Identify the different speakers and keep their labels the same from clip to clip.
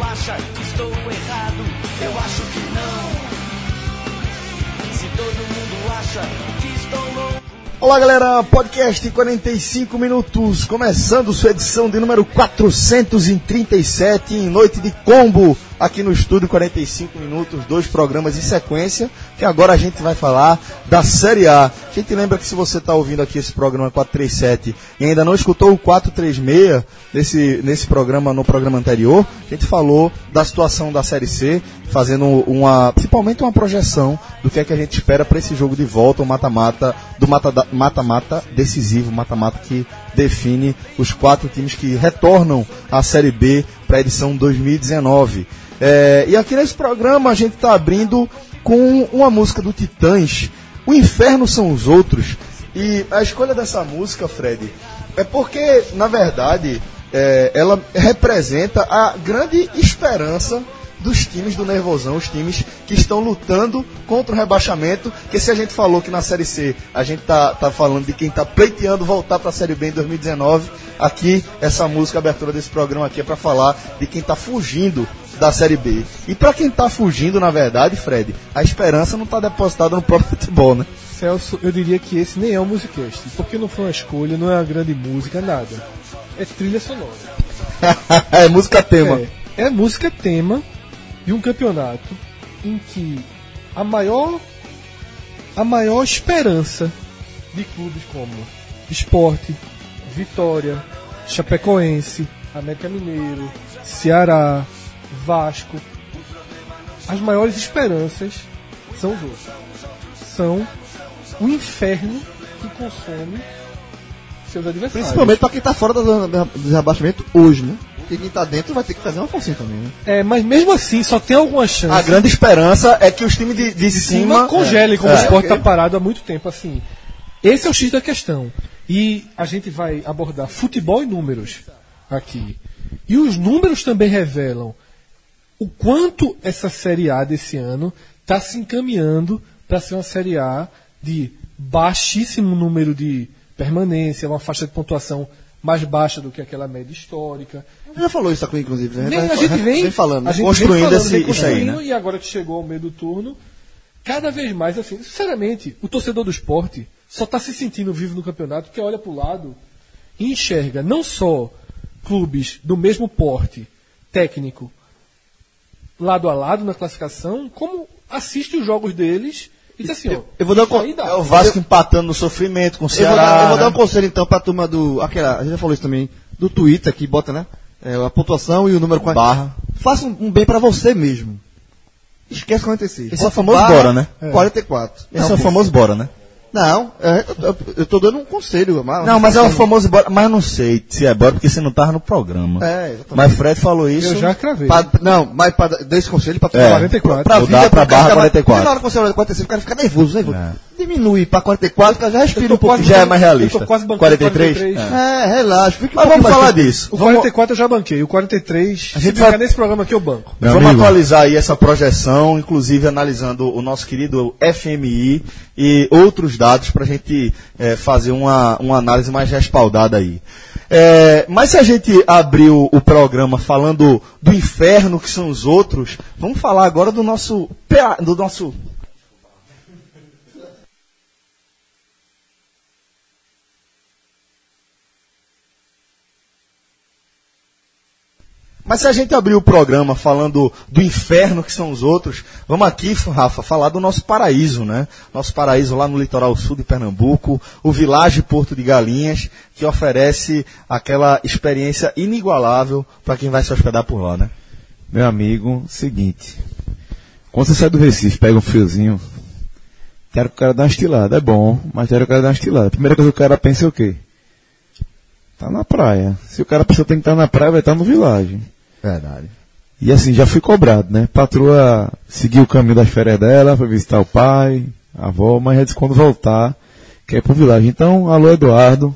Speaker 1: Estou errado, eu acho que não. Se todo mundo acha que estou louco.
Speaker 2: Olá galera, podcast em 45 minutos, começando sua edição de número 437 em noite de combo aqui no estúdio 45 minutos, dois programas em sequência, que agora a gente vai falar da Série A. A gente lembra que se você está ouvindo aqui esse programa 437 e ainda não escutou o 436 nesse, nesse programa, no programa anterior, a gente falou da situação da Série C, fazendo um, uma, principalmente uma projeção do que é que a gente espera para esse jogo de volta, o mata-mata, do mata- mata-mata decisivo, mata-mata que define os quatro times que retornam à Série B para a edição 2019. É, e aqui nesse programa a gente está abrindo com uma música do Titãs, O Inferno São os Outros. E a escolha dessa música, Fred, é porque, na verdade, é, ela representa a grande esperança dos times do Nervosão, os times que estão lutando contra o rebaixamento. Que se a gente falou que na Série C a gente tá, tá falando de quem tá pleiteando voltar para a Série B em 2019, aqui essa música, a abertura desse programa aqui é para falar de quem tá fugindo da Série B. E para quem tá fugindo, na verdade, Fred, a esperança não tá depositada no próprio futebol, né?
Speaker 3: Celso, eu diria que esse nem é o musicast, porque não foi uma escolha, não é uma grande música, nada. É trilha sonora.
Speaker 2: é música tema.
Speaker 3: É, é música tema de um campeonato em que a maior a maior esperança de clubes como Esporte, Vitória, Chapecoense, América Mineiro, Ceará, Vasco, as maiores esperanças são os outros. São o inferno que consome seus adversários.
Speaker 4: Principalmente pra quem tá fora da zona do rebaixamento hoje, né? Porque quem tá dentro vai ter que fazer uma forcinha também, né?
Speaker 3: É, mas mesmo assim, só tem alguma chance.
Speaker 2: A grande esperança é que os times de, de cima.
Speaker 3: cima congele, como
Speaker 2: É,
Speaker 3: o esporte
Speaker 4: ok.
Speaker 3: está parado há muito tempo. assim. Esse é o X da questão. E a gente vai abordar futebol e números aqui. E os números também revelam o quanto essa Série A desse ano está se encaminhando para ser uma Série A de baixíssimo número de permanência, uma faixa de pontuação mais baixa do que aquela média histórica.
Speaker 4: Já falou isso aqui, inclusive. né?
Speaker 3: Nem,
Speaker 4: Tá-
Speaker 3: a gente vem,
Speaker 4: falando.
Speaker 3: a
Speaker 4: né?
Speaker 3: gente
Speaker 2: construindo
Speaker 3: vem falando,
Speaker 2: esse-
Speaker 3: vem
Speaker 2: isso aí, né?
Speaker 3: construindo, E agora que chegou ao meio do turno, cada vez mais assim. Sinceramente, o torcedor do esporte só está se sentindo vivo no campeonato porque olha para o lado e enxerga não só clubes do mesmo porte técnico lado a lado na classificação, como assiste os jogos deles e diz assim, ó,
Speaker 4: Eu vou dar um
Speaker 3: isso
Speaker 4: con-
Speaker 3: aí dá.
Speaker 2: É o Vasco empatando no sofrimento com o
Speaker 4: Eu
Speaker 2: Ceará.
Speaker 4: vou, dar, eu vou dar um
Speaker 2: né?
Speaker 4: conselho então pra turma do. Aquela, a gente já falou isso também, do Twitter que bota, né? é, a pontuação e o número 40.
Speaker 2: Barra.
Speaker 4: Faça um, um bem pra você mesmo. Esquece 46.
Speaker 2: Esse é o
Speaker 4: Bota
Speaker 2: famoso
Speaker 4: barra
Speaker 2: bora, né?
Speaker 4: 44.
Speaker 2: Esse é
Speaker 4: Não,
Speaker 2: o famoso bora, né?
Speaker 4: Não, é, eu, eu, eu tô dando um conselho. Mas,
Speaker 2: Não, mas é o famoso bora. Mas eu não sei se é bora porque você não tava no programa.
Speaker 4: É, exatamente.
Speaker 2: Mas Fred falou isso.
Speaker 3: eu já cravei.
Speaker 4: Pra- não, mas pra, dê esse conselho pra
Speaker 2: É.
Speaker 3: 44.
Speaker 4: Pra, pra
Speaker 2: Mudar
Speaker 4: vida,
Speaker 2: pra barra
Speaker 4: cara,
Speaker 2: 44.
Speaker 4: Na hora que você olha 46, o cara fica nervoso, nervoso.
Speaker 2: É.
Speaker 4: Diminui pra 44, o cara já respira um pouco.
Speaker 2: quase- já é mais realista.
Speaker 3: Eu tô quase bancando
Speaker 2: 43?
Speaker 3: 43.
Speaker 2: É.
Speaker 4: É, relaxa. Fica um pouquinho
Speaker 2: Mas vamos
Speaker 4: mais
Speaker 2: falar
Speaker 4: tranquilo.
Speaker 2: disso.
Speaker 3: O 44 eu já banquei, o 43,
Speaker 2: A
Speaker 3: a
Speaker 2: gente
Speaker 3: gente se ficar
Speaker 2: vai-
Speaker 3: nesse programa aqui eu banco.
Speaker 2: Meu Vamos
Speaker 5: amigo.
Speaker 2: atualizar aí essa projeção, inclusive analisando o nosso querido FMI e outros dados para a gente eh, fazer uma, uma análise mais respaldada aí. Eh, mas se a gente abriu o programa falando do inferno que são os outros, vamos falar agora do nosso PA do nosso Mas se a gente abrir o programa falando do inferno que são os outros, vamos aqui, Rafa, falar do nosso paraíso, né? Nosso paraíso lá no litoral sul de Pernambuco, o Vilage Porto de Galinhas, que oferece aquela experiência inigualável para quem vai se hospedar por lá, né?
Speaker 5: Meu amigo, seguinte. Quando você sai do Recife, pega um friozinho. Quero que o cara dá uma estilada. É bom, mas quero que o cara dá uma estilada. Primeira coisa que o cara pensa é o quê? Tá na praia. Se o cara pensa que tem que estar na praia, vai estar no vilagem.
Speaker 4: Verdade.
Speaker 5: E assim, já fui cobrado, né? Patroa seguiu o caminho das férias dela, foi visitar o pai, a avó, mas já disse quando voltar, quer ir pro vilagem. Então, alô Eduardo.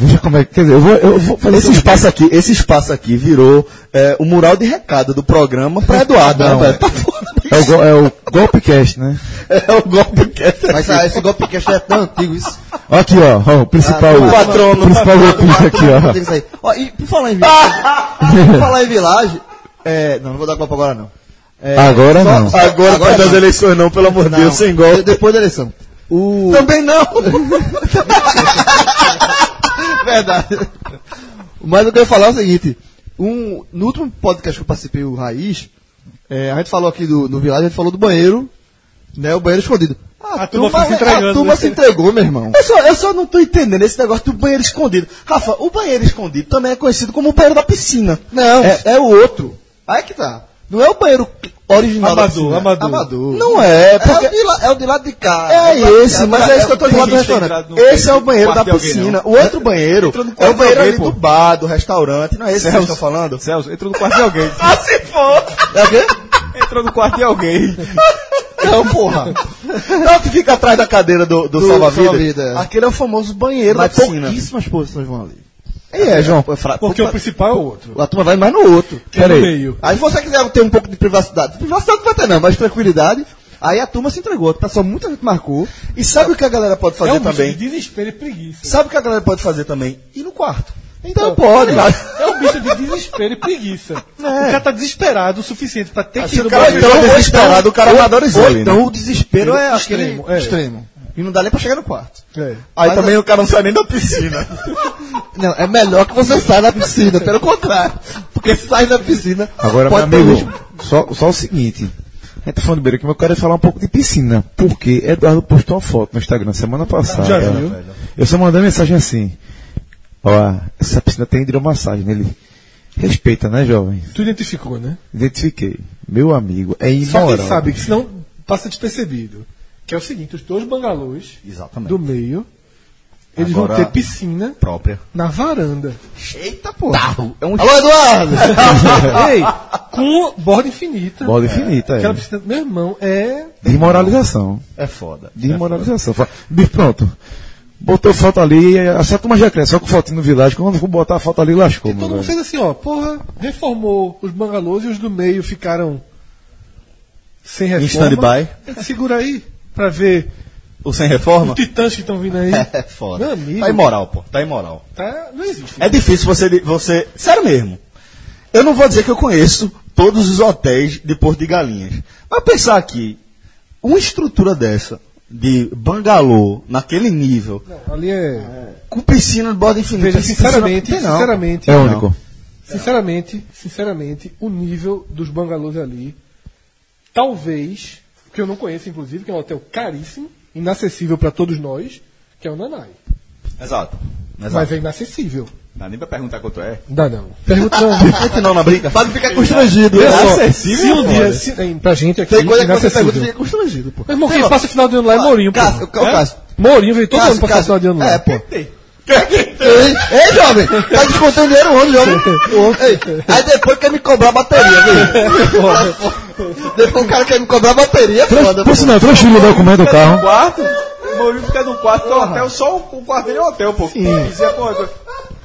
Speaker 5: Veja como é que. Quer dizer, eu vou, eu vou fazer
Speaker 2: Esse espaço aqui, esse espaço aqui virou é, o mural de recado do programa para Eduardo,
Speaker 5: Não,
Speaker 2: né?
Speaker 5: é.
Speaker 2: velho? Tá foda.
Speaker 5: É o, go- é o Golpecast, né?
Speaker 2: É o golpe que é.
Speaker 4: Mas ah, esse golpe que é tão antigo isso.
Speaker 5: Aqui, ó, ó, o principal.
Speaker 4: Ah,
Speaker 5: o
Speaker 4: o
Speaker 2: patrono,
Speaker 5: principal golpista aqui,
Speaker 4: Tem
Speaker 5: ó.
Speaker 4: que sair. Ó, e por falar em vilagem, por falar em vilagem, É, não, não vou dar copa agora não. É,
Speaker 5: Agora tá
Speaker 4: só-
Speaker 5: não.
Speaker 4: só- Agora, tá
Speaker 2: Agora das
Speaker 4: não.
Speaker 2: eleições não, pelo amor de
Speaker 4: Não,
Speaker 2: Deus, sem golpe.
Speaker 4: de- Depois da eleição. O...
Speaker 2: Também não!
Speaker 4: Verdade. Mas eu quero falar é o seguinte: um, no último podcast que eu participei, o Raiz, é, a gente falou aqui do, no Vilagem, a gente falou do banheiro, né? O banheiro escondido.
Speaker 3: A turma foi se entregando,
Speaker 4: A turma
Speaker 3: né?
Speaker 4: se entregou, meu irmão.
Speaker 2: Eu só, eu só não tô entendendo esse negócio do banheiro escondido. Rafa, o banheiro escondido também é conhecido como o banheiro da piscina.
Speaker 4: Não,
Speaker 2: É-
Speaker 4: é, o outro. Aí que tá. Não é o banheiro original da
Speaker 3: Amador,
Speaker 4: piscina.
Speaker 3: amador.
Speaker 2: Não é, porque.
Speaker 4: É, o de lá- é o de lado de cá.
Speaker 2: É
Speaker 4: o de lá de
Speaker 2: esse,
Speaker 4: cá,
Speaker 2: mas
Speaker 4: é
Speaker 2: é isso que eu tô dizendo
Speaker 4: lado
Speaker 2: do
Speaker 4: do
Speaker 2: restaurante.
Speaker 3: entrado no
Speaker 2: Esse é o banheiro da
Speaker 3: quarto de alguém,
Speaker 2: piscina. O outro banheiro
Speaker 3: Entrou no
Speaker 2: é
Speaker 3: quarto
Speaker 2: o
Speaker 3: de
Speaker 2: banheiro
Speaker 3: alguém,
Speaker 2: ali
Speaker 3: pô.
Speaker 2: do bar, do restaurante. Não é esse que vocês estão falando?
Speaker 3: Celso, entrou no quarto de alguém.
Speaker 2: Ah, se for!
Speaker 4: É o quê?
Speaker 3: entrou no quarto de alguém.
Speaker 4: Não, Então, porra. É
Speaker 2: Não, que fica atrás da cadeira do, do,
Speaker 4: Do
Speaker 2: salva-vida.
Speaker 4: salva-vida, é.
Speaker 2: Aquele é o famoso banheiro
Speaker 4: Mas
Speaker 2: da piscina.
Speaker 4: pouquíssimas posições vão ali.
Speaker 2: E é, João?
Speaker 4: Pô, é fra-
Speaker 3: Porque o
Speaker 4: pô,
Speaker 3: principal é o outro.
Speaker 4: A turma vai mais no outro.
Speaker 3: Que é no
Speaker 5: Peraí.
Speaker 3: meio.
Speaker 4: Aí se você quiser ter um pouco de privacidade, privacidade não vai ter não, mas tranquilidade, aí a turma se entregou. Tá só muita gente marcou.
Speaker 2: E sabe o que a galera pode fazer
Speaker 3: é um bicho
Speaker 2: também?
Speaker 3: de desespero e preguiça.
Speaker 2: Sabe o que a galera pode fazer também? Ir no quarto.
Speaker 4: Então pode.
Speaker 3: É um bicho de desespero e preguiça. O cara tá desesperado o suficiente pra ter que ir no
Speaker 2: cara
Speaker 3: banheiro.
Speaker 2: então-
Speaker 4: ou
Speaker 2: desesperado,
Speaker 4: então-
Speaker 2: o cara
Speaker 4: ou-
Speaker 2: vai dar
Speaker 4: ou
Speaker 2: risole,
Speaker 4: Então o desespero é
Speaker 3: Extremo,
Speaker 4: aquele
Speaker 3: é.
Speaker 4: extremo. E não dá nem pra chegar no quarto.
Speaker 3: É.
Speaker 2: Aí
Speaker 4: Mas
Speaker 2: também o cara não sai nem da piscina.
Speaker 4: Não, é melhor que você saia da piscina, pelo contrário. Porque se sai da piscina,
Speaker 5: Agora, meu
Speaker 4: pode ter
Speaker 5: amigo,
Speaker 2: um-
Speaker 4: risco.
Speaker 5: só, só o seguinte. A gente tá falando do beira aqui, mas eu quero falar um pouco de piscina. Porque Eduardo postou uma foto no Instagram semana passada.
Speaker 3: Já viu?
Speaker 5: Eu só mandei uma mensagem assim. Ó, essa piscina tem hidromassagem nele. Respeita, né, jovem?
Speaker 3: Tu identificou, né?
Speaker 5: Identifiquei. Meu amigo, é
Speaker 3: Só
Speaker 5: imoral.
Speaker 3: quem sabe, que senão passa despercebido. Que é o seguinte, os dois bangalôs
Speaker 2: Exatamente.
Speaker 3: do meio, eles
Speaker 2: Agora-
Speaker 3: vão ter piscina
Speaker 2: Própria.
Speaker 3: na varanda.
Speaker 2: Eita porra. É um
Speaker 4: Alô, Eduardo!
Speaker 3: Ei, com borda infinita.
Speaker 5: Bola infinita,
Speaker 3: Aquela
Speaker 5: é.
Speaker 3: piscina, meu irmão, é...
Speaker 5: Desmoralização.
Speaker 2: É foda.
Speaker 5: Desmoralização. Fa- Bicho, pronto. Botou foto ali, acerta uma já cresce, só com fotinho no vilarejo. Quando for botar a foto ali, lascou, meu
Speaker 3: Todo mundo
Speaker 5: velho.
Speaker 3: fez assim, ó, porra, reformou os bangalôs e os do meio ficaram sem
Speaker 2: Em
Speaker 3: reforma.
Speaker 2: stand-by.
Speaker 3: Segura aí pra ver
Speaker 2: É O sem reforma?
Speaker 3: os titãs que estão vindo aí.
Speaker 2: É foda.
Speaker 3: Meu amigo.
Speaker 2: Tá imoral, pô. Tá imoral.
Speaker 3: Tá, não existe.
Speaker 2: É difícil você, você. Sério mesmo. Eu não vou dizer que eu conheço todos os hotéis de Porto de Galinhas. Mas pensar aqui, uma estrutura dessa, de bangalô, naquele nível,
Speaker 3: Ali é.
Speaker 2: com piscina de borda infinita.
Speaker 3: Veja,
Speaker 2: piscina-
Speaker 3: sinceramente,
Speaker 2: Tem não.
Speaker 3: sinceramente,
Speaker 5: É único.
Speaker 3: sinceramente, sinceramente, o nível dos bangalôs ali, talvez, que eu não conheço, inclusive, que é um hotel caríssimo, inacessível pra todos nós, que é o Nanai.
Speaker 6: Exato.
Speaker 3: Mas é inacessível.
Speaker 6: Não dá nem pra perguntar quanto é.
Speaker 3: Dá não. Pergunta não.
Speaker 2: Tem não na brinca?
Speaker 4: Fábio fica constrangido.
Speaker 3: Olha
Speaker 4: né?
Speaker 3: só,
Speaker 4: Acessível,
Speaker 3: se um
Speaker 4: foda.
Speaker 3: dia, se, tem pra gente aqui,
Speaker 4: Tem coisa que você
Speaker 3: inacessível.
Speaker 4: pergunta e fica constrangido, pô.
Speaker 3: Meu irmão,
Speaker 4: Sei
Speaker 3: quem
Speaker 4: lá,
Speaker 3: passa final de ano lá é
Speaker 4: Ca-
Speaker 3: Mourinho, pô.
Speaker 4: Cássio, Ca-
Speaker 3: É?
Speaker 4: Cássio.
Speaker 3: Mourinho veio todo
Speaker 4: Cássio,
Speaker 3: ano passar
Speaker 4: Cássio.
Speaker 3: final de ano lá.
Speaker 4: É, pô. Ei, ei, jovem, tá descontando dinheiro onde, jovem? Ei, aí depois quer me cobrar bateria, viu? depois o cara quer me cobrar bateria, é foda.
Speaker 5: Por
Speaker 4: pô.
Speaker 5: sinal, transfira o documento do carro.
Speaker 6: Quarto? O Maurinho fica no quarto do hotel, só o, o quarto dele é hotel, pô. Isso é, pô,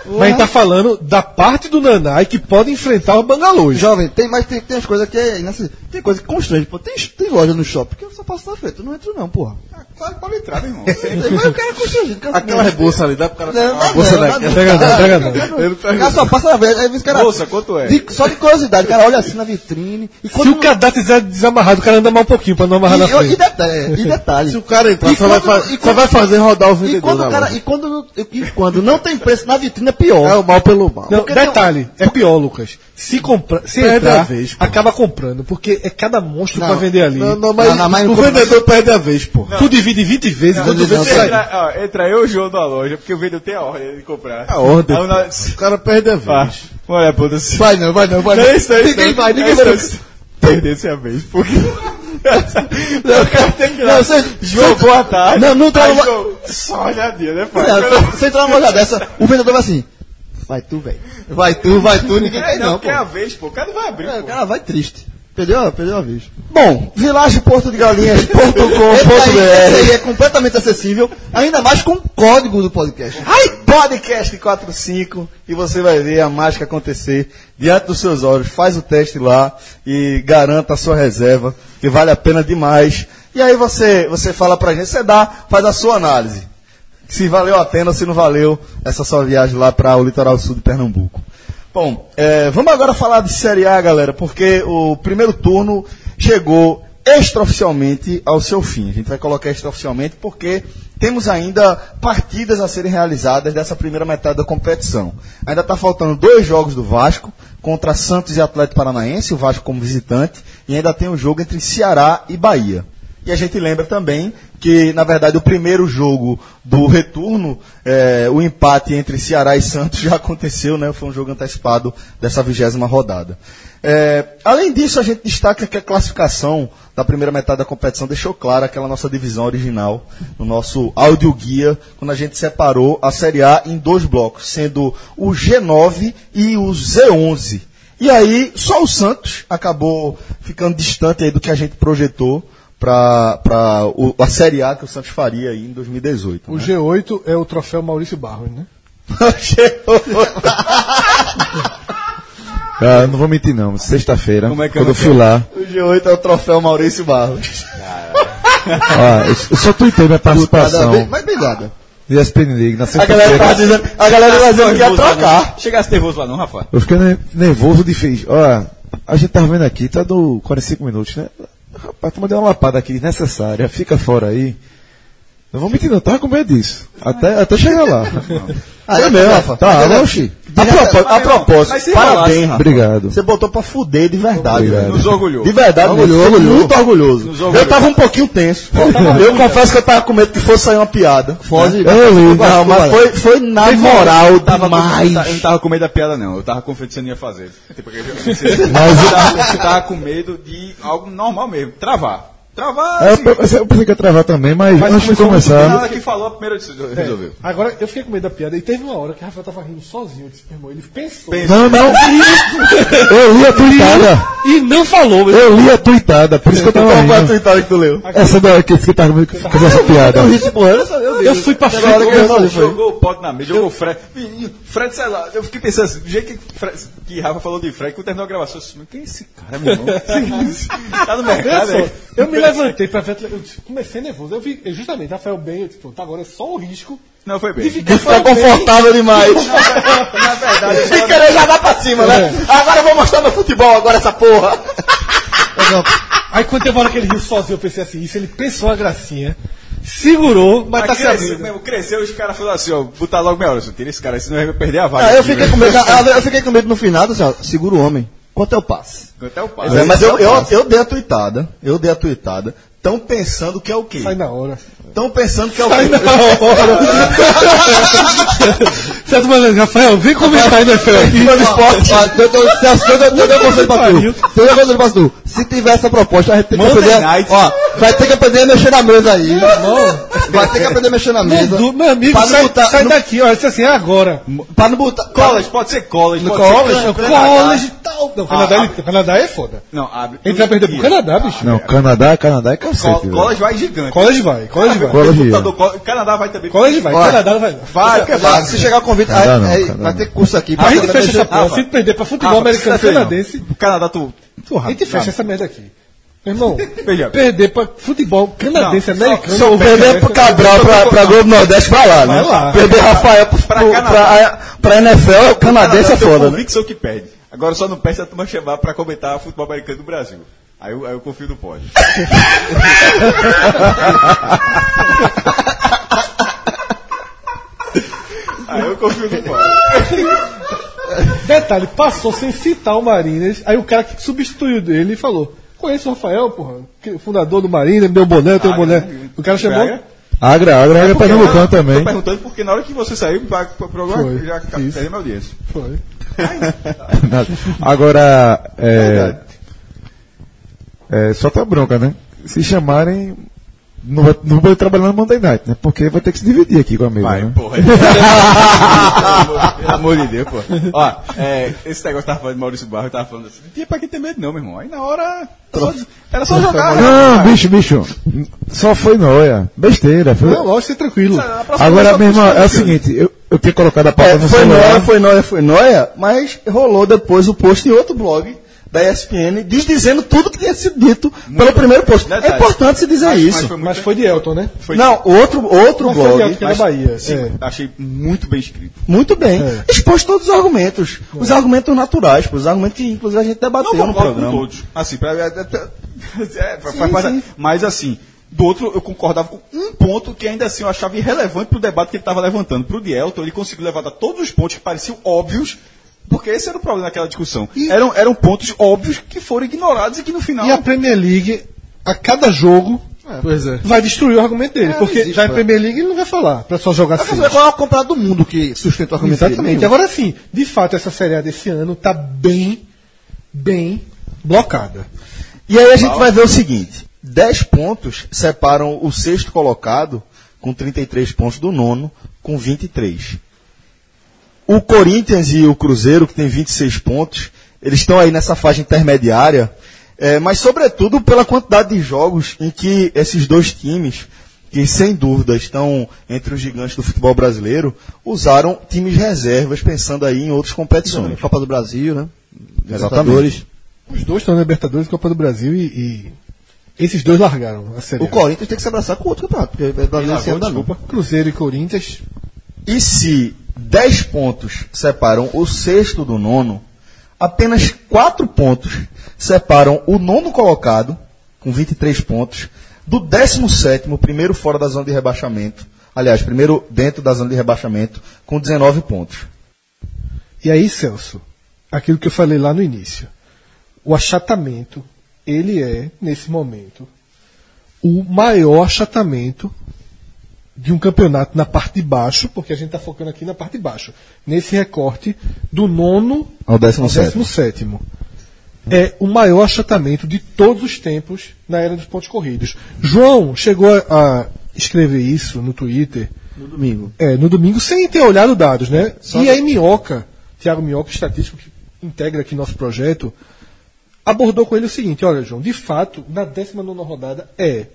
Speaker 3: Mas a gente tá falando da parte do Nanai que pode enfrentar o Bangalôs.
Speaker 4: Jovem, tem, mas tem, tem as coisas que é inacess- Tem coisa que constrange, pô. Tem, tem loja no shopping que eu só passo na frente, eu não entro não, porra.
Speaker 2: Ah,
Speaker 6: Claro que pode entrar, meu irmão.
Speaker 4: Tem- Mas o cara é constrangido. o cara-
Speaker 2: bolsa ali, dá pro cara.
Speaker 4: Não, não,
Speaker 2: bolsa
Speaker 4: não,
Speaker 2: da-
Speaker 4: não, não,
Speaker 3: Pega não, pega não.
Speaker 4: O cara só passa na frente, aí vê esse cara...
Speaker 6: Moça, quanto é?
Speaker 4: De- só de curiosidade, o cara olha assim na vitrine e
Speaker 3: Se o cadastro estiver desamarrado, o cara anda mais um pouquinho pra não amarrar na
Speaker 4: E, eu- e
Speaker 3: frente.
Speaker 4: detalhe, é, e detalhe.
Speaker 2: Se o cara entrar,
Speaker 4: E
Speaker 2: só vai
Speaker 4: quando-
Speaker 2: fa-
Speaker 4: e
Speaker 2: só vai fazer rodar o vendedor né,
Speaker 4: E quando,
Speaker 2: na
Speaker 4: o cara,
Speaker 2: loja.
Speaker 4: e, quando, e quando não tem preço na vitrine é pior.
Speaker 2: É o mal pelo mal.
Speaker 3: Não,
Speaker 4: porque um-
Speaker 3: detalhe, é pior, Lucas. Se, compra, se
Speaker 2: Perde a
Speaker 3: entrar,
Speaker 2: vez, pô.
Speaker 3: acaba comprando, porque é cada monstro pra vender ali. Ah,
Speaker 2: Não, não, mas,
Speaker 4: Não, não, mas
Speaker 2: o
Speaker 4: não compra
Speaker 2: vendedor perde a vez, pô.
Speaker 3: Tu divide 20 vezes, quando tu vê,
Speaker 4: não,
Speaker 3: tu sai.
Speaker 6: entra, ó, entra eu e o João da loja, porque o vendedor tem a ordem de comprar.
Speaker 2: A ordem.
Speaker 6: Aí o na-
Speaker 2: O cara perde a vez.
Speaker 6: Ah, Olha, pô, do céu.
Speaker 4: Vai não, vai não, vai não.
Speaker 6: É isso, é isso, é
Speaker 4: ninguém
Speaker 6: isso,
Speaker 4: vai,
Speaker 6: é
Speaker 4: ninguém
Speaker 6: isso,
Speaker 4: vai.
Speaker 6: é isso. Perdesse a vez, porque...
Speaker 4: Não, o cara tem que ir lá. Não, você-
Speaker 6: João, boa tarde.
Speaker 4: Não, não tá
Speaker 6: Aí,
Speaker 4: lá-
Speaker 6: João, Só olhadinha, né, pai?
Speaker 4: Não, você- Você entrar numa loja dessa, o vendedor vai assim. Vai tu, velho. Vai tu, vai tu, ninguém
Speaker 6: É,
Speaker 4: vai
Speaker 6: não,
Speaker 4: não, pô.
Speaker 6: quer a vez, pô. O cara não vai abrir,
Speaker 4: É, O
Speaker 6: pô.
Speaker 4: cara vai triste. Perdeu, a- perdeu a vez.
Speaker 2: Bom,
Speaker 4: Esse aí, esse
Speaker 2: vilagemportogalinhas.com.br
Speaker 4: aí é completamente acessível, ainda mais com o código do podcast.
Speaker 2: Ai, podcast 45 e você vai ver a mágica acontecer diante dos seus olhos. Faz o teste lá e garanta a sua reserva, que vale a pena demais. E aí você, você fala pra gente, você dá, faz a sua análise. Se valeu a pena ou se não valeu essa sua viagem lá para o litoral sul de Pernambuco. Bom, é, vamos agora falar de Série A, galera, porque o primeiro turno chegou extraoficialmente ao seu fim. A gente vai colocar extraoficialmente porque temos ainda partidas a serem realizadas dessa primeira metade da competição. Ainda está faltando dois jogos do Vasco contra Santos e Atlético Paranaense, o Vasco como visitante, e ainda tem um jogo entre Ceará e Bahia. E a gente lembra também que, na verdade, o primeiro jogo do retorno, eh, o empate entre Ceará e Santos já aconteceu, né? Foi um jogo antecipado dessa vigésima rodada. Eh, além disso, a gente destaca que a classificação da primeira metade da competição deixou clara aquela nossa divisão original, no nosso áudio guia, quando a gente separou a Série A em dois blocos, sendo o G9 e o Z11. E aí, só o Santos acabou ficando distante aí do que a gente projetou para a Série A que o Santos faria aí em 2018.
Speaker 3: O G8 é o troféu Maurício Barros, né?
Speaker 5: Cara, Ah, não vou mentir não. Sexta-feira,
Speaker 6: Como é que é
Speaker 5: quando eu
Speaker 6: o
Speaker 5: fui lá,
Speaker 2: o G8 é o troféu Maurício Barros.
Speaker 5: ó, eu eu só tuitei minha participação
Speaker 2: Bem- Mas obrigado.
Speaker 5: de ESPN League na
Speaker 2: A galera tá
Speaker 5: sexta-feira.
Speaker 2: dizendo, a galera tá dizendo que ia
Speaker 6: Nervoso lá, né?
Speaker 2: trocar.
Speaker 6: não. Chegasse nervoso lá não, Rafa?
Speaker 5: Eu fiquei ne- nervoso de fez. Ó, a gente tava vendo aqui, tá do 45 minutos, né? Rapaz, tu mandou uma lapada aqui desnecessária, fica fora aí. Não vou mentir, não, tava com medo disso. Até, até chegar lá.
Speaker 2: Aí
Speaker 5: Foi
Speaker 2: mesmo,
Speaker 5: mesmo,
Speaker 2: Rafa.
Speaker 5: Tá,
Speaker 2: Mas é-
Speaker 5: oxi.
Speaker 2: A, propo- a
Speaker 6: Mas
Speaker 2: propósito,
Speaker 6: sem
Speaker 2: parabéns,
Speaker 6: falar.
Speaker 2: rapaz.
Speaker 5: Obrigado.
Speaker 2: Você botou pra fuder de verdade,
Speaker 4: É.
Speaker 5: Obrigado.
Speaker 2: velho.
Speaker 6: Nos orgulhou.
Speaker 2: De verdade,
Speaker 5: Orgulhou,
Speaker 2: mesmo. Fiquei
Speaker 5: orgulhou.
Speaker 2: muito orgulhoso.
Speaker 6: Nos orgulhou.
Speaker 2: Eu tava um pouquinho tenso. Eu confesso que eu tava com medo que fosse sair uma piada.
Speaker 4: Foge.
Speaker 5: Eu lembro.
Speaker 2: Não, mas foi, foi na moral
Speaker 6: Tava com-
Speaker 2: demais.
Speaker 6: eu não tava com medo da piada, não. Eu tava confiante que você não ia fazer. Tipo, eu-
Speaker 5: Mas-
Speaker 6: eu, tava, eu tava com medo de algo normal mesmo. Travar. Travar,
Speaker 5: É,
Speaker 6: assim,
Speaker 5: eu, pensei- eu pensei que ia travar também, mas, um antes de
Speaker 6: Na
Speaker 5: começar.
Speaker 6: hora que falou, a primeira disse- resolveu.
Speaker 3: Agora, eu fiquei com medo da piada. E teve uma hora que o Rafael tava rindo sozinho. Eu disse, meu irmão, ele pensou.
Speaker 5: Não, não. Eu li a tuitada.
Speaker 3: E não falou. Mas...
Speaker 5: Eu li a tuitada, por isso que eu tava
Speaker 2: Qual foi a
Speaker 5: rindo.
Speaker 2: tuitada que tu leu?
Speaker 5: Essa da que tá que tava comigo fazendo essa
Speaker 2: é
Speaker 5: piada.
Speaker 2: um
Speaker 3: Eu fui pra frente.
Speaker 6: Jogou,
Speaker 3: eu-
Speaker 6: jogou, o pote na mesa, jogou o Fred. Menino, Fred, sei lá, eu fiquei pensando assim, do jeito que, Fred, que Rafa falou de Fred, quando terminou a gravação, eu disse, "Mas quem é esse cara, meu irmão? é tá no
Speaker 3: Olha
Speaker 6: mercado,
Speaker 3: só,
Speaker 6: é?
Speaker 3: eu me levantei pra ver. Eu disse, comecei nervoso. Eu vi, eu justamente, Rafael bem. Eu disse, pronto, agora é só o risco
Speaker 6: Não, foi bem.
Speaker 3: de ficar
Speaker 2: Tá
Speaker 3: Rafael bem.
Speaker 2: confortável demais.
Speaker 6: Na verdade, eu
Speaker 2: Sem querer já dá pra cima, né?
Speaker 4: É.
Speaker 2: Agora eu vou mostrar meu futebol, agora essa porra.
Speaker 3: Aí quando teve uma hora que ele riu sozinho, eu pensei assim, isso ele pensou uma gracinha, segurou, mas tá
Speaker 6: Mas
Speaker 3: se
Speaker 6: cresceu,
Speaker 3: abrindo.
Speaker 6: mesmo, cresceu os caras falaram assim, ó, botar logo meia hora. assim, Tira esse cara, senão ele vai perder a vaga.
Speaker 4: Ah, eu
Speaker 6: aqui,
Speaker 4: fiquei com
Speaker 6: velho.
Speaker 4: medo. ah, Eu fiquei com medo no final, assim, ó, segura o homem. Quanto é o passe?
Speaker 6: Até o pai.
Speaker 2: Mas, é, mas eu, eu, eu dei a tuitada. Eu dei a tuitada. Estão pensando que é o quê?
Speaker 3: Sai na hora.
Speaker 2: Estão pensando que é o quê?
Speaker 3: Certo, mas Rafael, vem comentar
Speaker 2: né,
Speaker 3: aí, Rafael.
Speaker 4: Mano, esporte. Ah, eu tô- Celso,
Speaker 5: é
Speaker 4: eu tô- eu tenho um conselho pra tu. Eu tenho um conselho pra tu. Se tiver essa proposta, a gente tem que
Speaker 6: Monday
Speaker 2: né?
Speaker 4: aprender.
Speaker 6: night.
Speaker 4: Ó, vai ter que aprender a mexer na mesa aí. Vai ter que aprender a mexer na mesa.
Speaker 3: Do, meu amigo,
Speaker 4: Pra não
Speaker 3: sai,
Speaker 4: botar-
Speaker 3: sai
Speaker 4: não-
Speaker 3: daqui, ó. Isso assim é agora.
Speaker 4: Pra não botar.
Speaker 6: College, pode ser college. Pode
Speaker 4: college?
Speaker 6: Ser
Speaker 3: Não,
Speaker 6: Canadá.
Speaker 3: college e tal. Não, Canadá,
Speaker 6: Ah,
Speaker 3: ele- Canadá é foda.
Speaker 6: Não, abre.
Speaker 3: A gente vai perder pro Canadá, bicho.
Speaker 5: Não, Canadá, Canadá é cacete.
Speaker 6: Co-
Speaker 5: velho.
Speaker 6: College vai gigante.
Speaker 3: College vai, college vai.
Speaker 5: College
Speaker 6: Computador, co- Canadá vai também.
Speaker 3: College vai,
Speaker 4: Olha.
Speaker 3: Canadá vai.
Speaker 4: Vai, porque vai. Se chegar o convite, aí,
Speaker 5: dá não,
Speaker 4: aí
Speaker 5: cara,
Speaker 4: vai
Speaker 5: não.
Speaker 4: ter curso aqui. pra
Speaker 3: A gente
Speaker 4: aprender
Speaker 3: fecha
Speaker 4: mexer-
Speaker 3: essa porra. Se perder pra futebol
Speaker 6: Rafa,
Speaker 3: americano
Speaker 6: precisa ver, Ah, não.
Speaker 3: canadense,
Speaker 6: Canadá, tu. tu
Speaker 3: a gente fecha essa merda aqui. Meu irmão,
Speaker 6: Veja.
Speaker 3: perder pra futebol canadense,
Speaker 6: Não, só-
Speaker 3: americano,
Speaker 2: Se eu
Speaker 3: ou
Speaker 2: perder pro
Speaker 3: vice-versa,
Speaker 2: Cabral pra, pra Globo Nordeste, vai lá, né?
Speaker 3: Vai lá.
Speaker 2: Perder Rafael pro,
Speaker 6: Pra
Speaker 2: pro-
Speaker 6: Canadá.
Speaker 2: pra, pra NFL, o canadense é foda, né?
Speaker 6: convicção que perde. Agora só não perde se a turma chamar pra comentar futebol americano do Brasil. Aí eu, aí eu confio no pódio. aí eu confio no pódio.
Speaker 3: Detalhe, passou sem citar o Marinas, aí o cara que substituiu dele falou: Conheço o Rafael, porra, que- o fundador do Marinas, meu um boné, teu
Speaker 6: Ah,
Speaker 3: boné.
Speaker 6: é.
Speaker 3: O cara chamou.
Speaker 6: Braga?
Speaker 5: Agra, Agra, Agra é Pernambucano
Speaker 6: Tô
Speaker 5: também.
Speaker 6: perguntando porque na hora que você saiu pra- pro programa,
Speaker 3: Foi.
Speaker 6: já caiu minha audiência.
Speaker 3: Foi.
Speaker 5: Nada. Agora, é, é, só tá bronca, né? Se chamarem, não vai, não vai trabalhar no Monday Night, né? Porque vai ter que se dividir aqui com o amigo,
Speaker 2: Uhum.
Speaker 5: né?
Speaker 6: porra. Pelo amor de Deus, pô. Ó, é, esse negócio que tava falando de Maurício Barro, tava falando assim, não tinha pra que ter medo não, meu irmão. Aí na hora, só- era só jogar.
Speaker 5: Não, Ah, bicho, bicho, só foi noia, besteira. Foi...
Speaker 3: Não, lógico, é tranquilo.
Speaker 5: Agora, meu irmão, é o seguinte, eu, eu tinha
Speaker 4: Ah,
Speaker 5: colocado a pauta
Speaker 2: É,
Speaker 5: no
Speaker 2: foi
Speaker 5: celular.
Speaker 2: nóia, foi nóia, foi nóia, mas rolou depois o post em outro blog da ESPN desdizendo tudo que tinha sido dito pelo primeiro post. É
Speaker 6: Detalhe.
Speaker 2: importante se dizer isso.
Speaker 6: mas foi muito
Speaker 3: Mas foi de Elton, né?
Speaker 6: foi-
Speaker 2: Não, outro, outro
Speaker 3: Mas foi de
Speaker 2: blog.
Speaker 3: Elton, que é da Bahia.
Speaker 6: Sim,
Speaker 3: É.
Speaker 6: assim, achei muito bem escrito.
Speaker 2: Muito bem.
Speaker 3: É.
Speaker 2: Expôs todos os argumentos. Os argumentos naturais, pô, os argumentos que inclusive a gente debateu no
Speaker 6: concordo com
Speaker 2: um programa.
Speaker 6: todos. Assim, pra, é, é, é, faz parte-
Speaker 2: sim.
Speaker 6: Mas assim, do outro eu concordava com um ponto que ainda assim eu achava irrelevante pro debate que ele estava levantando. Pro Dielton, ele conseguiu levantar todos os pontos que pareciam óbvios, porque esse era o problema daquela discussão. Eram, eram pontos óbvios que foram ignorados e que no final.
Speaker 3: E a Premier League, a cada jogo,
Speaker 4: Pois Então- é.
Speaker 3: vai destruir o argumento dele.
Speaker 4: É,
Speaker 3: porque
Speaker 4: existe,
Speaker 3: já em
Speaker 4: é.
Speaker 3: Premier League ele não vai falar pra só jogar assim.
Speaker 4: Qual é o maior comprado do mundo que sustenta o argumento
Speaker 3: Exatamente.
Speaker 4: dele?
Speaker 3: Agora sim, de fato, essa Série A desse ano tá bem, bem blocada.
Speaker 2: E aí a gente vai ver o seguinte: 10 pontos separam o sexto colocado, com 33 pontos, do nono, com 23. O Corinthians e o Cruzeiro, que tem 26 pontos, eles estão aí nessa faixa intermediária, eh, mas sobretudo pela quantidade de jogos em que esses dois times, que sem dúvida estão entre os gigantes do futebol brasileiro, usaram times reservas, pensando aí em outras competições.
Speaker 4: Copa do Brasil, né?
Speaker 2: Exatamente.
Speaker 3: Os dois estão na Libertadores e Copa do Brasil e, e esses dois largaram a Série
Speaker 4: O
Speaker 3: A.
Speaker 4: Corinthians tem que se abraçar com outro campeonato, porque o Brasil esse ano dá não.
Speaker 3: Cruzeiro e Corinthians.
Speaker 2: E se 10 pontos separam o sexto do nono, apenas 4 pontos separam o nono colocado, com 23 pontos, do 17, primeiro fora da zona de rebaixamento. Aliás, primeiro dentro da zona de rebaixamento, com 19 pontos.
Speaker 3: E aí, Celso, aquilo que eu falei lá no início. O achatamento, ele é, nesse momento, o maior achatamento de um campeonato na parte de baixo, porque a gente está focando aqui na parte de baixo. Nesse recorte do nono
Speaker 2: Ao
Speaker 3: ao
Speaker 2: 17.
Speaker 3: décimo sétimo. É o maior achatamento de todos os tempos na era dos pontos corridos. João chegou a- a escrever isso no Twitter
Speaker 4: No domingo.
Speaker 3: é, no domingo sem ter olhado dados, né? e aí Minhoca, Tiago Minhoca, estatístico que integra aqui nosso projeto, abordou com ele o seguinte, olha, João, de fato, na 19 rodada é.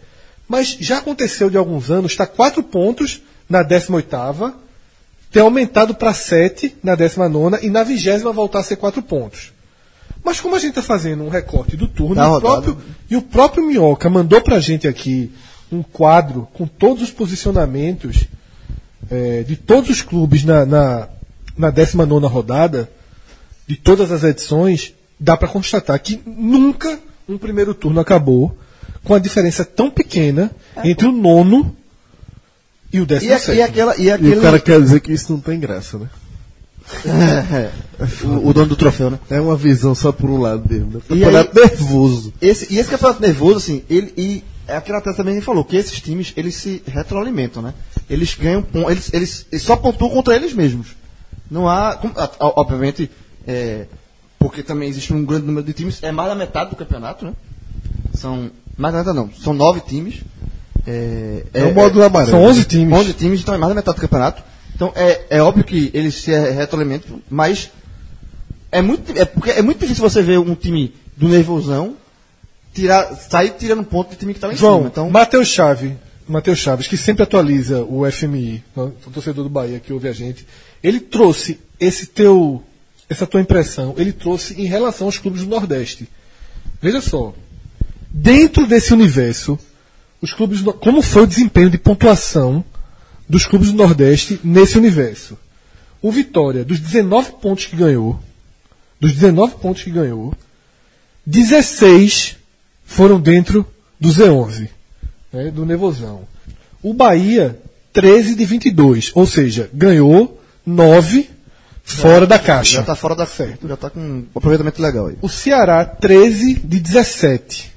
Speaker 3: Mas já aconteceu de alguns anos, está 4 pontos na 18 ter aumentado para 7 na 19 e na 20 voltar a ser 4 pontos. Mas como a gente está fazendo um recorte do turno,
Speaker 4: Da
Speaker 3: e, o
Speaker 4: rodada.
Speaker 3: próprio, e o próprio Minhoca mandou para a gente aqui um quadro com todos os posicionamentos é, de todos os clubes na, na, na 19 rodada, de todas as edições, dá para constatar que nunca um primeiro turno acabou com a diferença tão pequena entre o nono e o
Speaker 4: É. E,
Speaker 3: décimo
Speaker 4: a, e aquela. E,
Speaker 7: E
Speaker 4: aquele,
Speaker 7: o cara quer dizer que isso não tem graça, né?
Speaker 4: é o, o dono do troféu, né?
Speaker 7: É uma visão só por um lado dele, né?
Speaker 4: E
Speaker 7: Campeonato
Speaker 4: nervoso. Esse, e esse campeonato nervoso, assim, ele. E é aquilo até também ele falou, que esses times, eles se retroalimentam, né? Eles ganham pon- eles, eles, eles só pontuam contra eles mesmos. Não há. com- a- a- Obviamente, é, porque também existe um grande número de times, é mais da metade do campeonato, né? São. Mais da metade não, são nove times. É,
Speaker 7: É o módulo amarelo.
Speaker 3: São 11 times.
Speaker 4: 11 times, então é mais da metade do campeonato. Então é, é óbvio que eles se retroalimentam, mas é muito, é, porque é muito difícil você ver um time do nervosão tirar, sair tirando ponto do time que tá lá em
Speaker 3: João,
Speaker 4: cima. Então,
Speaker 3: Matheus Chaves, Matheus Chaves, que sempre atualiza o FMI, né, o torcedor do Bahia que ouve a gente, ele trouxe esse teu, essa tua impressão, ele trouxe em relação aos clubes do Nordeste. Veja só, dentro desse universo, os clubes, do- como foi o desempenho de pontuação dos clubes do Nordeste nesse universo? O Vitória, dos 19 pontos que ganhou, dos 19 pontos que ganhou, 16 foram dentro do Z11, né, do Nevozão. O Bahia, 13 de 22, ou seja, ganhou 9 fora da caixa.
Speaker 4: já tá fora da fé. Já tá com um aproveitamento legal aí.
Speaker 3: O Ceará, 13 de 17.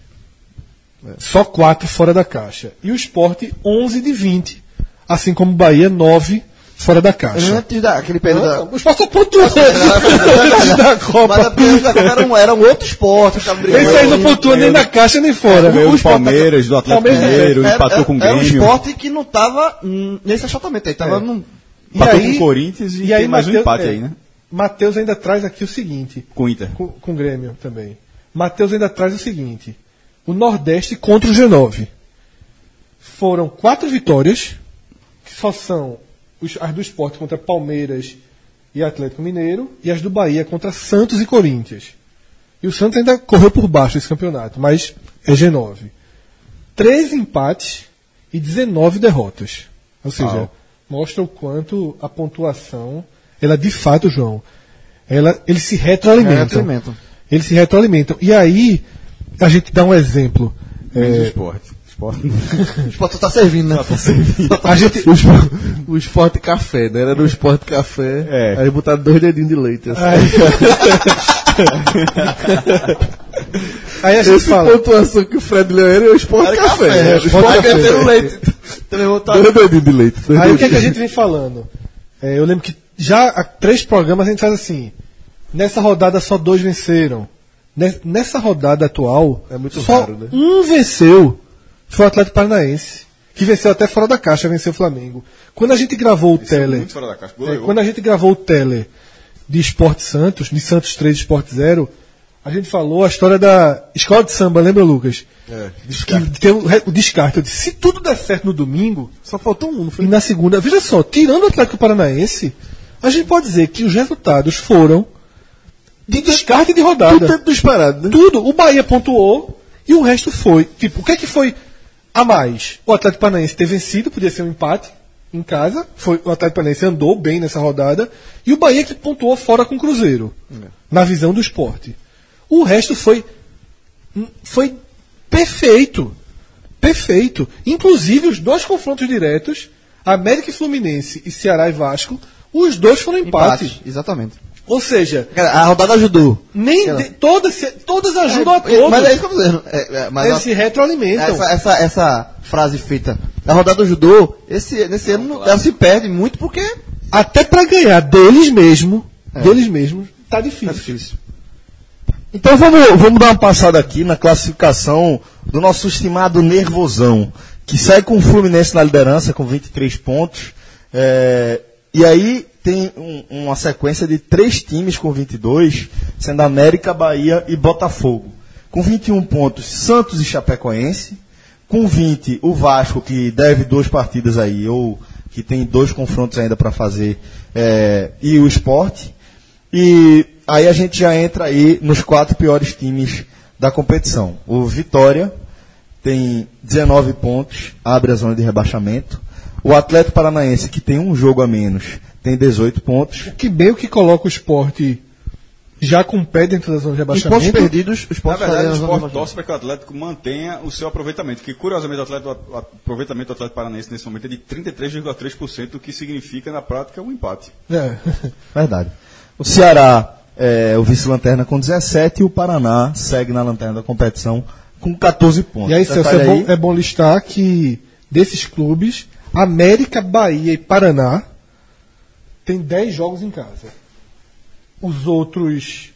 Speaker 3: Só 4 fora da caixa. E o Sport, 11 de 20. Assim como o Bahia, 9 fora da caixa.
Speaker 4: Antes daquele período da.
Speaker 3: O Sport só pontuou antes
Speaker 5: é
Speaker 4: Mas a
Speaker 3: da Copa.
Speaker 4: período da Copa era um, era um outro esporte, os caras brigando.
Speaker 3: Esse aí não pontua nem na caixa nem fora. né?
Speaker 5: Ganhou
Speaker 4: O
Speaker 5: do
Speaker 4: Sport-
Speaker 5: Palmeiras, do Atlético
Speaker 3: Palmeiras-
Speaker 5: Mineiro,
Speaker 4: Era-
Speaker 5: empatou
Speaker 4: era-
Speaker 5: com o
Speaker 4: Era um
Speaker 5: Grêmio,
Speaker 4: esporte que não tava hum, nesse achatamento aí,
Speaker 7: É.
Speaker 4: tava num.
Speaker 3: E
Speaker 5: empatou
Speaker 3: aí-
Speaker 5: com o Corinthians e,
Speaker 3: e aí
Speaker 5: tem mais um
Speaker 3: Mateus-
Speaker 5: empate
Speaker 3: é.
Speaker 5: aí, né?
Speaker 3: Matheus ainda traz aqui o seguinte.
Speaker 5: Com o Inter.
Speaker 3: com, com o Grêmio também. Matheus ainda traz o seguinte: o Nordeste contra o G9. Foram quatro vitórias, que só são os- as do esporte contra Palmeiras e Atlético Mineiro, e as do Bahia contra Santos e Corinthians. E o Santos ainda correu por baixo esse campeonato, mas é G9. 13 empates e 19 derrotas. Ou seja, mostra o quanto a pontuação, ela é de fato, João, ela, eles se retroalimentam.
Speaker 4: Retroalimentam.
Speaker 3: Eles se retroalimentam. E aí, a gente dá um exemplo. É,
Speaker 6: Esporte.
Speaker 4: O esporte tá servindo, né?
Speaker 3: a gente,
Speaker 7: O esporte, o esporte café, né? Era no esporte café.
Speaker 6: É.
Speaker 7: Aí botaram dois dedinhos de leite. Assim.
Speaker 3: aí a gente
Speaker 7: Esse
Speaker 3: fala.
Speaker 7: pontuação que o Fred Leão era é o esporte café.
Speaker 4: É,
Speaker 7: né?
Speaker 4: o esporte
Speaker 7: Aí
Speaker 4: café.
Speaker 7: botaram
Speaker 4: leite. Também vou tá-
Speaker 7: Dois dedinhos de leite. dois
Speaker 3: Aí o que, é
Speaker 7: dedinhos.
Speaker 3: que a gente vem falando? É, eu lembro que já há três programas a gente faz assim. Nessa rodada só dois venceram. Ne- Nessa rodada atual,
Speaker 7: É muito
Speaker 3: só
Speaker 7: raro, né?
Speaker 3: um venceu. Foi o Atlético Paranaense. Que venceu até fora da caixa, venceu o Flamengo. Quando a gente gravou o Tele.
Speaker 6: Muito fora da caixa.
Speaker 3: É,
Speaker 6: Goleou.
Speaker 3: quando a gente gravou o Tele de Esporte Santos, de Santos 3 Esporte 0, a gente falou a história da escola de samba, lembra, Lucas? É, que tem o, re- o descarte. Eu disse, se tudo der certo no domingo. Só faltou um, não foi? E na segunda. Veja só, tirando o Atlético Paranaense, a gente pode dizer que os resultados foram de descarte de rodada.
Speaker 7: Tudo tanto disparado, né?
Speaker 3: Tudo. O Bahia pontuou e o resto foi. Tipo, o que é que foi a mais? O Atlético Paranaense ter vencido, podia ser um empate em casa. Foi, o Atlético Paranaense andou bem nessa rodada. E o Bahia que pontuou fora com o Cruzeiro.
Speaker 7: É.
Speaker 3: Na visão do esporte. O resto foi. hum, Foi perfeito. Perfeito. Inclusive, os dois confrontos diretos, América e Fluminense e Ceará e Vasco, os dois foram empates.
Speaker 4: Empate, Exatamente.
Speaker 3: Ou seja,
Speaker 4: Cara, a rodada ajudou.
Speaker 3: nem de- todas, se- todas ajudam a
Speaker 4: É,
Speaker 3: todos. então.
Speaker 4: Mas é isso que eu tô dizendo. É, é, mas é,
Speaker 3: Eles
Speaker 4: a-
Speaker 3: se retroalimentam.
Speaker 4: essa, essa, essa frase feita. A rodada ajudou. Esse, nesse ano ela se perde muito porque
Speaker 3: Até pra ganhar deles mesmo,
Speaker 4: É.
Speaker 3: deles mesmos, tá difícil.
Speaker 2: Então vamos, vamos dar uma passada aqui na classificação do nosso estimado Nervosão, que sai com o Fluminense na liderança com 23 pontos. É, e aí tem um- uma sequência de três times com 22, sendo América, Bahia e Botafogo. Com 21 pontos, Santos e Chapecoense. Com 20, o Vasco, que deve duas partidas aí, ou que tem dois confrontos ainda para fazer, é, e o Esporte. E aí a gente já entra aí nos quatro piores times da competição. O Vitória tem 19 pontos, abre a zona de rebaixamento. O Atlético Paranaense, que tem um jogo a menos, tem 18 pontos.
Speaker 3: Que meio que coloca o esporte já com o pé dentro da zona de
Speaker 4: os pontos
Speaker 3: rebaixamento.
Speaker 4: perdidos, os
Speaker 6: Na
Speaker 4: pontos
Speaker 6: verdade, o
Speaker 4: perdidos.
Speaker 6: esporte torce para que o Atlético mantenha o seu aproveitamento, que curiosamente o, Atlético- o aproveitamento do Atlético Paranaense nesse momento é de 33,3%, o que significa na prática um empate.
Speaker 3: É.
Speaker 2: Verdade. O Ceará é o vice-lanterna com 17 e o Paraná segue na lanterna da competição com 14 pontos.
Speaker 3: E aí, Celso,
Speaker 2: Detalhe
Speaker 3: é bom, é bom listar que desses clubes, América, Bahia e Paraná tem 10 jogos em casa. Os outros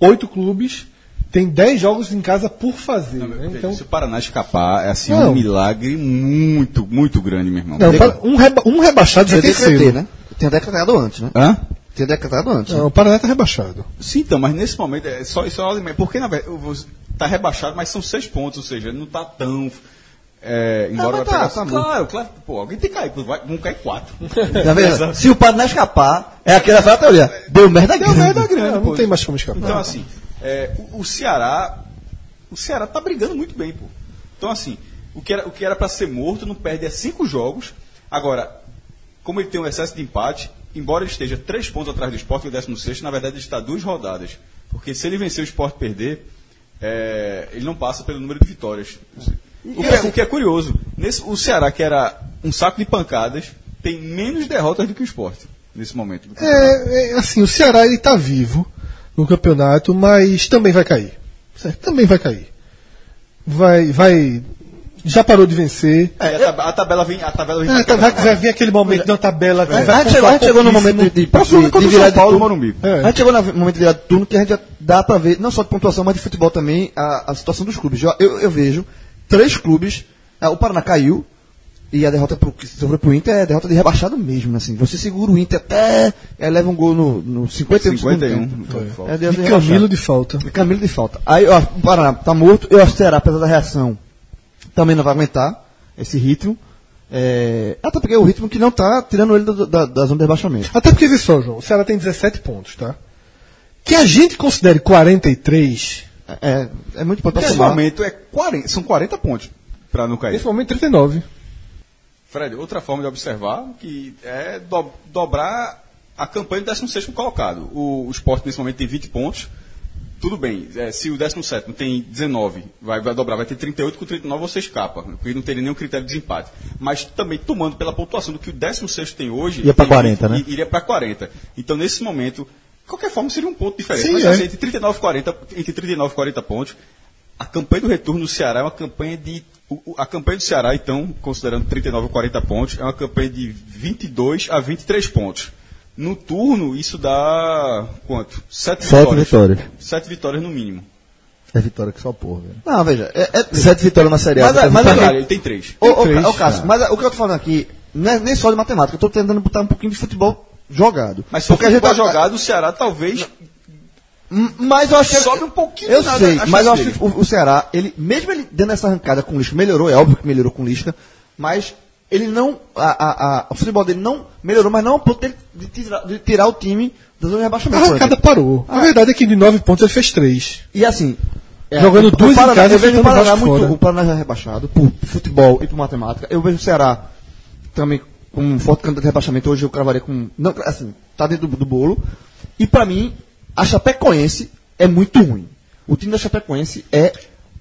Speaker 3: oito clubes têm 10 jogos em casa por fazer. né? Então,
Speaker 6: Se o Paraná escapar, é assim
Speaker 3: Não.
Speaker 6: um milagre muito, muito grande, meu irmão.
Speaker 3: Não, pa- um, reba- um rebaixado já
Speaker 4: Eu
Speaker 3: é
Speaker 4: decretei,
Speaker 3: terceiro.
Speaker 4: né? Tinha decretado antes, né?
Speaker 6: Hã?
Speaker 4: Tinha decretado antes.
Speaker 3: Não, o Paraná está rebaixado.
Speaker 6: Sim, então, mas nesse momento, é só isso é porque na verdade está tá rebaixado, mas são seis pontos, ou seja, não está tão. é, embora
Speaker 4: Ah, mas
Speaker 6: vai
Speaker 4: tá,
Speaker 6: pegar-
Speaker 4: tá muito.
Speaker 6: claro, claro, pô, alguém tem que cair, vai, vão cair quatro.
Speaker 4: Tá vendo? Se o Paraná escapar, é aquela frase teoria. Deu merda grande.
Speaker 3: grande, Não, não
Speaker 6: pô.
Speaker 3: tem mais como escapar.
Speaker 6: Então, assim, é, o, o Ceará. O Ceará tá brigando muito bem, pô. Então, assim, o que era, o que era pra ser morto não perde é cinco jogos. Agora, como ele tem um excesso de empate, embora ele esteja três pontos atrás do esporte, o 16, na verdade ele está duas rodadas. Porque se ele vencer o esporte e perder, é, ele não passa pelo número de vitórias. O que, é, o que é curioso, nesse- o Ceará, que era um saco de pancadas, tem menos derrotas do que o esporte nesse momento.
Speaker 3: É, é, assim, o Ceará ele tá vivo no campeonato, mas também vai cair. Certo? Também vai cair. Vai, vai. Já parou de vencer.
Speaker 6: É, a, tab- a tabela vem. A tabela vem
Speaker 3: Ah, tá, vai, vai vir aquele momento da tabela. que
Speaker 4: é. Vai, vai,
Speaker 3: vai
Speaker 4: chegou,
Speaker 3: pontuar
Speaker 4: chegou no
Speaker 3: pouquíssimo.
Speaker 4: momento de, de,
Speaker 6: Passou
Speaker 3: é
Speaker 4: de, É.
Speaker 6: contra o
Speaker 4: virar
Speaker 6: São
Speaker 4: de
Speaker 6: Paulo
Speaker 4: turno.
Speaker 6: no Morumbi.
Speaker 4: A gente chegou no momento de virar de turno que a gente já dá pra ver, não só de pontuação, mas de futebol também, a, a situação dos clubes. Eu, eu- eu vejo três clubes, ah, o Paraná caiu, e a derrota pro, que sofreu pro Inter é derrota de rebaixado mesmo, assim. Você segura o Inter até, aí leva um gol no, no 51 do segundo
Speaker 6: 51,
Speaker 4: tempo.
Speaker 6: foi falta.
Speaker 4: É derrota
Speaker 3: De
Speaker 4: rebaixado.
Speaker 3: Camilo de falta.
Speaker 4: De Camilo de falta. Aí, ó, o Paraná tá morto. Eu acho que o Ceará, apesar da reação, também não vai aguentar esse ritmo. É, até porque é o ritmo que não tá tirando ele da, da, da zona de rebaixamento.
Speaker 3: Até porque, vê só, João, o Ceará tem 17 pontos, tá? Que a gente considere 43,
Speaker 4: É, é muito importante.
Speaker 6: Nesse momento é 40, são 40 pontos para não cair.
Speaker 3: nesse momento 39.
Speaker 6: Fred, outra forma de observar que é do- dobrar a campanha do 16 colocado. O, o Sport nesse momento tem 20 pontos. Tudo bem, é, se o 17 tem 19, vai, vai dobrar, vai ter 38, com 39 você escapa, porque não teria nenhum critério de desempate. Mas também tomando pela pontuação do que o 16 tem hoje.
Speaker 5: Ia pra
Speaker 6: tem
Speaker 5: 40,
Speaker 6: vinte,
Speaker 5: né?
Speaker 6: i- Iria para 40. Então, nesse momento, qualquer forma seria um ponto diferente.
Speaker 3: Sim,
Speaker 6: mas
Speaker 3: é.
Speaker 6: assim, entre 39 e 40, entre 39 e 40 pontos, a campanha do retorno do Ceará é uma campanha de. o- o- A campanha do Ceará, então, considerando 39 ou 40 pontos, é uma campanha de 22 a 23 pontos. No turno, isso dá. quanto? Sete,
Speaker 5: Sete vitórias.
Speaker 6: Sete vitórias no mínimo.
Speaker 2: É vitória que só porra, velho.
Speaker 4: Não, veja, é, é,
Speaker 2: Sete vitórias na Série A.
Speaker 4: Mas a-
Speaker 2: nunca vi
Speaker 4: mas
Speaker 2: pra
Speaker 4: a-
Speaker 2: quem-
Speaker 6: Claro, ele tem tá três.
Speaker 4: Ô, ô, Ca- ô, Cássio, mas ah, o que eu tô falando aqui não é nem só de matemática, eu tô tentando botar um pouquinho de futebol jogado.
Speaker 6: Mas se o
Speaker 4: a gente
Speaker 6: futebol
Speaker 4: tá-
Speaker 6: jogado, o Ceará talvez
Speaker 4: M- Mas eu acho que.
Speaker 6: sobe um pouquinho
Speaker 4: Eu
Speaker 6: na- assim. na-
Speaker 4: sei,
Speaker 6: na
Speaker 4: mas eu
Speaker 6: chance
Speaker 4: acho
Speaker 6: dele.
Speaker 4: que o, o Ceará, ele, mesmo ele dando essa arrancada com o Lisca, melhorou, é óbvio que melhorou com o Lisca, mas ele não. A, a- a- o futebol dele não melhorou, mas não ao ponto dele- de, tirar, de tirar o time da zona de
Speaker 3: A
Speaker 4: rebaixamento. por
Speaker 3: arrancada
Speaker 4: exemplo.
Speaker 3: parou. A verdade é que de 9 pontos ele fez 3.
Speaker 4: E assim. é,
Speaker 3: Jogando duas em
Speaker 4: Paraná-
Speaker 3: casa e
Speaker 4: eu vejo o
Speaker 3: enfrentando o
Speaker 4: Paraná
Speaker 3: Vasco
Speaker 4: muito.
Speaker 3: fora.
Speaker 4: O Paraná já é rebaixado por futebol e por matemática. Eu vejo o Ceará também com um forte candidato de rebaixamento. Hoje eu cravaria com. Não, assim, tá dentro do, do bolo. E pra mim, a Chapecoense é muito ruim. O time da Chapecoense é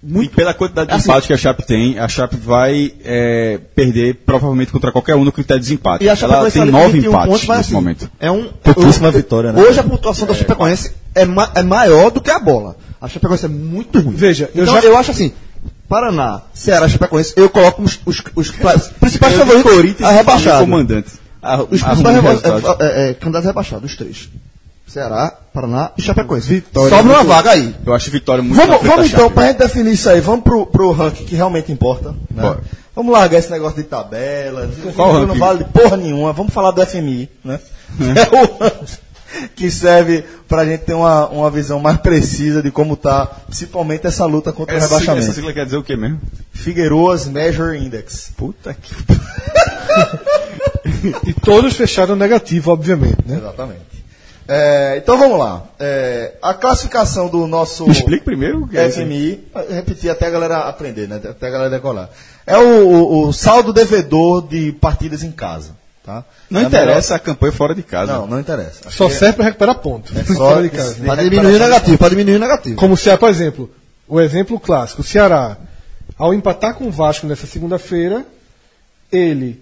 Speaker 6: E
Speaker 4: muito.
Speaker 6: pela quantidade de
Speaker 4: Assim-
Speaker 6: empate que a Chape tem, a Chape vai é, perder provavelmente contra qualquer um no critério de desempate.
Speaker 4: E a
Speaker 6: Ela
Speaker 4: Chapecoense
Speaker 6: tem
Speaker 4: ali com
Speaker 6: nove
Speaker 4: 21
Speaker 6: empates
Speaker 4: pontos, mas,
Speaker 6: nesse
Speaker 4: assim,
Speaker 6: momento.
Speaker 4: É um,
Speaker 5: Pouquíssima vitória, né?
Speaker 4: Hoje a pontuação da Chapecoense é, ma- é maior do que a bola. A Chapecoense é muito ruim.
Speaker 3: Veja, eu
Speaker 4: então,
Speaker 3: já-
Speaker 4: eu acho assim, Paraná, Ceará, Chapecoense, eu coloco os, os, os cla- principais favoritos a rebaixar.
Speaker 6: Comandante. Arru-
Speaker 4: Os
Speaker 6: arruma um
Speaker 4: principais reba-
Speaker 6: resultado.
Speaker 4: é, é, é, candidatos rebaixados, os três. Ceará, Paraná e Chapecoense. Sobra uma vaga aí.
Speaker 6: Eu acho vitória muito na
Speaker 2: Vamos,
Speaker 6: frente da
Speaker 2: vamos então,
Speaker 6: Chape.
Speaker 2: pra gente definir isso aí, vamos pro, pro ranking que realmente importa. né?
Speaker 6: Bora.
Speaker 2: Vamos largar esse negócio de tabela, de-
Speaker 6: Qual
Speaker 2: que não
Speaker 6: ranking?
Speaker 2: vale porra nenhuma. Vamos falar do FMI, né? É o ranking que serve pra gente ter uma, uma visão mais precisa de como tá, principalmente essa luta contra o
Speaker 6: Essa, sigla-
Speaker 2: rebaixamento.
Speaker 6: essa sigla quer dizer o quê mesmo?
Speaker 2: Figueroas Measure Index.
Speaker 6: Puta que.
Speaker 3: E todos fecharam negativo, obviamente, né?
Speaker 2: Exatamente. É, então vamos lá. É, a classificação do nosso.
Speaker 6: Me explica primeiro o que é isso aí.
Speaker 2: FMI, repetir até a galera aprender, né? Até a galera decolar. É o, o- o saldo devedor de partidas em casa. Tá?
Speaker 6: Não
Speaker 2: É a
Speaker 6: interessa a campanha fora de casa.
Speaker 2: melhor- Não, não interessa. é
Speaker 3: Só serve para recuperar ponto.
Speaker 2: só
Speaker 3: Fora de casa.
Speaker 4: Para diminuir o negativo, para diminuir o negativo.
Speaker 3: Como o Ceará, por exemplo, o exemplo clássico, o Ceará, ao empatar com o Vasco nessa segunda-feira, ele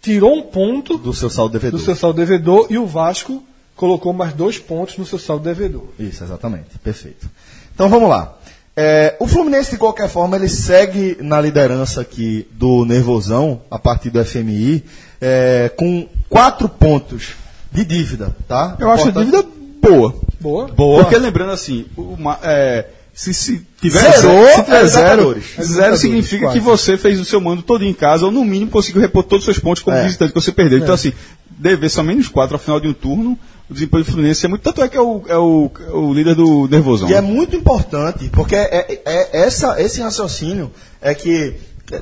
Speaker 3: tirou um ponto do,
Speaker 2: Do seu saldo devedor.
Speaker 3: seu saldo devedor e o Vasco colocou mais dois pontos no seu saldo devedor.
Speaker 2: Isso, exatamente. Perfeito. Então vamos lá. É, o Fluminense, de qualquer forma, ele segue na liderança aqui do Nervosão, a partir do FMI, é, com quatro pontos de dívida, tá?
Speaker 6: Eu acho a
Speaker 2: Importante-
Speaker 6: dívida boa.
Speaker 3: Boa.
Speaker 6: Porque lembrando assim, o ma- é, se, se tiver
Speaker 2: Zerou,
Speaker 6: zero, se
Speaker 2: é
Speaker 6: tiver zero,
Speaker 2: Libertadores.
Speaker 6: zero significa que você fez o seu mando todo em casa ou no mínimo conseguiu repor todos os seus pontos
Speaker 2: É.
Speaker 6: como visitante que você perdeu. Então assim, dever só menos quatro ao final de um turno, o desempenho do Fluminense é muito tanto é que é o, é o, é o líder do nervosão. né?
Speaker 2: E é muito importante, porque é, é- essa, esse raciocínio é que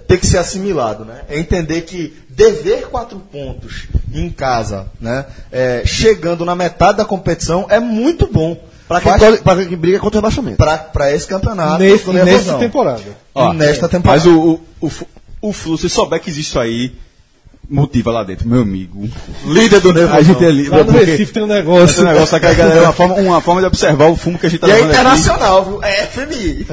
Speaker 2: tem que ser assimilado, né? É entender que dever quatro pontos em casa, né? É, chegando na metade da competição é muito bom para
Speaker 4: Para quem, para quem
Speaker 5: é
Speaker 4: briga contra o rebaixamento.
Speaker 2: para esse campeonato,
Speaker 3: Nesse,
Speaker 2: do
Speaker 3: nessa
Speaker 2: Nervosão.
Speaker 3: temporada.
Speaker 6: Ó, é.
Speaker 2: E nesta temporada.
Speaker 6: Mas o, o, o, Fu- o Flu, se souber que existe isso aí, motiva lá dentro, meu amigo. Líder do nervosão. A gente é líder.
Speaker 3: Lá no
Speaker 6: porque
Speaker 3: Recife tem um
Speaker 6: Esse
Speaker 3: negócio.
Speaker 6: negócio aqui, galera, é uma forma, uma forma de observar o fumo que a gente tá
Speaker 2: E é
Speaker 6: levando aqui,
Speaker 2: internacional, viu? É FMI.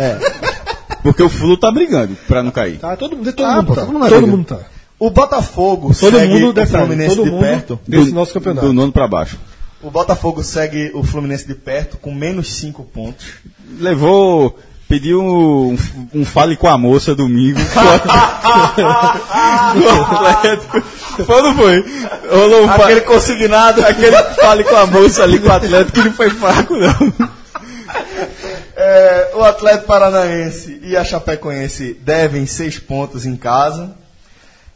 Speaker 6: Porque o Flu tá brigando pra não cair.
Speaker 3: Tá, todo mundo, todo
Speaker 2: Ah,
Speaker 3: mundo
Speaker 2: pô,
Speaker 3: tá.
Speaker 2: todo mundo é
Speaker 3: Todo
Speaker 2: líder.
Speaker 3: mundo tá.
Speaker 2: O Botafogo
Speaker 3: Todo
Speaker 2: segue
Speaker 3: mundo,
Speaker 2: o
Speaker 3: detalhe,
Speaker 2: Fluminense
Speaker 3: todo
Speaker 2: de
Speaker 3: mundo
Speaker 2: perto.
Speaker 3: desse nosso campeonato.
Speaker 6: Do nono pra baixo.
Speaker 2: O Botafogo segue o Fluminense de perto com menos cinco pontos.
Speaker 6: Levou. Pediu um, um fale com a moça domingo. Completo. foi ou não foi? Rolou um aquele consignado. Aquele fale com a moça ali com o Atlético que não foi fraco, não.
Speaker 2: É, o Atlético Paranaense e a Chapecoense devem seis pontos em casa.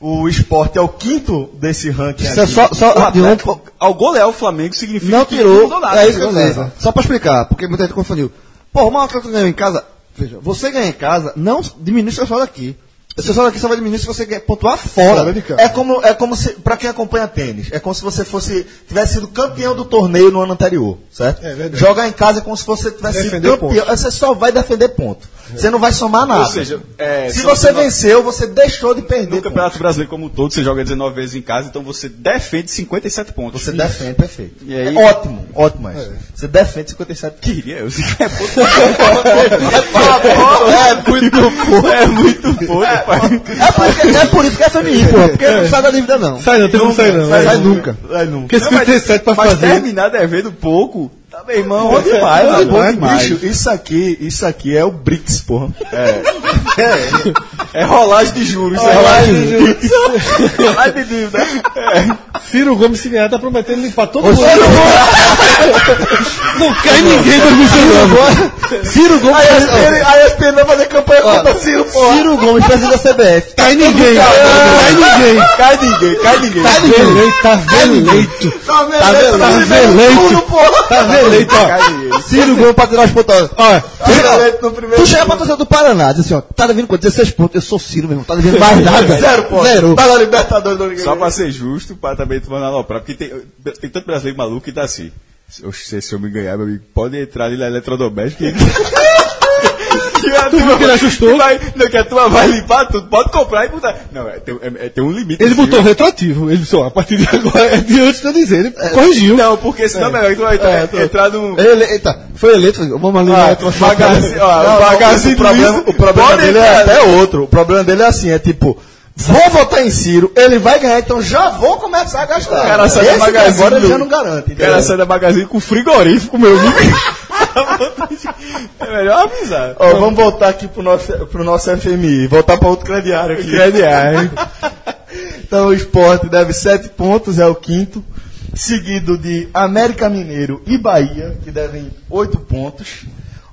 Speaker 2: O esporte é o quinto desse ranking.
Speaker 4: é Só,
Speaker 2: aqui.
Speaker 4: só, só
Speaker 6: O
Speaker 4: de ontem-
Speaker 6: Atlético, né? ao golear o Flamengo significa
Speaker 4: Não
Speaker 6: que
Speaker 4: tirou.
Speaker 6: mudou nada,
Speaker 4: é isso que eu
Speaker 6: mudou nada.
Speaker 4: sei. Só pra explicar, porque muita gente confundiu. Pô, o Atlético ganhou em casa. Veja, você ganhar em casa não diminui seu saldo aqui. Você só daqui só vai diminuir se você quer pontuar fora.
Speaker 2: Fora de campo.
Speaker 4: É como, é
Speaker 2: como se, pra quem acompanha tênis, é como se você fosse, tivesse sido campeão do torneio no ano anterior, certo?
Speaker 3: É verdade.
Speaker 2: Jogar em casa é como se você tivesse sido
Speaker 3: Defender
Speaker 2: campeão. Aí Você só vai defender ponto. Você não vai somar nada.
Speaker 6: seja, é,
Speaker 2: se
Speaker 6: se
Speaker 2: você
Speaker 6: você não-
Speaker 2: venceu, você deixou de perder.
Speaker 6: No
Speaker 2: ponto.
Speaker 6: Campeonato Brasileiro como um todo, você joga 19 vezes em casa, então você defende 57 pontos.
Speaker 2: Você defende, perfeito.
Speaker 6: E aí-
Speaker 2: É ótimo, ótimo, mas Você defende 57
Speaker 6: Queria, eu sei que é pouco. É muito pouco. É muito pouco, pai.
Speaker 4: É por isso que é, por isso que é feminino, porra. Porque não sai da dívida, não.
Speaker 3: Sai não, tem como sair não.
Speaker 4: Sai,
Speaker 3: né?
Speaker 4: nunca.
Speaker 3: Porque 57 pra
Speaker 6: Mas é
Speaker 3: fazer.
Speaker 6: terminar devendo pouco, tá, meu irmão, onde vai,
Speaker 2: Não,
Speaker 6: mano?
Speaker 2: não é
Speaker 6: Onde vai?
Speaker 2: bicho, isso aqui, isso aqui é o BRICS, porra.
Speaker 6: É rolagem de juros. é rolagem de juros. rolagem de dívida.
Speaker 3: Ciro Gomes se ganhar, tá prometendo limpar todo mundo. Não cai ninguém em 2019. Ciro Gomes.
Speaker 4: a ESPN vai fazer campanha contra Ciro, porra. Ciro Gomes, presidente da CBF.
Speaker 3: Cai Tá ninguém. Cai ninguém.
Speaker 6: Cai ninguém, cai ninguém.
Speaker 3: Tá veleito, tá veleito.
Speaker 4: Tá vendo?
Speaker 3: Tá veleito. Tá veleito. Tá veleito, ó.
Speaker 4: Ciro Gomes pra tirar os pontos.
Speaker 3: Ó,
Speaker 4: Tu chega pra torcida do Paraná, diz assim, ó, tá devendo quanto? 16 pontos. Eu sou Ciro, meu irmão, tá devendo mais nada. Zero pontos. Zero.
Speaker 2: Tá na Libertadores do
Speaker 6: Só pra ser justo, pra também tu mandar pra porque tem, tem tanto brasileiro maluco que tá assim. Se eu, se esse homem ganhar, meu amigo, pode entrar ali na eletrodoméstico e. E a turma
Speaker 3: que ele ajustou?
Speaker 6: que Vai, não, que a turma vai limpar tudo, pode comprar e botar. Não, é, tem, é- é- tem um limite.
Speaker 3: ele
Speaker 6: assim.
Speaker 3: botou retroativo. Ele disse, ó, a partir de agora é de antes de eu dizer. Ele corrigiu.
Speaker 6: Não, porque senão é melhor tu vai entrar, entrar num.
Speaker 4: Ele, eita, foi eleito, foi- vamos ali né? na
Speaker 6: Ah, bagace- ó,
Speaker 2: Não,
Speaker 6: bagacinho
Speaker 2: o problema,
Speaker 6: Luiz,
Speaker 2: o problema
Speaker 6: pode
Speaker 2: dele é
Speaker 6: entrar.
Speaker 2: até outro. O problema dele é assim, é tipo, vou votar em Ciro, ele vai ganhar, então já vou começar a gastar.
Speaker 6: O cara sai da
Speaker 2: Esse que é
Speaker 6: Magazine
Speaker 2: agora ele
Speaker 6: Luiza.
Speaker 2: já não garante.
Speaker 6: O cara sai da magazine com frigorífico, meu amigo. é melhor avisar.
Speaker 2: Ó, vamos voltar aqui pro nosso, pro nosso FMI, voltar para outro crediário aqui.
Speaker 6: Crediário.
Speaker 2: Então o esporte deve 7 pontos, é o quinto. Seguido de América Mineiro e Bahia, que devem 8 pontos.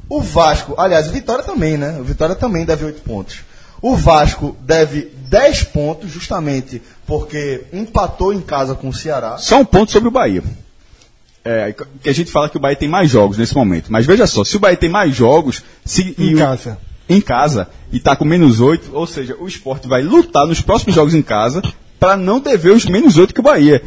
Speaker 2: O Vasco, aliás, o Vitória também, né? O Vitória também deve 8 pontos. O Vasco deve 10 pontos, justamente porque empatou em casa com o Ceará.
Speaker 6: Só um ponto sobre o Bahia. É, que a gente fala que o Bahia tem mais jogos nesse momento. Mas veja só, se o Bahia tem mais jogos se,
Speaker 3: Em
Speaker 6: e o-
Speaker 3: casa.
Speaker 6: em casa e tá com menos 8, ou seja, o esporte vai lutar nos próximos jogos em casa para não dever os menos 8 que o Bahia.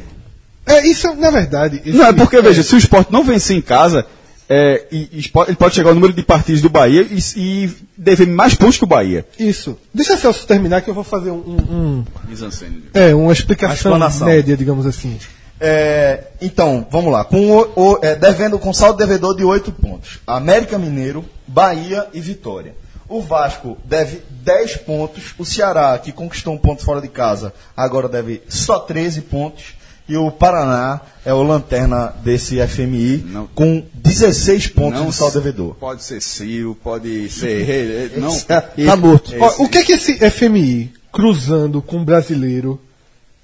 Speaker 3: É, isso, na verdade.
Speaker 6: Não, é porque, veja, se o esporte não vencer em casa, é, e- e Sport- ele pode chegar ao número de partidas do Bahia e, e dever mais pontos que o Bahia.
Speaker 3: Isso. Deixa Celso terminar que eu vou fazer um. um- um-
Speaker 6: Misancene.
Speaker 3: é, uma explicação
Speaker 2: explanação.
Speaker 3: média, digamos assim.
Speaker 2: É, então, vamos lá. Com, o- o- é, devendo, com saldo devedor de 8 pontos. América Mineiro, Bahia e Vitória. O Vasco deve 10 pontos. O Ceará, que conquistou um ponto fora de casa, agora deve só 13 pontos. E o Paraná é o lanterna desse FMI
Speaker 6: Não.
Speaker 2: com 16 pontos
Speaker 6: Não
Speaker 2: de saldo devedor.
Speaker 6: Pode ser Ciro, pode ser. Não.
Speaker 4: Tá morto.
Speaker 6: Esse-
Speaker 3: Ó, o que é que esse FMI, cruzando com o brasileiro,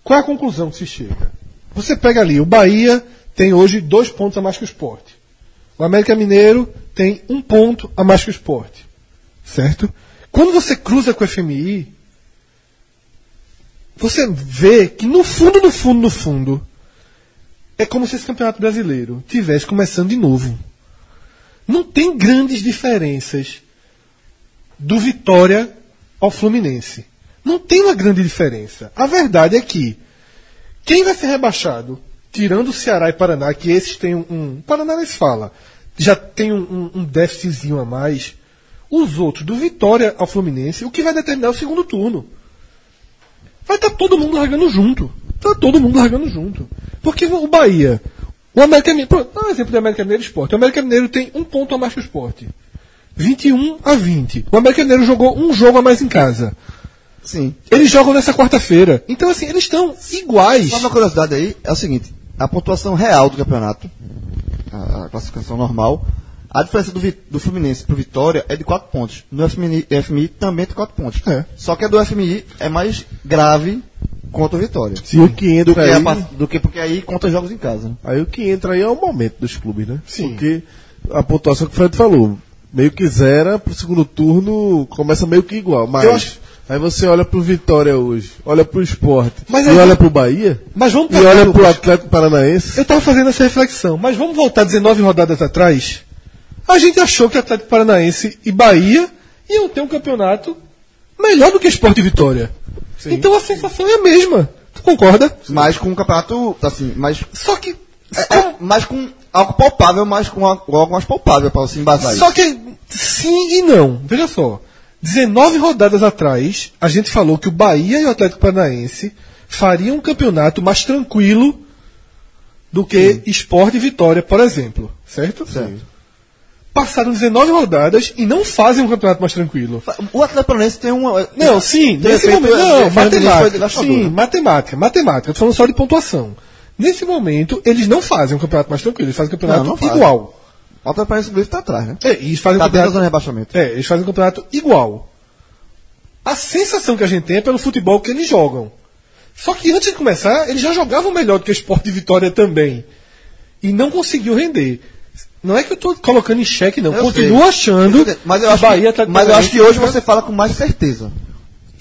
Speaker 3: qual é a conclusão que se chega? Você pega ali, o Bahia tem hoje dois pontos a mais que o esporte. O América Mineiro tem um ponto a mais que o esporte. Certo? Quando você cruza com o FMI, você vê que no fundo, no fundo, no fundo, é como se esse campeonato brasileiro tivesse começando de novo. Não tem grandes diferenças do Vitória ao Fluminense. Não tem uma grande diferença. A verdade é que quem vai ser rebaixado, tirando o Ceará e Paraná, que esses têm um. um- o Paraná nem se fala. Já tem um, um, um déficitzinho a mais. Os outros, do Vitória ao Fluminense, o que vai determinar é o segundo turno. Vai estar todo mundo largando junto. Tá todo mundo largando junto. Porque o Bahia. O América Mineiro. pronto, Dá um exemplo do América Mineiro e Esporte. O América Mineiro tem um ponto a mais que o Esporte. 21 a 20. O América Mineiro jogou um jogo a mais em casa.
Speaker 4: Sim.
Speaker 3: Eles jogam nessa quarta-feira. Então, assim, eles estão iguais.
Speaker 4: Só uma curiosidade aí, é o seguinte, a pontuação real do campeonato, a, a classificação normal, a diferença do, Vi- do Fluminense pro Vitória é de 4 pontos. No FMI, FMI também é de 4 pontos.
Speaker 3: É.
Speaker 4: Só que a do FMI é mais grave contra o Vitória.
Speaker 7: E o que
Speaker 4: Do
Speaker 7: entra
Speaker 4: que,
Speaker 7: aí,
Speaker 4: a pa- do que porque aí conta jogos em casa. né?
Speaker 7: aí o que entra aí é o momento dos clubes, né?
Speaker 3: Sim.
Speaker 7: Porque a pontuação que o Fred falou, meio que zera pro segundo turno, começa meio que igual, mas
Speaker 3: Eu acho-
Speaker 7: aí você olha pro Vitória hoje, olha pro Esporte
Speaker 3: Mas
Speaker 7: e
Speaker 3: aí-
Speaker 7: olha pro Bahia
Speaker 3: Mas vamos
Speaker 7: e olha pro
Speaker 3: Lucas.
Speaker 7: Atlético Paranaense.
Speaker 3: Eu tava fazendo essa reflexão, mas vamos voltar 19 rodadas atrás? A gente achou que Atlético Paranaense e Bahia iam ter um campeonato melhor do que esporte e vitória. Então a sensação é a mesma. Tu concorda?
Speaker 2: Mas com um campeonato, assim, mais.
Speaker 3: Só que.
Speaker 2: É, é, mas com algo palpável, mas com a- algo mais palpável para se embasar.
Speaker 3: Só que sim e não. Veja só. 19 rodadas atrás, a gente falou que o Bahia e o Atlético Paranaense fariam um campeonato mais tranquilo do que Sport e Vitória, por exemplo. Certo? Certo. Passaram 19 rodadas e não fazem um campeonato mais tranquilo.
Speaker 2: isso. O Atlético Paranaense tem uma.
Speaker 3: Não, sim,
Speaker 2: de
Speaker 3: nesse
Speaker 2: repente,
Speaker 4: é,
Speaker 3: momento. Não,
Speaker 2: o Fernando Diniz foi
Speaker 3: matemática.
Speaker 2: devastador,
Speaker 3: Sim,
Speaker 2: né?
Speaker 3: matemática, matemática. Eu tô falando só de pontuação. Nesse momento, eles não fazem um campeonato mais tranquilo, eles fazem um campeonato
Speaker 2: Não, não fazem.
Speaker 3: igual.
Speaker 2: O Atlético Paranaense inclusive tá atrás, né?
Speaker 3: É, e eles fazem
Speaker 2: Tá
Speaker 3: um
Speaker 2: dentro da zona de
Speaker 3: campeonato.
Speaker 2: rebaixamento.
Speaker 3: É, eles fazem um campeonato igual. A sensação que a gente tem é pelo futebol que eles jogam. Só que antes de começar, eles já jogavam melhor do que o Sport de Vitória também. E não conseguiu render. Não é que eu tô colocando em xeque, não.
Speaker 2: Eu
Speaker 3: Continuo
Speaker 2: sei.
Speaker 3: achando
Speaker 2: Mas eu
Speaker 3: que
Speaker 2: acho,
Speaker 3: Bahia
Speaker 2: que,
Speaker 3: tá
Speaker 2: mas eu acho que hoje você fala com mais certeza.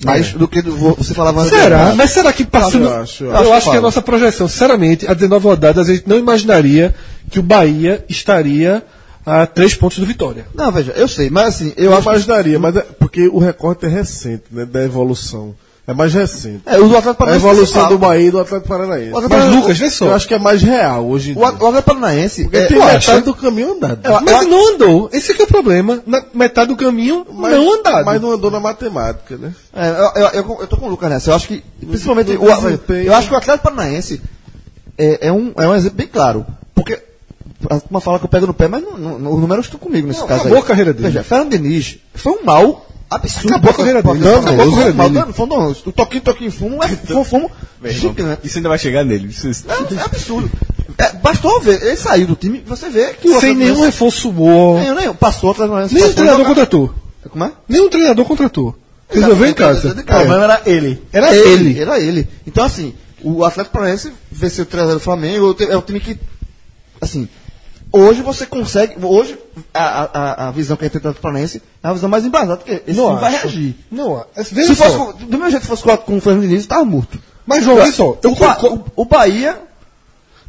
Speaker 2: Mais do que do- você falava antes.
Speaker 3: Será? Mas será que passando.
Speaker 8: Eu acho, eu
Speaker 3: eu
Speaker 2: acho
Speaker 3: acho que
Speaker 2: que
Speaker 3: a
Speaker 2: fala.
Speaker 3: nossa projeção, sinceramente, a 19 rodadas, a gente não imaginaria que o Bahia estaria a 3 pontos do Vitória.
Speaker 2: Não, veja, eu sei, mas assim, eu,
Speaker 8: Eu
Speaker 2: acho que.
Speaker 8: imaginaria, mas é porque o recorte é recente, né? Da evolução. É mais recente.
Speaker 2: É, o Atlético
Speaker 8: A
Speaker 2: Paranaense. tá
Speaker 8: evolução do Bahia e do Atlético Paranaense.
Speaker 2: O Atlético
Speaker 3: Mas,
Speaker 2: Paranaense-
Speaker 3: Lucas, vê só. É,
Speaker 8: Eu acho que é mais real hoje em
Speaker 2: O
Speaker 8: dia.
Speaker 2: At- o Atlético Paranaense. é,
Speaker 8: Porque tem
Speaker 2: eu
Speaker 8: metade
Speaker 2: acho-
Speaker 8: do caminho andado.
Speaker 2: Eu-
Speaker 3: Mas não andou. Esse é que é o problema. Na metade do caminho, não andado.
Speaker 8: Mas não andou na matemática, né?
Speaker 2: É, eu, eu, eu, eu tô com o Lucas nessa. Eu acho que, principalmente,
Speaker 8: o
Speaker 2: o,
Speaker 8: desempenho-
Speaker 2: eu acho que o Atlético Paranaense é, é um, é um exemplo bem claro. Porque uma fala que eu pego no pé, mas não, não- não- os números estão comigo nesse
Speaker 3: Não,
Speaker 2: caso.
Speaker 3: acabou
Speaker 2: aí.
Speaker 3: a carreira dele.
Speaker 2: Veja, Fernando Diniz foi um mal absurdo.
Speaker 3: Acabou a carreira
Speaker 2: Pra-
Speaker 3: dele.
Speaker 2: pra-
Speaker 3: Não,
Speaker 2: pra-
Speaker 3: acabou a carreira
Speaker 2: mal
Speaker 3: dele.
Speaker 2: dano, foi um dano. O toquinho, toquinho, fumo é fumo, fumo
Speaker 6: né?
Speaker 2: gigante.
Speaker 9: Isso ainda vai chegar nele. Isso- isso-
Speaker 2: É, é absurdo. É, bastou ver, ele saiu do time, você vê que o
Speaker 3: Sem
Speaker 2: Atlético
Speaker 3: nenhum
Speaker 2: Paranaense-
Speaker 3: reforço bom.
Speaker 2: nenhum, nenhum. Passou o Atlético Paranaense,
Speaker 3: Nenhum
Speaker 2: passou,
Speaker 3: É, treinador
Speaker 2: jogava-
Speaker 3: contratou.
Speaker 2: Como é?
Speaker 3: Nenhum treinador contratou.
Speaker 2: Tá
Speaker 3: Resolveu em casa.
Speaker 2: O
Speaker 8: É.
Speaker 2: problema Tá, era ele.
Speaker 3: Era ele.
Speaker 2: Era ele. Então, assim, o Atlético Paranaense venceu 3x0 do Flamengo. É o time que. Assim, hoje você consegue. Hoje, a, a- a, a visão que a gente tem do Atlético Paranaense é a visão mais embasada, porque esse time vai
Speaker 3: acho.
Speaker 2: reagir.
Speaker 3: Não, é- veja
Speaker 2: Se
Speaker 3: só.
Speaker 2: fosse, com- do mesmo jeito que fosse com, a- com o Fernando Diniz, tava morto.
Speaker 3: Mas, João, olha só. Eu
Speaker 2: o, Ba-
Speaker 3: concordo.
Speaker 2: o- o Bahia.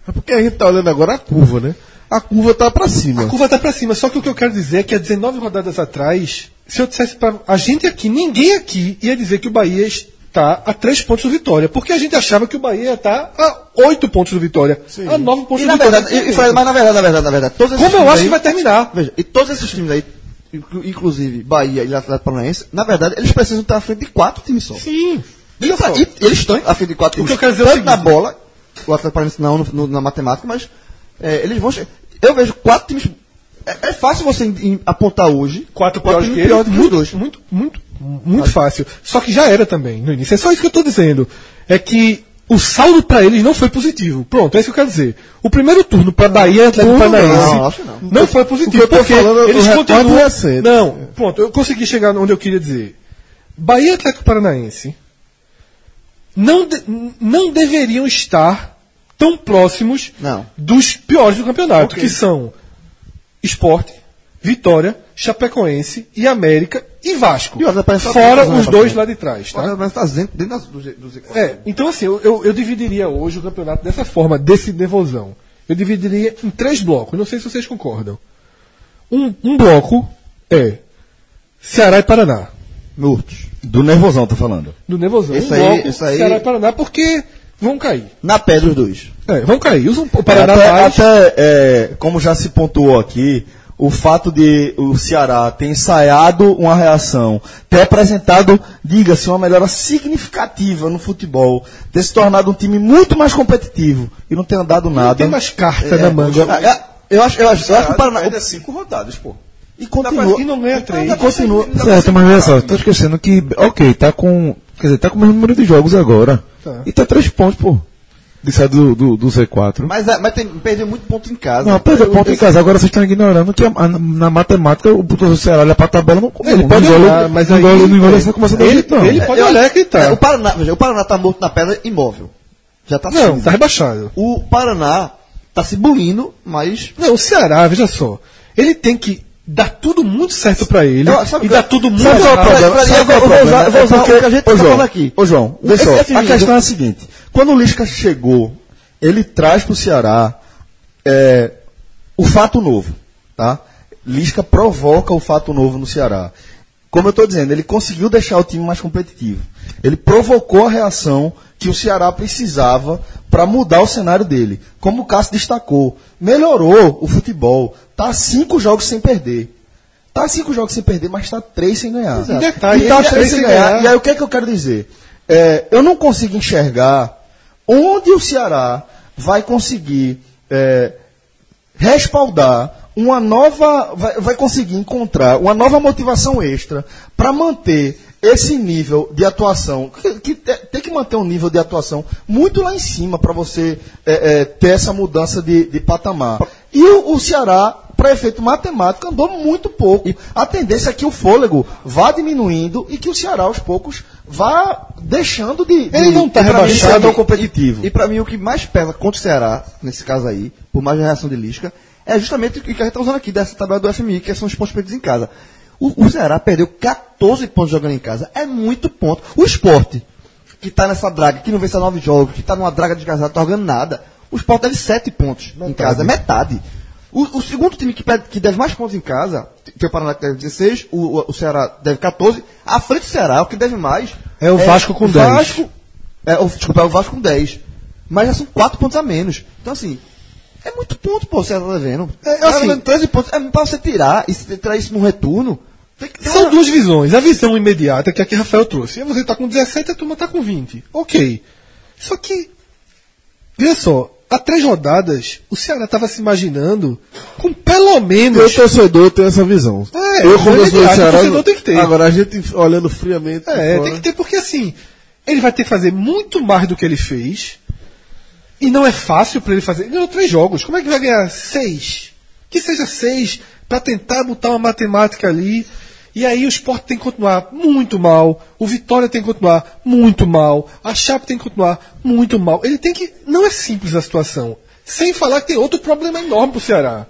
Speaker 8: É porque a gente tá olhando agora a curva, né? A curva tá pra
Speaker 3: A
Speaker 8: cima.
Speaker 3: curva tá pra cima, só que o que eu quero dizer é que há 19 rodadas atrás, se eu dissesse pra a gente aqui, ninguém aqui ia dizer que o Bahia está a 3 pontos do Vitória, porque a gente achava que o Bahia ia estar a 8 pontos do Vitória, a 9 pontos
Speaker 2: E,
Speaker 3: do
Speaker 2: na
Speaker 3: Vitória.
Speaker 2: verdade, e- e Fred, mas na verdade, na verdade, na verdade. Todos esses
Speaker 3: Como eu
Speaker 2: times
Speaker 3: acho
Speaker 2: aí-
Speaker 3: que vai terminar?
Speaker 2: Veja, e todos esses times aí, inclu- inclusive Bahia e Atlético Paranaense, na verdade, eles precisam estar à frente de quatro times só.
Speaker 3: Sim. Então,
Speaker 2: E, eu fa- e eles estão à frente de quatro
Speaker 3: O
Speaker 2: times.
Speaker 3: que eu quero dizer é o
Speaker 2: tanto na
Speaker 3: seguinte.
Speaker 2: bola, o Atlético Paranaense não no- no- na matemática, mas é, eles vão. che- Eu vejo quatro times. É, é fácil você em- em- apontar hoje.
Speaker 3: Quatro piores
Speaker 2: times
Speaker 3: que ele,
Speaker 2: piores do que os
Speaker 3: muito,
Speaker 2: dois.
Speaker 3: muito, muito, muito fácil. Só que já era também no início. É só isso que eu tô dizendo. É que o saldo pra eles não foi positivo. Pronto, é isso que eu quero dizer. O primeiro turno pra Bahia e Atlético
Speaker 8: Não,
Speaker 3: Paranaense
Speaker 2: não, acho que não.
Speaker 3: não foi positivo.
Speaker 8: eu tô
Speaker 3: porque
Speaker 8: falando é o
Speaker 3: eles
Speaker 8: recorde
Speaker 3: continuam...
Speaker 8: recente.
Speaker 3: Não, pronto, eu consegui chegar onde eu queria dizer. Bahia e Atlético Paranaense não, de- não deveriam estar tão próximos
Speaker 2: Não.
Speaker 3: dos piores do campeonato, que são Esporte, Vitória, Chapecoense e América e Vasco.
Speaker 2: E o Atlético Paranaense tá
Speaker 3: fora
Speaker 2: atrás, né,
Speaker 3: os dois
Speaker 2: Vasco?
Speaker 3: lá de trás.
Speaker 2: O
Speaker 3: Tá?
Speaker 2: Atlético Paranaense está dentro, dentro das- dos dos equipes.
Speaker 3: É, então assim, eu, eu, eu dividiria hoje o campeonato dessa forma, desse devolvão. Eu dividiria em três blocos, não sei se vocês concordam. Um, um bloco é Ceará e Paraná.
Speaker 2: Mortos.
Speaker 5: Do nervosão, tô falando.
Speaker 3: Do Nevozão.
Speaker 2: Isso
Speaker 3: um
Speaker 2: aí-
Speaker 3: bloco,
Speaker 2: isso aí-
Speaker 3: Ceará e Paraná, porque vão cair.
Speaker 2: Na pedra os dois.
Speaker 3: É, vão cair. Usam o
Speaker 6: É,
Speaker 3: Paraná
Speaker 6: até,
Speaker 3: mais.
Speaker 6: até, é, como já se pontuou aqui, o fato de o Ceará ter ensaiado uma reação, ter apresentado, diga-se, uma melhora significativa no futebol, ter se tornado um time muito mais competitivo e não ter andado nada.
Speaker 3: tem mais carta na manga.
Speaker 6: é, é,
Speaker 2: Eu acho, eu acho, eu acho que o Paraná.
Speaker 9: Ainda
Speaker 6: assim,
Speaker 9: cinco rodadas, pô.
Speaker 6: e continua.
Speaker 3: E não ganha três.
Speaker 6: E continua.
Speaker 5: Certo, mas olha só, tô esquecendo que, ok, tá com. Quer dizer, tá com o mesmo número de jogos agora.
Speaker 3: Tá.
Speaker 5: E tá três pontos, pô. De sair do, do, do Z4.
Speaker 2: Mas, é, mas tem, perdeu muito ponto em casa.
Speaker 5: Não, perdeu
Speaker 2: Eu-
Speaker 5: ponto em
Speaker 2: eu-
Speaker 5: casa. Agora vocês estão ignorando que a- a- na matemática o puto do Ceará olha pra tabela não
Speaker 3: Ele
Speaker 5: não
Speaker 3: pode
Speaker 5: engola-
Speaker 3: olhar, mas
Speaker 5: não
Speaker 3: aí-
Speaker 5: engola- Não
Speaker 4: é,
Speaker 5: engola essa conversa do
Speaker 3: Ele-
Speaker 5: jeito, não.
Speaker 3: ele-
Speaker 2: É,
Speaker 3: pode
Speaker 2: eu
Speaker 3: olhar
Speaker 2: acho-
Speaker 3: que tá.
Speaker 2: é, o Paraná, veja, o Paraná tá morto na pedra imóvel. Já tá
Speaker 3: Não,
Speaker 2: cinza.
Speaker 3: tá rebaixado.
Speaker 2: O Paraná tá se bulindo, mas
Speaker 3: Não, o Ceará, veja só. Ele tem que dar tudo muito certo pra ele
Speaker 2: Eu- sabe
Speaker 3: e
Speaker 2: que-
Speaker 3: dar tudo muito
Speaker 6: Sabe qual é o
Speaker 3: errado.
Speaker 6: problema?
Speaker 2: Fred,
Speaker 6: Sabe
Speaker 2: eu
Speaker 6: qual é o
Speaker 2: vou- vou
Speaker 6: problema?
Speaker 2: usar- vou usar
Speaker 6: É porque-
Speaker 2: o que a gente tá
Speaker 6: Ô, João,
Speaker 2: falando aqui.
Speaker 6: Ô, João, vê
Speaker 2: Esse
Speaker 6: só,
Speaker 2: é
Speaker 6: a
Speaker 2: fingido.
Speaker 6: questão é a seguinte. Quando o Lisca chegou, ele traz para o Ceará é, o fato novo, tá? Lisca provoca o fato novo no Ceará.
Speaker 2: como eu estou dizendo, ele conseguiu deixar o time mais competitivo. Ele provocou a reação que o Ceará precisava para mudar o cenário dele. Como o Cássio destacou, melhorou o futebol. Tá cinco jogos sem perder. Tá cinco jogos sem perder, mas tá três sem ganhar.
Speaker 7: Exato.
Speaker 2: E
Speaker 7: Tá aí,
Speaker 2: tá
Speaker 7: três
Speaker 2: três sem
Speaker 7: sem
Speaker 2: ganhar.
Speaker 7: ganhar.
Speaker 2: E aí o que é que eu quero dizer? É, eu não consigo enxergar onde o Ceará vai conseguir é, respaldar uma nova. Vai, vai conseguir encontrar uma nova motivação extra para manter esse nível de atuação. Que, que te- tem que manter um nível de atuação muito lá em cima para você é, é, ter essa mudança de, de patamar. E o, o Ceará. Para efeito matemático, andou muito pouco. A tendência é que o fôlego vá diminuindo e que o Ceará, aos poucos, vá deixando de.
Speaker 4: Ele não tá rebaixado.
Speaker 2: tão competitivo.
Speaker 4: E pra mim o que mais pesa contra o Ceará, nesse caso aí, por mais reação de Lisca, é justamente o que a gente tá usando aqui dessa tabela do FMI, que são os pontos perdidos em casa. O, o Ceará perdeu 14 pontos jogando em casa. É muito ponto. O esporte, que tá nessa draga, que não vence há nove jogos, que tá numa draga desgraçada, tá jogando nada. O esporte deve 7 pontos em casa, metade. O, o segundo time que, perde- que deve mais pontos em casa, tem o Paraná que deve 16, o, o- o Ceará deve 14. À frente do Ceará, o que deve mais
Speaker 3: É o Vasco com 10.
Speaker 4: Vasco, é, o, desculpa, é o Vasco com 10. Mas já são 4 pontos a menos. Então, assim, é muito ponto, pô, o Ceará tá devendo. É,
Speaker 7: assim-
Speaker 4: 13 pontos. É, pra você tirar e se tirar isso num retorno, tem que ter
Speaker 3: São
Speaker 4: uma-
Speaker 3: duas visões. A visão imediata que aqui Rafael trouxe. Você tá com 17 a turma tá com 20. Ok. Só que, veja só, há três rodadas, o Ceará tava se imaginando com pelo
Speaker 7: Meu
Speaker 3: menos.
Speaker 7: torcedor tem essa visão.
Speaker 3: É,
Speaker 7: eu como
Speaker 3: é
Speaker 7: torcedor do
Speaker 3: verdade, o
Speaker 7: Ceará,
Speaker 3: torcedor tem que ter.
Speaker 7: Agora a gente olhando friamente.
Speaker 3: É,
Speaker 7: fora,
Speaker 6: né?
Speaker 3: tem que ter, porque assim, ele vai ter que fazer muito mais do que ele fez. E não é fácil pra ele fazer. Ele ganhou três jogos. Como é que vai ganhar seis? Que seja seis, pra tentar botar uma matemática ali. E aí o esporte tem que continuar muito mal. O Vitória tem que continuar muito mal. A Chape tem que continuar muito mal. Ele tem que. Não é simples a situação. Sem falar que tem outro problema enorme pro Ceará.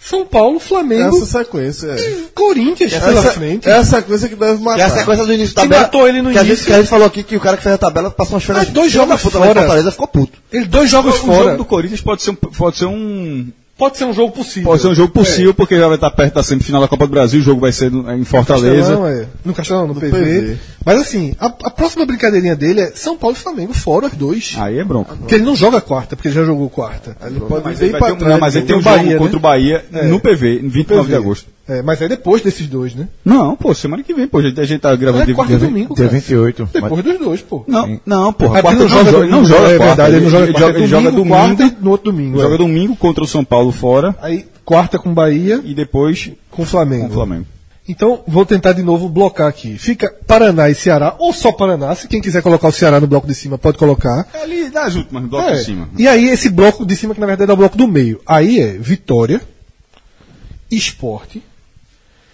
Speaker 3: São Paulo, Flamengo
Speaker 7: essa sequência. É.
Speaker 3: e Corinthians pela frente.
Speaker 7: É a sequência que deve matar.
Speaker 4: E a sequência do início da
Speaker 3: Que
Speaker 4: tabela.
Speaker 3: matou ele no
Speaker 4: que a gente-
Speaker 3: início.
Speaker 4: que a gente falou aqui que o cara que fez a tabela passou umas férias.
Speaker 3: Mas dois
Speaker 4: filha da
Speaker 3: jogos
Speaker 4: puta lá em
Speaker 3: fora.
Speaker 4: Fortaleza ficou puto.
Speaker 3: Ele dois jogos
Speaker 6: O
Speaker 3: fora.
Speaker 6: jogo do Corinthians pode ser um, pode ser um,
Speaker 3: Pode ser um jogo possível.
Speaker 6: pode ser um jogo possível, porque já vai estar perto da semifinal da Copa do Brasil, o jogo vai ser no- em Fortaleza.
Speaker 3: Castelão, é. No Castelão, no, PV.
Speaker 7: PV.
Speaker 3: Mas assim, a, a próxima brincadeirinha dele é São Paulo e Flamengo fora os dois.
Speaker 6: Aí é bronca.
Speaker 3: Porque ele não joga quarta, porque ele já jogou quarta.
Speaker 7: Ele pode
Speaker 6: Mas
Speaker 7: ir bem
Speaker 6: ele, vai
Speaker 7: pra
Speaker 6: ter um, não,
Speaker 7: trás.
Speaker 6: mas ele tem um
Speaker 3: Bahia,
Speaker 6: jogo
Speaker 3: né?
Speaker 6: contra o Bahia
Speaker 3: É.
Speaker 6: no PV, em 29
Speaker 3: PV.
Speaker 6: de agosto.
Speaker 3: É, mas é depois desses dois, né?
Speaker 6: Não, pô, semana que vem, pô. A gente, a gente tá gravando
Speaker 3: É
Speaker 6: dia
Speaker 3: quarta e
Speaker 6: 20.
Speaker 3: domingo,
Speaker 5: Dia
Speaker 3: cara.
Speaker 5: 28. mas-
Speaker 3: Depois dos dois, pô.
Speaker 6: Não, não, porra.
Speaker 3: Ah, porque
Speaker 6: Quarta
Speaker 3: não
Speaker 6: não
Speaker 3: joga
Speaker 6: joga, É ele não
Speaker 3: domingo,
Speaker 6: joga
Speaker 3: é
Speaker 6: quarta.
Speaker 3: verdade, ele não joga quarta.
Speaker 6: Ele joga
Speaker 3: Domingo,
Speaker 6: domingo,
Speaker 3: quarta e no outro domingo,
Speaker 6: Joga
Speaker 3: é.
Speaker 6: domingo contra o São Paulo fora
Speaker 3: Aí quarta com Bahia
Speaker 6: e depois
Speaker 3: com Flamengo.
Speaker 6: com o Flamengo.
Speaker 3: Então, vou tentar de novo blocar aqui. Fica Paraná e Ceará, ou só Paraná. Se quem quiser colocar o Ceará no bloco de cima, pode colocar.
Speaker 6: É ali nas últimas, bloco
Speaker 3: É.
Speaker 6: de cima.
Speaker 3: E aí, esse bloco de cima, que na verdade é o bloco do meio. Aí é Vitória, Esporte,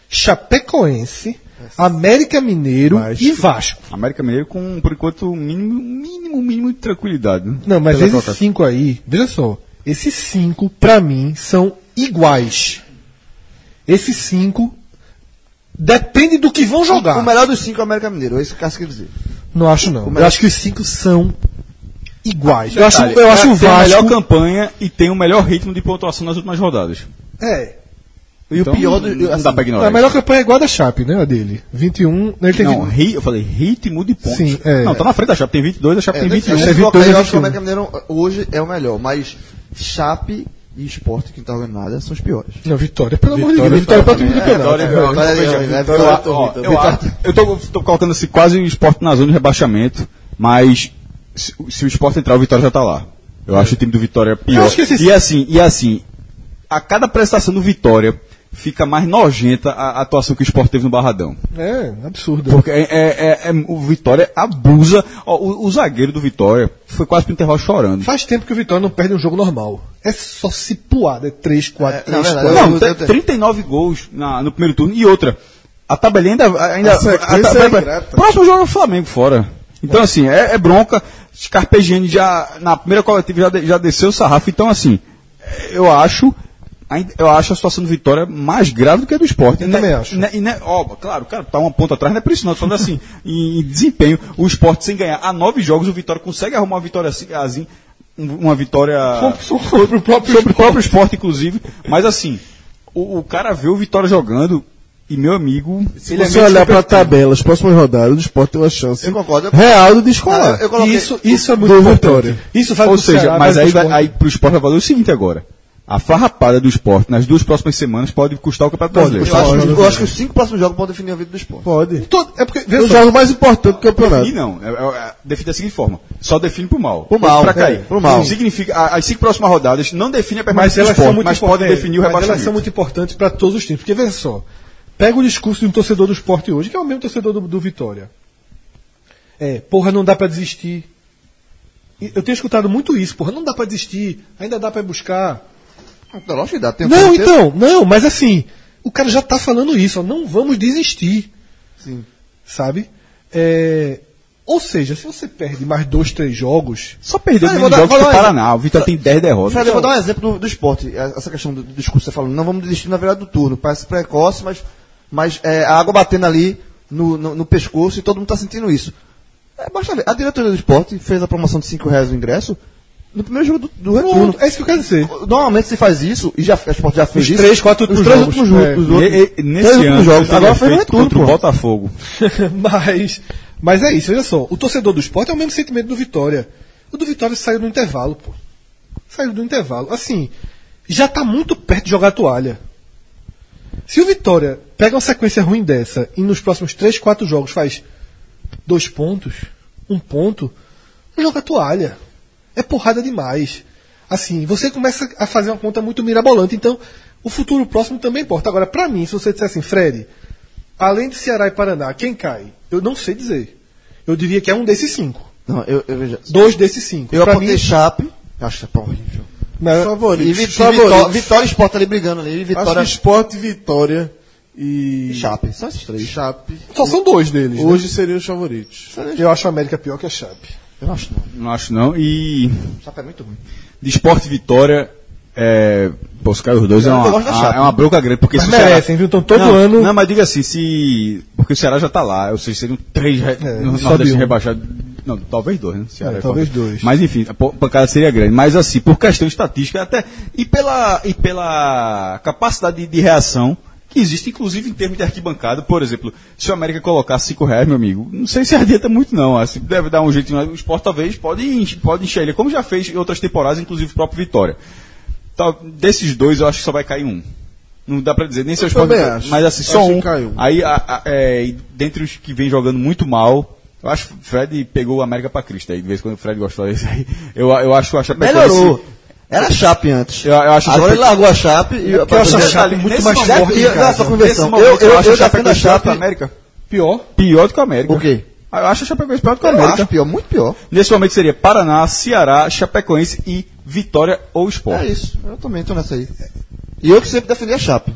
Speaker 3: Chapecoense, América Mineiro e Vasco.
Speaker 6: América Mineiro com, por enquanto, um mínimo, mínimo, mínimo de tranquilidade. né?
Speaker 3: Não, mas
Speaker 6: Pela
Speaker 3: esses
Speaker 6: troca.
Speaker 3: cinco aí, veja só, esses cinco, pra mim, são iguais. Esses cinco depende do que vão
Speaker 4: O
Speaker 3: jogar.
Speaker 4: melhor dos cinco é o América Mineiro, é isso que o Cássio quer dizer.
Speaker 3: Não acho, não.
Speaker 6: é-
Speaker 3: Eu acho que os cinco são iguais. Eu acho,
Speaker 6: Detalhe, É,
Speaker 3: eu acho o
Speaker 6: tem a melhor
Speaker 3: Vasco.
Speaker 6: campanha e tem o melhor ritmo de pontuação nas últimas rodadas.
Speaker 3: É.
Speaker 6: E
Speaker 4: o pior do-
Speaker 6: Não
Speaker 4: assim,
Speaker 6: dá pra ignorar.
Speaker 3: A melhor campanha é igual a da Chape, né? A dele. 21. né, Ele
Speaker 6: isso.
Speaker 3: tem
Speaker 6: Não,
Speaker 3: 20
Speaker 6: ri, eu falei ritmo de pontos.
Speaker 3: Sim, é.
Speaker 6: Não, tá na frente da Chape, tem 22, a Chape tem
Speaker 4: desse-
Speaker 6: 21.
Speaker 4: desse
Speaker 3: é
Speaker 4: bloco aí, eu acho que o
Speaker 3: 21.
Speaker 4: América Mineiro hoje é o melhor, mas Chape e Esporte, que não tá jogando nada, são os piores.
Speaker 3: Não, Vitória, pelo amor de Deus. Vitória
Speaker 7: Vitória
Speaker 3: pra time de
Speaker 6: É,
Speaker 3: campeonato.
Speaker 6: Vitória,
Speaker 3: né?
Speaker 6: Vitória,
Speaker 4: Vitória,
Speaker 6: veja,
Speaker 4: Vitória,
Speaker 6: Vitória,
Speaker 4: Vitória,
Speaker 6: ó, ó,
Speaker 4: Vitória,
Speaker 6: eu acho- Eu tô, tô colocando assim, quase o esporte na zona de rebaixamento, mas se, se o esporte entrar, o Vitória já tá lá. Eu acho o time do Vitória
Speaker 3: Eu
Speaker 6: pior.
Speaker 3: acho que esse-
Speaker 6: E assim, e assim, a cada prestação do Vitória fica mais nojenta a a atuação que o esporte teve no Barradão.
Speaker 3: É, absurdo.
Speaker 6: Porque é, é- é- é- o Vitória abusa. Ó, o, o zagueiro do Vitória foi quase pro intervalo chorando.
Speaker 3: Faz tempo que o Vitória não perde um jogo normal. É só se puar, é 3, 4,
Speaker 4: É, na
Speaker 3: 3,
Speaker 4: verdade,
Speaker 3: 4.
Speaker 4: eu-
Speaker 6: Não, tem 39 gols na- no primeiro turno. E outra, a tabelinha ainda. ainda
Speaker 7: A sequência
Speaker 6: a tabela-
Speaker 7: é ingrata.
Speaker 6: próximo jogo é o Flamengo fora. Então, assim, é, é bronca. Scarpegiani já, na primeira coletiva, já, de- já desceu o sarrafo. Então, assim, eu acho. ainda- Eu acho a situação do Vitória mais grave do que a do esporte.
Speaker 3: Eu também acho.
Speaker 6: Né, e né, ó, claro, cara, tá uma ponta atrás, não é por isso não. Tô falando assim, em, em desempenho, o esporte sem ganhar há nove jogos, o Vitória consegue arrumar uma vitória assim, assim, um- uma vitória sobre o próprio esporte, inclusive. Mas assim, o, o cara vê o Vitória jogando, E meu amigo.
Speaker 5: Se
Speaker 6: ele é
Speaker 5: você
Speaker 6: meio
Speaker 5: olhar para a
Speaker 6: descompetente.
Speaker 5: tabela, as próximas rodadas, o esporte tem uma chance
Speaker 2: Eu concordo. Eu,
Speaker 5: real de descolar.
Speaker 2: eu coloquei.
Speaker 3: Isso, isso é muito
Speaker 5: Boa
Speaker 3: importante.
Speaker 5: vitória.
Speaker 3: Isso vai
Speaker 6: Ou
Speaker 3: pro
Speaker 6: seja,
Speaker 3: Ceará,
Speaker 6: mas
Speaker 3: vai
Speaker 6: aí,
Speaker 3: pro
Speaker 6: vai,
Speaker 3: esporte.
Speaker 6: aí pro esporte vai valer o seguinte agora. A farrapada do esporte nas duas próximas semanas pode custar o Campeonato Brasileiro.
Speaker 2: eu, acho, que- eu acho que os cinco próximos jogos vão definir a vida do esporte.
Speaker 5: Pode.
Speaker 6: Todo- é porque,
Speaker 5: É o
Speaker 6: veja só,
Speaker 5: jogo mais importante do campeonato.
Speaker 6: E não, é, é, é, define da seguinte forma: só define pro mal.
Speaker 2: Pro mal,
Speaker 6: Pra
Speaker 2: é,
Speaker 6: cair.
Speaker 2: pro mal.
Speaker 6: Não significa, a- as cinco próximas rodadas não define a
Speaker 3: Mas
Speaker 6: permanência
Speaker 3: elas
Speaker 6: do
Speaker 3: são
Speaker 6: esporte,
Speaker 3: muito
Speaker 6: mas podem
Speaker 3: importantes.
Speaker 6: definir o
Speaker 3: mas elas são
Speaker 6: rebaixamento.
Speaker 3: muito importantes para todos os times. Porque veja só, pega o discurso de um torcedor do esporte hoje, que é o mesmo torcedor do, do Vitória. É, porra, não dá para desistir. E Eu tenho escutado muito isso, porra, não dá para desistir, ainda dá para buscar.
Speaker 2: Não, lógico que dá. Tem um
Speaker 3: Não,
Speaker 2: ponto-
Speaker 3: então, não, mas assim, o cara já tá falando isso, ó, não vamos desistir.
Speaker 2: Sim.
Speaker 3: Sabe? É, ou seja, se você perde mais dois, três jogos.
Speaker 6: Só perdeu
Speaker 2: Ah,
Speaker 6: os
Speaker 2: eu vou dar-
Speaker 6: jogos
Speaker 2: vou
Speaker 6: pro
Speaker 2: dar um
Speaker 6: Paraná. O Vitória tem 10 derrotas.
Speaker 2: Fred, eu vou dar um exemplo do, do esporte. A- Essa questão do, do discurso, você falando, não vamos desistir na virada do turno. Parece precoce, mas, mas é, a água batendo ali no, no, no pescoço e todo mundo está sentindo isso. É, basta ver. A diretoria do esporte fez a promoção de 5 reais o ingresso no primeiro jogo do, do retorno.
Speaker 3: Pronto, é isso que eu quero dizer.
Speaker 2: Normalmente se faz isso, e já, o esporte já fez
Speaker 3: Os
Speaker 2: isso.
Speaker 3: três, quatro
Speaker 2: os
Speaker 3: últimos
Speaker 2: três
Speaker 3: jogos.
Speaker 2: últimos jogos.
Speaker 3: É.
Speaker 2: os
Speaker 6: E-
Speaker 2: outros-
Speaker 6: e-
Speaker 2: três
Speaker 6: Nesse
Speaker 2: últimos
Speaker 6: ano,
Speaker 2: jogos. Agora fez o
Speaker 6: feito
Speaker 2: retorno.
Speaker 6: contra o
Speaker 2: pô.
Speaker 6: Botafogo.
Speaker 3: mas, mas é isso, veja só. O torcedor do esporte é o mesmo sentimento do Vitória. O do Vitória saiu no intervalo, pô. Saiu do intervalo. Assim, já tá muito perto de jogar a toalha. Se o Vitória pega uma sequência ruim dessa e nos próximos 3, 4 jogos faz dois pontos, um ponto, não joga a toalha. É porrada demais. Assim, você começa a fazer uma conta muito mirabolante. Então, o futuro próximo também importa. Agora, pra mim, se você disser assim, Fred, além de Ceará e Paraná, quem cai? Eu não sei dizer. Eu diria que é um desses cinco.
Speaker 2: Não, eu, eu veja.
Speaker 3: Dois desses cinco.
Speaker 2: Eu
Speaker 3: pra
Speaker 2: apontei
Speaker 3: mim, né?
Speaker 2: Chape. Eu acho Chape horrível.
Speaker 3: mas-
Speaker 2: E,
Speaker 5: Favoritos.
Speaker 2: Vi- e
Speaker 5: favoritos.
Speaker 2: Vitó- Vitória e Sport ali brigando ali. e
Speaker 5: Acho que
Speaker 2: Vitória
Speaker 5: esporte, vitória e.
Speaker 2: e Chape. Só esses três.
Speaker 5: Chape.
Speaker 3: só são dois deles. né?
Speaker 5: Hoje seriam os favoritos.
Speaker 3: Eu acho a América pior que a Chape.
Speaker 2: Eu não acho não.
Speaker 6: Não acho não. E
Speaker 2: Chape é muito ruim.
Speaker 6: de esporte e vitória. É, pô, os caras os dois é
Speaker 2: Eu
Speaker 6: uma,
Speaker 2: gosto da Chape.
Speaker 6: a- é uma bronca grande. Porque
Speaker 3: Mas
Speaker 6: se o Ceará-
Speaker 3: merecem, viu? Então, todo
Speaker 6: não,
Speaker 2: É,
Speaker 3: ano-
Speaker 6: Não, mas diga assim, se. Porque o Ceará já tá lá, ou seja, seriam três re...
Speaker 2: É,
Speaker 6: no
Speaker 3: sobe
Speaker 6: Nordeste
Speaker 3: um.
Speaker 6: rebaixados. Não, talvez dois, né? Ceará
Speaker 3: É,
Speaker 6: e
Speaker 3: talvez
Speaker 6: Fortaleza.
Speaker 3: dois.
Speaker 6: Mas enfim, a pan- pancada seria grande. Mas assim, por questão estatística até. E pela, e pela capacidade de, de reação que existe, inclusive em termos de arquibancada, por exemplo, se o América colocar cinco reais, meu amigo, não sei se adianta muito não. Assim, deve dar um jeito. O Sport talvez pode, enche- pode encher ele, como já fez em outras temporadas, inclusive o próprio Vitória. Tal- desses dois, eu acho que só vai cair um. Não dá pra dizer, nem se o Sport.
Speaker 5: também acho.
Speaker 6: Mas assim, só
Speaker 5: Acho que
Speaker 6: um.
Speaker 5: cai um.
Speaker 6: Aí, a- a- é, e dentre os que vem jogando muito mal, eu acho que o Fred pegou o América pra Cristo. Aí, de vez em quando o Fred gostou disso aí. Eu, eu acho que o Chapecoense...
Speaker 2: Melhorou. Era Chape antes.
Speaker 6: Eu, eu acho
Speaker 2: Agora ele largou a Chape e
Speaker 3: porque eu acho a
Speaker 2: Nesse
Speaker 3: Chape muito mais
Speaker 2: momento-
Speaker 3: forte,
Speaker 2: e-
Speaker 3: cara.
Speaker 2: Olha só a conversão.
Speaker 6: eu,
Speaker 2: Eu, eu, eu,
Speaker 6: acho a
Speaker 2: defendo a
Speaker 6: Chapecoense pior que
Speaker 2: Chape.
Speaker 6: o América.
Speaker 3: Pior?
Speaker 6: Pior do que o América.
Speaker 2: O quê?
Speaker 6: Eu acho a Chapecoense pior do que o
Speaker 2: Eu
Speaker 6: América.
Speaker 2: acho pior, muito pior.
Speaker 6: Nesse momento seria Paraná, Ceará, Chapecoense e Vitória ou Sport.
Speaker 2: É isso. Eu também tô nessa aí. E eu que sempre defendi a Chape.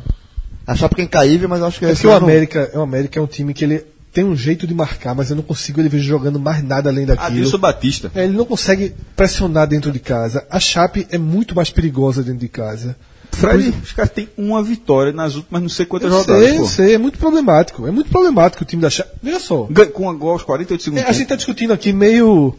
Speaker 2: A Chape que é incaível, mas eu acho que
Speaker 3: É
Speaker 2: esse
Speaker 3: que o
Speaker 2: ano-
Speaker 3: América, o América é um time que ele tem um jeito de marcar, mas eu não consigo ele ver jogando mais nada
Speaker 2: Ah,
Speaker 3: além daquilo.
Speaker 6: Adilson Batista.
Speaker 3: É, ele não consegue pressionar dentro de casa. A Chape é muito mais perigosa dentro de casa.
Speaker 6: Fred, os caras têm uma vitória nas últimas não sei quantas
Speaker 3: Eu
Speaker 6: rodadas.
Speaker 3: sei, eu
Speaker 6: pô.
Speaker 3: sei, é muito problemático. É muito problemático o time da Chape. Veja só.
Speaker 6: Gan- Com a gol aos 48
Speaker 3: É,
Speaker 6: segundos.
Speaker 3: a gente está discutindo aqui meio.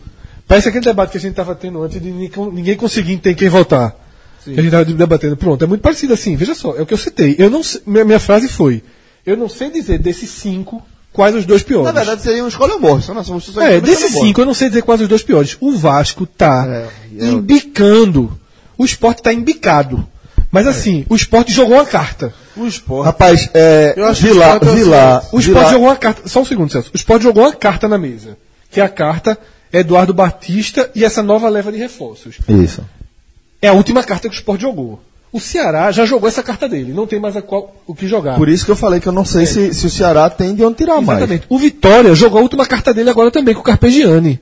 Speaker 3: Parece aquele debate que a gente estava tendo antes de ninguém- ninguém conseguir ter quem votar. Que a gente estava debatendo. Pronto, é muito parecido assim. Veja só, é o que eu citei. Eu não, sei- minha, minha frase foi: Eu não sei dizer desses cinco quais os dois piores.
Speaker 2: Na verdade, seria um escolha ou morre. Só nós somos só
Speaker 3: É,
Speaker 2: escolha
Speaker 3: desses
Speaker 2: ou morre.
Speaker 3: cinco, eu não sei dizer quais os dois piores. O Vasco tá
Speaker 2: É, é o-
Speaker 3: embicando. O esporte tá embicado. Mas
Speaker 2: É.
Speaker 3: assim, o esporte jogou uma carta.
Speaker 6: O Sport.
Speaker 2: Rapaz, é,
Speaker 5: Eu acho que
Speaker 2: Vila,
Speaker 5: o Sport é o
Speaker 2: Vila,
Speaker 3: O esporte jogou uma carta. Só um segundo, Celso. O esporte jogou uma carta na mesa. Que é a carta Eduardo Batista e essa nova leva de reforços.
Speaker 10: Isso.
Speaker 3: É a última carta que o esporte jogou. O Ceará já jogou essa carta dele. Não tem mais a qual, o que jogar.
Speaker 11: Por isso que eu falei que eu não
Speaker 2: É
Speaker 11: sei se, se o Ceará tem de onde tirar mais.
Speaker 3: Exatamente. O Vitória jogou a última carta dele agora também, com o Carpegiani.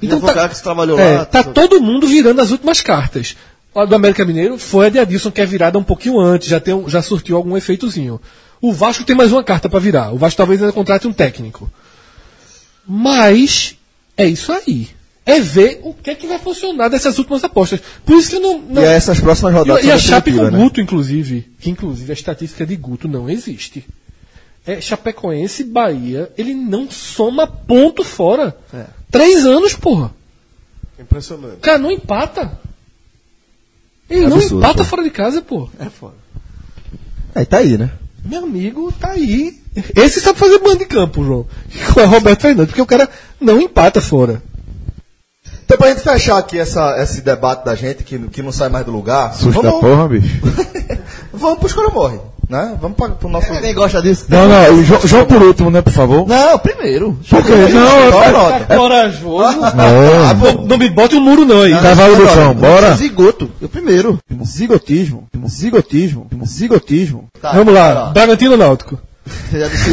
Speaker 3: Então
Speaker 2: Levou o cara um que se trabalhou lá,
Speaker 3: tá
Speaker 2: tudo.
Speaker 3: todo mundo virando as últimas cartas. A do América Mineiro foi a de Adilson, que é virada um pouquinho antes, já, tem, um- já surtiu algum efeitozinho. O Vasco tem mais uma carta para virar. O Vasco talvez ainda contrate um técnico. Mas é isso aí. É ver o que é que vai funcionar dessas últimas apostas. Por isso que eu não. não-
Speaker 11: E essas próximas rodadas
Speaker 3: e, e
Speaker 11: são
Speaker 3: a Chape com
Speaker 11: definitivas, né?
Speaker 3: Guto, inclusive, que inclusive a estatística de Guto não existe. É, Chapecoense, Bahia, ele não soma ponto fora.
Speaker 11: É.
Speaker 3: Três anos, porra.
Speaker 5: Impressionante.
Speaker 3: O cara não empata. Ele não
Speaker 11: absurdo,
Speaker 3: É empata
Speaker 11: pô.
Speaker 2: É
Speaker 3: fora de casa, porra.
Speaker 11: É, tá aí, né?
Speaker 3: Meu amigo, tá aí. Esse sabe fazer bando de campo, João. É Roberto Fernandes, porque o cara não empata fora.
Speaker 2: Então, pra gente fechar aqui essa, esse debate da gente que, que não sai mais do lugar,
Speaker 5: Susto da
Speaker 2: vamos,
Speaker 5: porra, bicho.
Speaker 2: vamos pro Escolha ou Morre, né? Vamos pra, pro nosso.
Speaker 4: Ninguém gosta disso.
Speaker 5: Não, não, o João, João por último, né, por favor?
Speaker 4: Não, primeiro.
Speaker 2: Tá
Speaker 5: Por quê? Não, é-
Speaker 4: Bora.
Speaker 3: Corajoso.
Speaker 5: não.
Speaker 3: Não, não me bote um muro, não,
Speaker 6: Tá.
Speaker 3: hein?
Speaker 5: Cavalo do
Speaker 2: Tá
Speaker 5: chão, bora.
Speaker 4: Zigoto. Eu primeiro. Zigotismo. Zigotismo. Zigotismo.
Speaker 6: Tá.
Speaker 3: Vamos lá. Bragantino Náutico.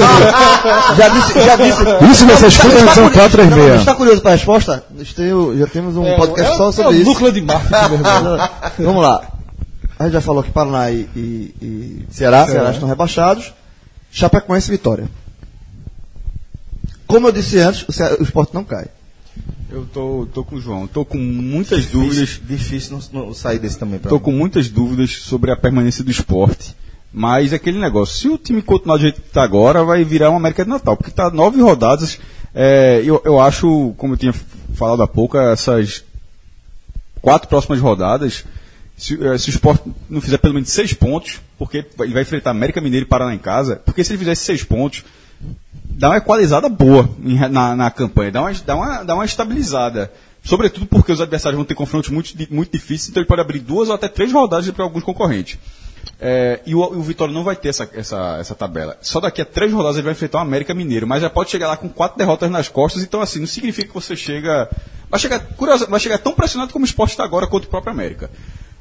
Speaker 2: Ah, tá
Speaker 4: Já disse, já disse.
Speaker 5: Isso você escuta no
Speaker 2: Tá
Speaker 5: São
Speaker 4: Não, não,
Speaker 5: 436.
Speaker 4: está curioso para a resposta? Nós temos- já temos um podcast só sobre
Speaker 3: é o
Speaker 4: isso.
Speaker 3: núcleo de marketing, meu irmão.
Speaker 4: Vamos lá. A gente já falou que Paraná e, e- e Ceará, Ceará estão rebaixados. Chapecoense e Vitória. Como eu disse antes, o, Ceará, o esporte não cai.
Speaker 6: Eu tô, tô com o João. Tô com muitas dúvidas.
Speaker 2: Difícil não, não sair desse também. Pra
Speaker 6: Tô
Speaker 2: mim.
Speaker 6: com muitas dúvidas sobre a permanência do esporte. Mas é aquele negócio, se o time continuar do jeito que está agora, vai virar uma América de Natal, porque está nove rodadas. é, eu, eu acho, como eu tinha falado há pouco, essas quatro próximas rodadas, se, eh, se o esporte não fizer pelo menos seis pontos, porque ele vai enfrentar América Mineiro e Paraná em casa, porque se ele fizesse seis pontos, dá uma equalizada boa em re- na, na campanha, dá uma, dá, uma, dá uma estabilizada. Sobretudo porque os adversários vão ter confrontos muito, di- muito difíceis, então ele pode abrir duas ou até três rodadas para alguns concorrentes. É, e, o, e o Vitória não vai ter essa, essa, essa tabela. Só daqui a três rodadas ele vai enfrentar o América Mineiro, mas já pode chegar lá com quatro derrotas nas costas, então assim, não significa que você chega. Vai chegar, curioso, vai chegar tão pressionado como o esporte está agora contra o próprio América.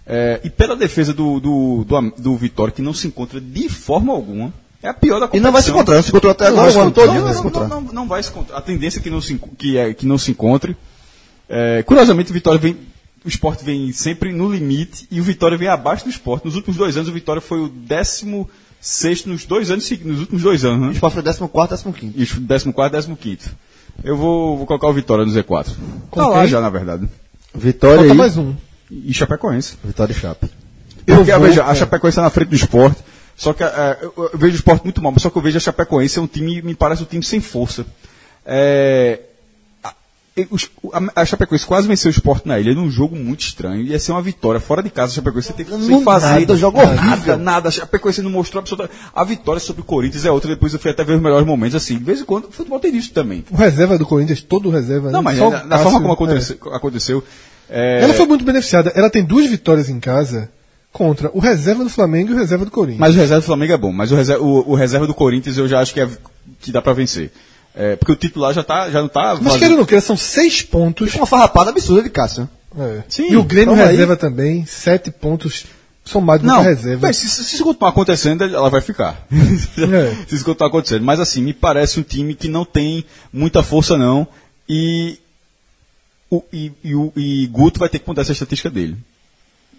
Speaker 6: É, e pela defesa do, do, do, Am- do Vitória, que não se encontra de forma alguma, é a pior da competição.
Speaker 4: E não vai se encontrar, não se encontrou até
Speaker 6: Não
Speaker 4: agora
Speaker 6: vai
Speaker 4: o
Speaker 6: se
Speaker 4: ano todo. não vai
Speaker 6: encontrar.
Speaker 4: se
Speaker 6: Não,
Speaker 4: encontrar.
Speaker 6: não, não, não vai se encontrar. A tendência é que não se, enco- que é, que não se encontre. É, curiosamente, o Vitória vem. O esporte vem sempre no limite e o Vitória vem abaixo do esporte. Nos últimos dois anos, o Vitória foi o 16 nos dois anos segui- nos últimos dois anos,
Speaker 4: O
Speaker 6: né?
Speaker 4: esporte foi 14, 15.
Speaker 6: Isso, 14 décimo 15 Eu vou, vou colocar o Vitória no Z4.
Speaker 3: Com
Speaker 6: tá lá
Speaker 3: quem?
Speaker 6: já, na verdade.
Speaker 4: Vitória
Speaker 3: Falta mais um.
Speaker 6: E Chapecoense.
Speaker 4: Vitória e Chape.
Speaker 6: Porque, ah, veja, a Chapecoense está na frente do esporte. Só que eh, eu, eu vejo o esporte muito mal, mas só que eu vejo a Chapecoense é um time, me parece um time sem força. É, a, e os- o- a- a Chapecoense quase venceu o esporte na ilha num jogo muito estranho. Ia ser uma vitória fora de casa. A Chapecoense teve sem fazer.
Speaker 4: nada, jogo horrível.
Speaker 6: nada, nada. A Chapecoense não mostrou absolutamente. A vitória sobre o Corinthians é outra. Depois eu fui até ver os melhores momentos. Assim, de vez em quando, o futebol tem isso também.
Speaker 3: O reserva do Corinthians, todo o reserva.
Speaker 6: Não,
Speaker 3: né?
Speaker 6: mas
Speaker 3: Só o
Speaker 6: na, na
Speaker 3: Cássio.
Speaker 6: forma como aconteceu. aconteceu,
Speaker 3: É.
Speaker 6: é,
Speaker 3: Ela foi muito beneficiada. Ela tem duas vitórias em casa contra o reserva do Flamengo e o reserva do Corinthians.
Speaker 6: Mas o reserva do Flamengo é bom, mas o reserva, o, o reserva do Corinthians eu já acho que, é, que dá pra vencer. É, porque o titular já, tá, já não tá.
Speaker 3: Mas
Speaker 6: vazio.
Speaker 3: queira ou não queira, são seis pontos.
Speaker 4: Uma farrapada absurda de Cássio.
Speaker 3: É.
Speaker 6: Sim,
Speaker 3: e o Grêmio
Speaker 6: então aí-
Speaker 3: reserva também, sete pontos somados
Speaker 6: não,
Speaker 3: na reserva.
Speaker 6: mas se, se se isso continuar acontecendo, ela vai ficar.
Speaker 3: É.
Speaker 6: se isso continuar acontecendo. Mas assim, me parece um time que não tem muita força, não. E, o, e, e o- e Guto vai ter que contar essa estatística dele.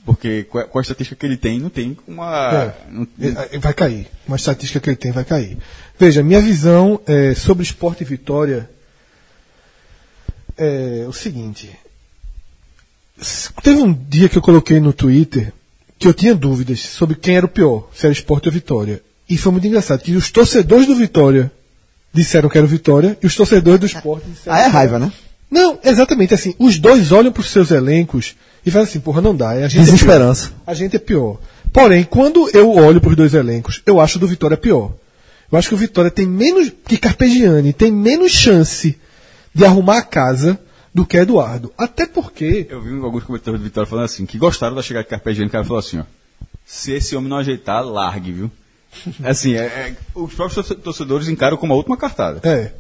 Speaker 6: Porque com a, com a estatística que ele tem, não tem uma.
Speaker 3: É.
Speaker 6: não-
Speaker 3: É, Vai cair. Uma estatística que ele tem vai cair. Veja, minha visão é, sobre esporte e vitória é o seguinte. S- Teve um dia que eu coloquei no Twitter que eu tinha dúvidas sobre quem era o pior, se era esporte ou vitória. E foi muito engraçado que os torcedores do Vitória disseram que era o Vitória e os torcedores do esporte disseram.
Speaker 4: Ah, é raiva, né?
Speaker 3: Não, exatamente assim. Os dois olham para os seus elencos e falam assim, porra, não dá. é A gente
Speaker 4: Desesperança.
Speaker 3: É pior. a gente é pior. Porém, quando eu olho para os dois elencos, eu acho do Vitória pior. Eu acho que o Vitória tem menos. que Carpegiani tem menos chance de arrumar a casa do que Eduardo. Até porque.
Speaker 6: Eu vi um- alguns comentários do Vitória falando assim, que gostaram da chegada de Carpegiani, o cara falou assim, ó. Se esse homem não ajeitar, largue, viu? Assim, é- é- os próprios torce- torcedores encaram como a última cartada.
Speaker 3: É.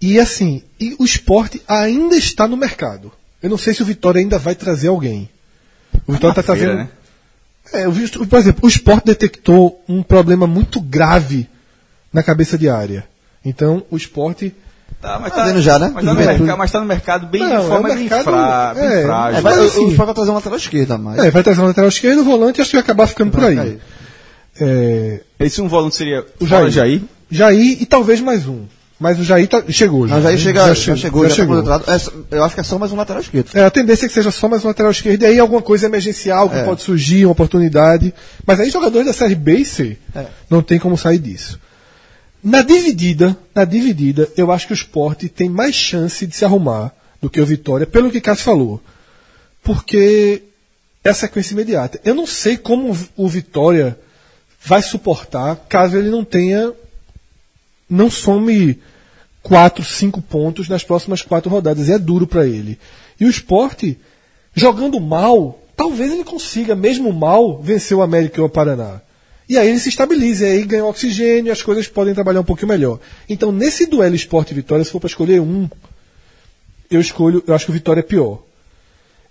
Speaker 3: E assim, e o esporte ainda está no mercado. Eu não sei se o Vitória ainda vai trazer alguém. O Vitória está
Speaker 6: feira,
Speaker 3: trazendo.
Speaker 6: né?
Speaker 3: É, eu vi, por exemplo, o esporte detectou um problema muito grave na cabeça de área. Então, o esporte.
Speaker 6: Tá, mas
Speaker 4: Fazendo já, né?
Speaker 6: Mas tá, no
Speaker 4: Juventude.
Speaker 6: mercado, mas tá no mercado bem
Speaker 3: Não,
Speaker 6: de forma
Speaker 3: é um
Speaker 6: bem,
Speaker 3: mercado-
Speaker 6: fra- bem
Speaker 3: é,
Speaker 6: frágil.
Speaker 4: É,
Speaker 3: mas
Speaker 4: mas
Speaker 3: assim-
Speaker 4: o esporte vai trazer uma lateral esquerda, mas...
Speaker 3: É, vai trazer um lateral esquerdo, o volante, acho que vai acabar ficando por
Speaker 4: Vai
Speaker 3: aí.
Speaker 4: cair.
Speaker 3: É,
Speaker 6: Esse um volante seria o
Speaker 3: Jair.
Speaker 6: Jair. Jair.
Speaker 3: Jair e talvez mais um. Mas o Jair tá- chegou já.
Speaker 4: Não, já aí
Speaker 3: né?
Speaker 4: chega, já chegou, já, tá
Speaker 3: chegou.
Speaker 4: contratado. É, só- eu acho que é só mais um lateral esquerdo.
Speaker 3: É, a tendência é que seja só mais um lateral esquerdo e aí alguma coisa emergencial que
Speaker 4: É.
Speaker 3: pode surgir, uma oportunidade. Mas aí jogadores da Série B e C
Speaker 4: É.
Speaker 3: não tem como sair disso. Na dividida, na dividida, eu acho que o esporte tem mais chance de se arrumar do que o Vitória, pelo que Cássio falou. Porque é a sequência imediata. Eu não sei como o Vitória vai suportar caso ele não tenha. Não some quatro, cinco pontos nas próximas quatro rodadas. E é duro para ele. E o esporte, jogando mal, talvez ele consiga, mesmo mal, vencer o América e o Paraná. E aí ele se estabiliza, e aí ganha oxigênio, as coisas podem trabalhar um pouquinho melhor. Então, nesse duelo esporte e vitória, se for para escolher um, eu escolho, eu acho que o Vitória é pior.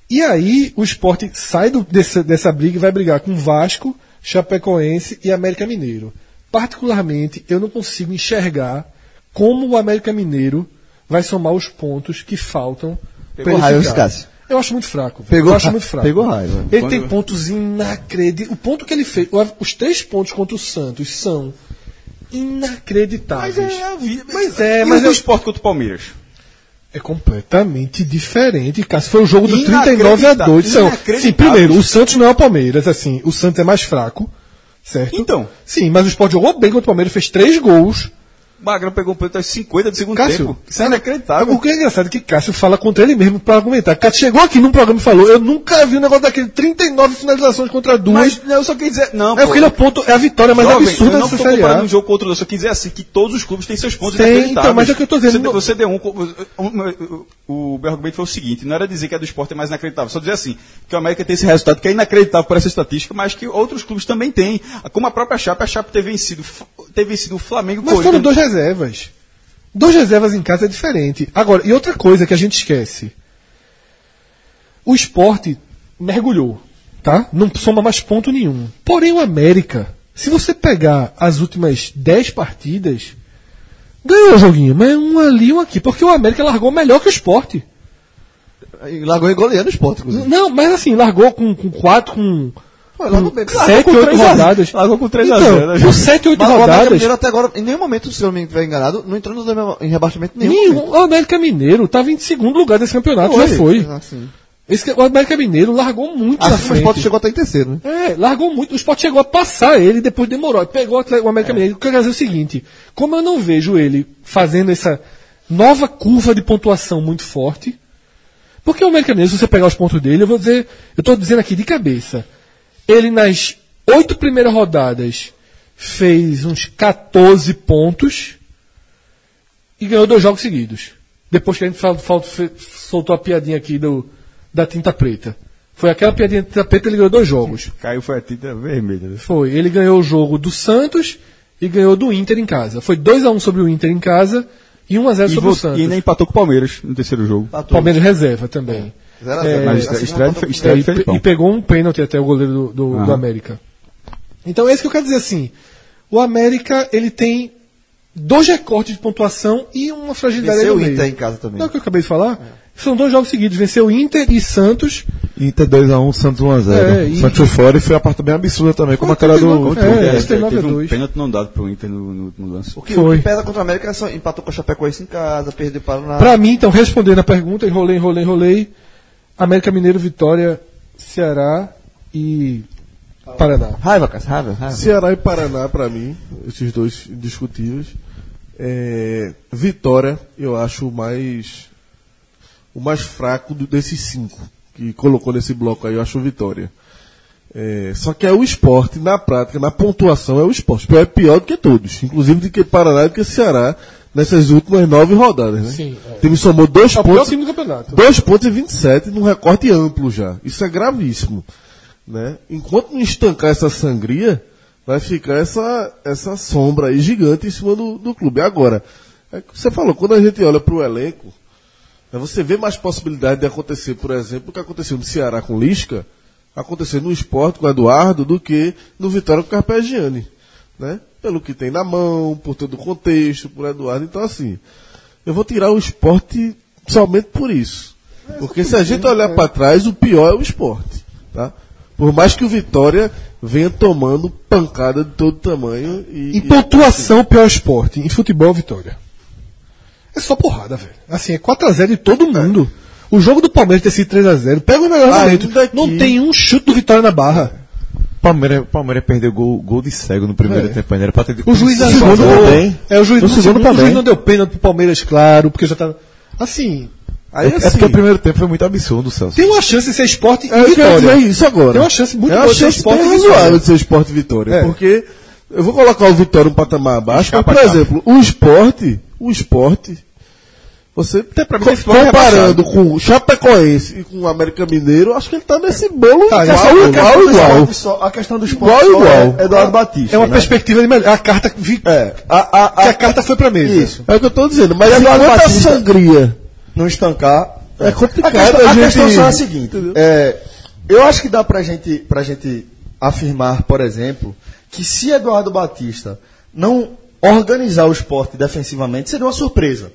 Speaker 3: E aí o esporte sai do- dessa, dessa briga e vai brigar com Vasco, Chapecoense e América Mineiro. Particularmente, eu não consigo enxergar como o América Mineiro vai somar os pontos que faltam pra ele
Speaker 2: raiva,
Speaker 3: ficar.
Speaker 2: esse Cássio.
Speaker 3: Eu acho muito fraco. velho.
Speaker 2: Pegou
Speaker 3: eu acho
Speaker 2: ra-
Speaker 3: muito fraco.
Speaker 2: pegou raiva.
Speaker 3: Ele tem pontos inacreditáveis. O ponto que ele fez, os três pontos contra o Santos são inacreditáveis.
Speaker 6: é a vida.
Speaker 3: Mas é,
Speaker 6: E
Speaker 3: mas
Speaker 6: o
Speaker 3: eu-
Speaker 6: esporte contra o Palmeiras.
Speaker 3: É completamente diferente, cara. Foi o jogo do 39 a
Speaker 6: Inacredita-
Speaker 3: 2. São, sim,
Speaker 6: inacreditável.
Speaker 3: primeiro, o Santos não é o Palmeiras, assim, o Santos é mais fraco, certo?
Speaker 6: Então.
Speaker 3: Sim, mas o Sport jogou bem contra o Palmeiras, fez três gols.
Speaker 6: Magrão pegou um pênalti aos 50 do segundo
Speaker 3: Cássio,
Speaker 6: tempo. Isso é inacreditável.
Speaker 3: O que é engraçado é que Cássio fala contra ele mesmo pra argumentar. Cássio chegou aqui num programa e falou: Eu nunca vi um negócio daquele 39 finalizações contra duas.
Speaker 6: Mas não, eu só quis dizer. Não,
Speaker 3: é porque ele é o ponto, é a vitória mais
Speaker 6: Jovem,
Speaker 3: absurda
Speaker 6: eu não
Speaker 3: dessa
Speaker 6: estou
Speaker 3: Série A.
Speaker 6: comparando um jogo contra o outro, eu só quis dizer assim, que todos os clubes têm seus pontos
Speaker 3: Tem,
Speaker 6: inacreditáveis.
Speaker 3: então, mas é o que eu tô dizendo,
Speaker 6: Você, deu-
Speaker 3: não-
Speaker 6: você deu um, um- um- O meu argumento foi o seguinte, não era dizer que a do esporte é mais inacreditável, só dizer assim, que o América tem esse resultado que é inacreditável por essa estatística, mas que outros clubes também têm. Como a própria Chape, a Chape ter vencido, ter vencido o Flamengo
Speaker 3: Mas foram dois reservas. Dois reservas em casa é diferente. Agora, e outra coisa que a gente esquece. O esporte mergulhou, tá? Não soma mais ponto nenhum. Porém, o América, se você pegar as últimas 10 partidas, ganhou o joguinho, mas um ali e um aqui. Porque o América largou melhor que o esporte.
Speaker 2: Lagoa goleando o esporte, inclusive.
Speaker 3: Não, mas assim, largou com 4, com
Speaker 2: largou bem. Claro,
Speaker 3: 7,
Speaker 2: com
Speaker 3: 8
Speaker 2: três a-
Speaker 3: Hum. rodadas.
Speaker 6: largou com três a zero, né,
Speaker 3: Então, com 7, 8
Speaker 2: Mas o América
Speaker 3: rodadas.
Speaker 2: Mineiro até agora, em nenhum momento, se eu não me estiver enganado, não entrou no mesmo- em rebaixamento nenhum.
Speaker 3: Nenhum. O América Mineiro estava em segundo lugar desse campeonato,
Speaker 2: Foi.
Speaker 3: já foi.
Speaker 2: Assim.
Speaker 3: Esse que- o América Mineiro largou muito na
Speaker 2: Assim, o
Speaker 3: frente.
Speaker 2: esporte chegou até em terceiro, né?
Speaker 3: É, largou muito. O Sport chegou a passar ele, depois demorou. Pegou o Atlético- o América Mineiro. O que eu quero dizer é o seguinte: como eu não vejo ele fazendo essa nova curva de pontuação muito forte, porque o América Mineiro, se você pegar os pontos dele, eu vou dizer, eu estou dizendo aqui de cabeça, ele nas oito primeiras rodadas fez uns 14 pontos e ganhou dois jogos seguidos. Depois que a gente fal- fal- fe- soltou a piadinha aqui do, da tinta preta. Foi aquela piadinha da tinta preta, ele ganhou dois jogos.
Speaker 6: Caiu foi a tinta vermelha.
Speaker 3: Foi. Ele ganhou o jogo do Santos e ganhou do Inter em casa. Foi 2x1 sobre o Inter em casa e 1x0
Speaker 6: E,
Speaker 3: sobre o
Speaker 6: vo-
Speaker 3: Santos.
Speaker 6: e ainda empatou com o Palmeiras no terceiro jogo.
Speaker 3: Palmeiras reserva também.
Speaker 2: Tá Zero a zero.
Speaker 3: É,
Speaker 6: Mas estreia de- estreia de
Speaker 3: e, pe-
Speaker 6: Felipão.
Speaker 3: e pegou um pênalti até o goleiro do, do- do América. Então é isso que eu quero dizer assim. O América ele tem dois recortes de pontuação e uma fragilidade aí
Speaker 2: Venceu
Speaker 3: no
Speaker 2: o
Speaker 3: meio.
Speaker 2: Inter em casa também.
Speaker 3: Não é o que eu acabei de falar? São dois jogos seguidos. Venceu Inter e Santos.
Speaker 12: Inter 2x1, Santos 1x0.
Speaker 3: É, e-
Speaker 12: Santos foi fora e foi uma parte bem absurda também, como aquela do.
Speaker 3: É,
Speaker 6: É,
Speaker 3: esse tem nove a
Speaker 6: teve um
Speaker 3: dois.
Speaker 6: pênalti não dado pro Inter no, no último lance.
Speaker 2: O que
Speaker 3: Foi.
Speaker 2: o que pesa contra o América só empatou com a Chapecoense em casa, perdeu para o Paraná.
Speaker 3: Pra mim, então, respondendo a pergunta, enrolei, enrolei, enrolei. América Mineiro, Vitória, Ceará e Paraná.
Speaker 2: Raiva, Cássio, raiva, raiva.
Speaker 5: Ceará e Paraná, pra mim, esses dois indiscutíveis. É, Vitória, eu acho o mais o mais fraco do- desses cinco que colocou nesse bloco aí, eu acho o Vitória. É, só que é o esporte, na prática, na pontuação, é o esporte. É pior do que todos, inclusive do que Paraná e do que Ceará, nessas últimas nove rodadas. Né?
Speaker 3: Sim, é.
Speaker 5: O time somou dois
Speaker 3: É o pior
Speaker 5: pontos.
Speaker 3: time do campeonato.
Speaker 5: 2 pontos e 27 num recorte amplo já. Isso é gravíssimo. Né? Enquanto não estancar essa sangria, vai ficar essa, essa sombra aí gigante em cima do, do clube. Agora, é o que você falou, quando a gente olha para o elenco, né, você vê mais possibilidade de acontecer, por exemplo, o que aconteceu no Ceará com Lisca, acontecer no esporte com Eduardo, do que no Vitória com Carpegiani. Né? Pelo que tem na mão, por todo o contexto, por Eduardo. Então, assim, eu vou tirar o esporte somente por isso. Porque se a gente olhar
Speaker 2: né?
Speaker 5: para trás, o pior é o esporte. Tá? Por mais que o Vitória venha tomando pancada de todo tamanho e.
Speaker 3: Em pontuação, pior esporte. Em futebol, Vitória. É só porrada, velho. Assim, é 4x0 de todo mundo. O jogo do Palmeiras ter sido 3x0. Pega o melhor
Speaker 5: Ah,
Speaker 3: momento.
Speaker 5: ainda que-
Speaker 3: Não tem um chute do Vitória na barra.
Speaker 12: Palmeiras, Palmeiras perdeu gol, gol de cego no primeiro
Speaker 3: É.
Speaker 12: tempo ainda. Era pra ter
Speaker 3: O juiz
Speaker 12: Sim,
Speaker 3: anulou.
Speaker 12: jogou bem.
Speaker 3: É, o juiz,
Speaker 12: No
Speaker 3: não-
Speaker 12: segundo
Speaker 3: o juiz
Speaker 12: também.
Speaker 3: não deu pênalti pro Palmeiras, claro, porque já tava. Assim,
Speaker 5: Aí,
Speaker 12: é, é
Speaker 5: assim,
Speaker 12: porque o primeiro tempo foi muito absurdo, Celso.
Speaker 3: tem uma chance de ser esporte e
Speaker 5: É, eu quero
Speaker 3: vitória.
Speaker 5: dizer isso agora.
Speaker 3: Tem uma chance muito
Speaker 5: é uma
Speaker 3: boa de ser
Speaker 5: chance
Speaker 3: Sport
Speaker 5: bem
Speaker 3: e Vitória.
Speaker 5: razoável de ser esporte vitória.
Speaker 3: É.
Speaker 5: Porque
Speaker 7: Eu vou colocar o Vitória um patamar abaixo,
Speaker 6: Escapa,
Speaker 7: mas, por
Speaker 6: escapa.
Speaker 7: exemplo, o esporte, o esporte,
Speaker 12: É,
Speaker 7: você
Speaker 6: pra mim,
Speaker 7: co-
Speaker 6: o esporte é
Speaker 7: comparando com o Chapecoense e com o América Mineiro, acho que ele tá nesse bolo
Speaker 2: A
Speaker 3: é
Speaker 12: é
Speaker 2: questão-
Speaker 7: igual,
Speaker 2: a questão
Speaker 7: igual,
Speaker 2: do
Speaker 7: igual.
Speaker 2: esporte só- A questão do esporte
Speaker 7: Igual,
Speaker 2: só
Speaker 7: igual.
Speaker 2: é Eduardo Batista.
Speaker 3: É uma
Speaker 2: né?
Speaker 3: perspectiva de melhor. A carta vi,
Speaker 7: É, a, a,
Speaker 3: que
Speaker 7: a,
Speaker 3: a carta foi pra mesa.
Speaker 7: isso. É o que eu tô dizendo, mas
Speaker 2: E Eduardo
Speaker 7: enquanto a
Speaker 2: Batista-
Speaker 7: sangria
Speaker 2: Não estancar.
Speaker 7: é complicado
Speaker 2: A questão,
Speaker 7: a
Speaker 2: a
Speaker 7: gente-
Speaker 2: questão só é a seguinte:
Speaker 7: Entendeu?
Speaker 2: é, eu acho que dá pra gente, pra gente afirmar, por exemplo, que se Eduardo Batista não organizar o esporte defensivamente, seria uma surpresa.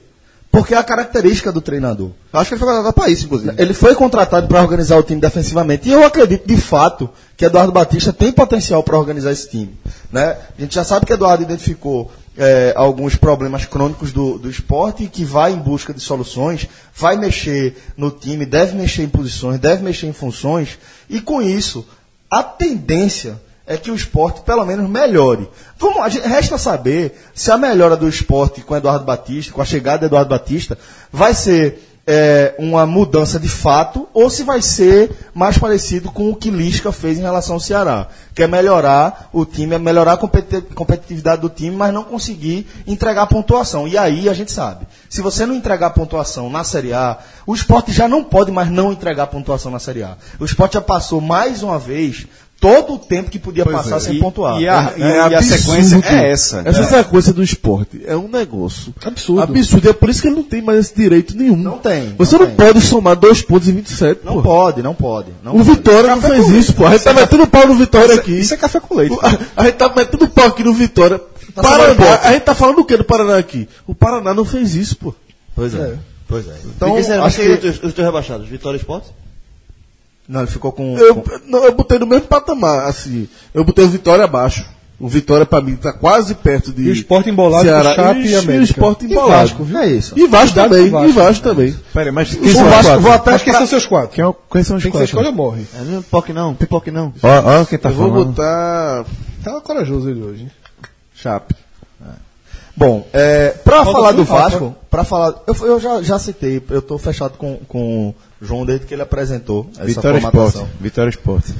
Speaker 2: Porque é a característica do treinador.
Speaker 4: Acho que ele foi contratado pra isso, inclusive.
Speaker 2: Ele foi contratado para organizar o time defensivamente. E eu acredito, de fato, que Eduardo Batista tem potencial para organizar esse time. Né? A gente já sabe que Eduardo identificou eh, alguns problemas crônicos do, do esporte e que vai em busca de soluções, vai mexer no time, deve mexer em posições, deve mexer em funções. E com isso, a tendência é que o esporte pelo menos melhore. Vamos, a gente- resta saber se a melhora do esporte com Eduardo Batista, com a chegada de Eduardo Batista, vai ser é, uma mudança de fato ou se vai ser mais parecido com o que Lisca fez em relação ao Ceará, que é melhorar o time, é melhorar a competi- competitividade do time, mas não conseguir entregar pontuação. E aí a gente sabe, se você não entregar pontuação na Série A, o esporte já não pode mais não entregar pontuação na Série A. O esporte já passou mais uma vez todo o tempo que podia passar sem pontuar.
Speaker 6: é, E a, e
Speaker 7: É
Speaker 6: a
Speaker 7: absurdo.
Speaker 6: sequência é essa.
Speaker 7: Essa sequência do esporte é um negócio
Speaker 3: Absurdo.
Speaker 7: absurdo. É por isso que ele não tem mais esse direito nenhum.
Speaker 2: Não tem,
Speaker 7: Você
Speaker 2: não
Speaker 7: não,
Speaker 2: tem.
Speaker 7: pode somar dois pontos em 27,
Speaker 2: Não
Speaker 7: pô.
Speaker 2: pode, não pode. Não
Speaker 7: O
Speaker 2: pode.
Speaker 7: Vitória não fez isso, pô. A gente tá metendo pau no Vitória aqui.
Speaker 6: Isso é café com leite.
Speaker 7: A, a gente tá metendo pau aqui no Vitória.
Speaker 2: somando
Speaker 7: Paraná,
Speaker 2: ponto.
Speaker 7: a gente tá falando o que do Paraná aqui? O Paraná não fez isso, pô.
Speaker 2: Pois é. Pois é.
Speaker 4: Então,
Speaker 2: Então,
Speaker 4: quem será
Speaker 2: acho
Speaker 4: que... os,
Speaker 2: que...
Speaker 4: teus- os teus rebaixados? Vitória e Esporte?
Speaker 2: Não, ele ficou com...
Speaker 7: Eu,
Speaker 2: com-
Speaker 7: não, eu botei no mesmo patamar, assim. Eu botei o Vitória abaixo. O Vitória, pra mim, tá quase perto de.
Speaker 3: E o Sport embolado com Chape e
Speaker 7: e,
Speaker 3: América.
Speaker 7: o Sport
Speaker 2: E
Speaker 7: embolado.
Speaker 2: Vasco, viu? É isso.
Speaker 7: E Vasco
Speaker 3: Cuidado
Speaker 7: também.
Speaker 3: com o Vasco,
Speaker 7: e Vasco também.
Speaker 5: Peraí, mas
Speaker 3: O
Speaker 5: quem são os
Speaker 3: Vasco,
Speaker 5: quatro?
Speaker 3: vou até Mas quem são seus quatro?
Speaker 5: Quem, é o- quem são os
Speaker 3: Tem que ser
Speaker 5: quatro?
Speaker 3: escolha ou morre.
Speaker 4: É mesmo? POC não, pipoque não.
Speaker 5: Ó, ó quem tá
Speaker 7: eu vou
Speaker 5: falando.
Speaker 7: botar.
Speaker 3: Tá corajoso ele hoje. hein?
Speaker 7: Chape.
Speaker 2: Bom, é, pra
Speaker 3: Falta
Speaker 2: falar do
Speaker 3: tudo, falta.
Speaker 2: Vasco, pra falar, eu, eu já, já citei, eu tô fechado com, com o João desde que ele apresentou essa
Speaker 5: Vitória Esporte.
Speaker 2: formatação.
Speaker 5: Vitória Esporte.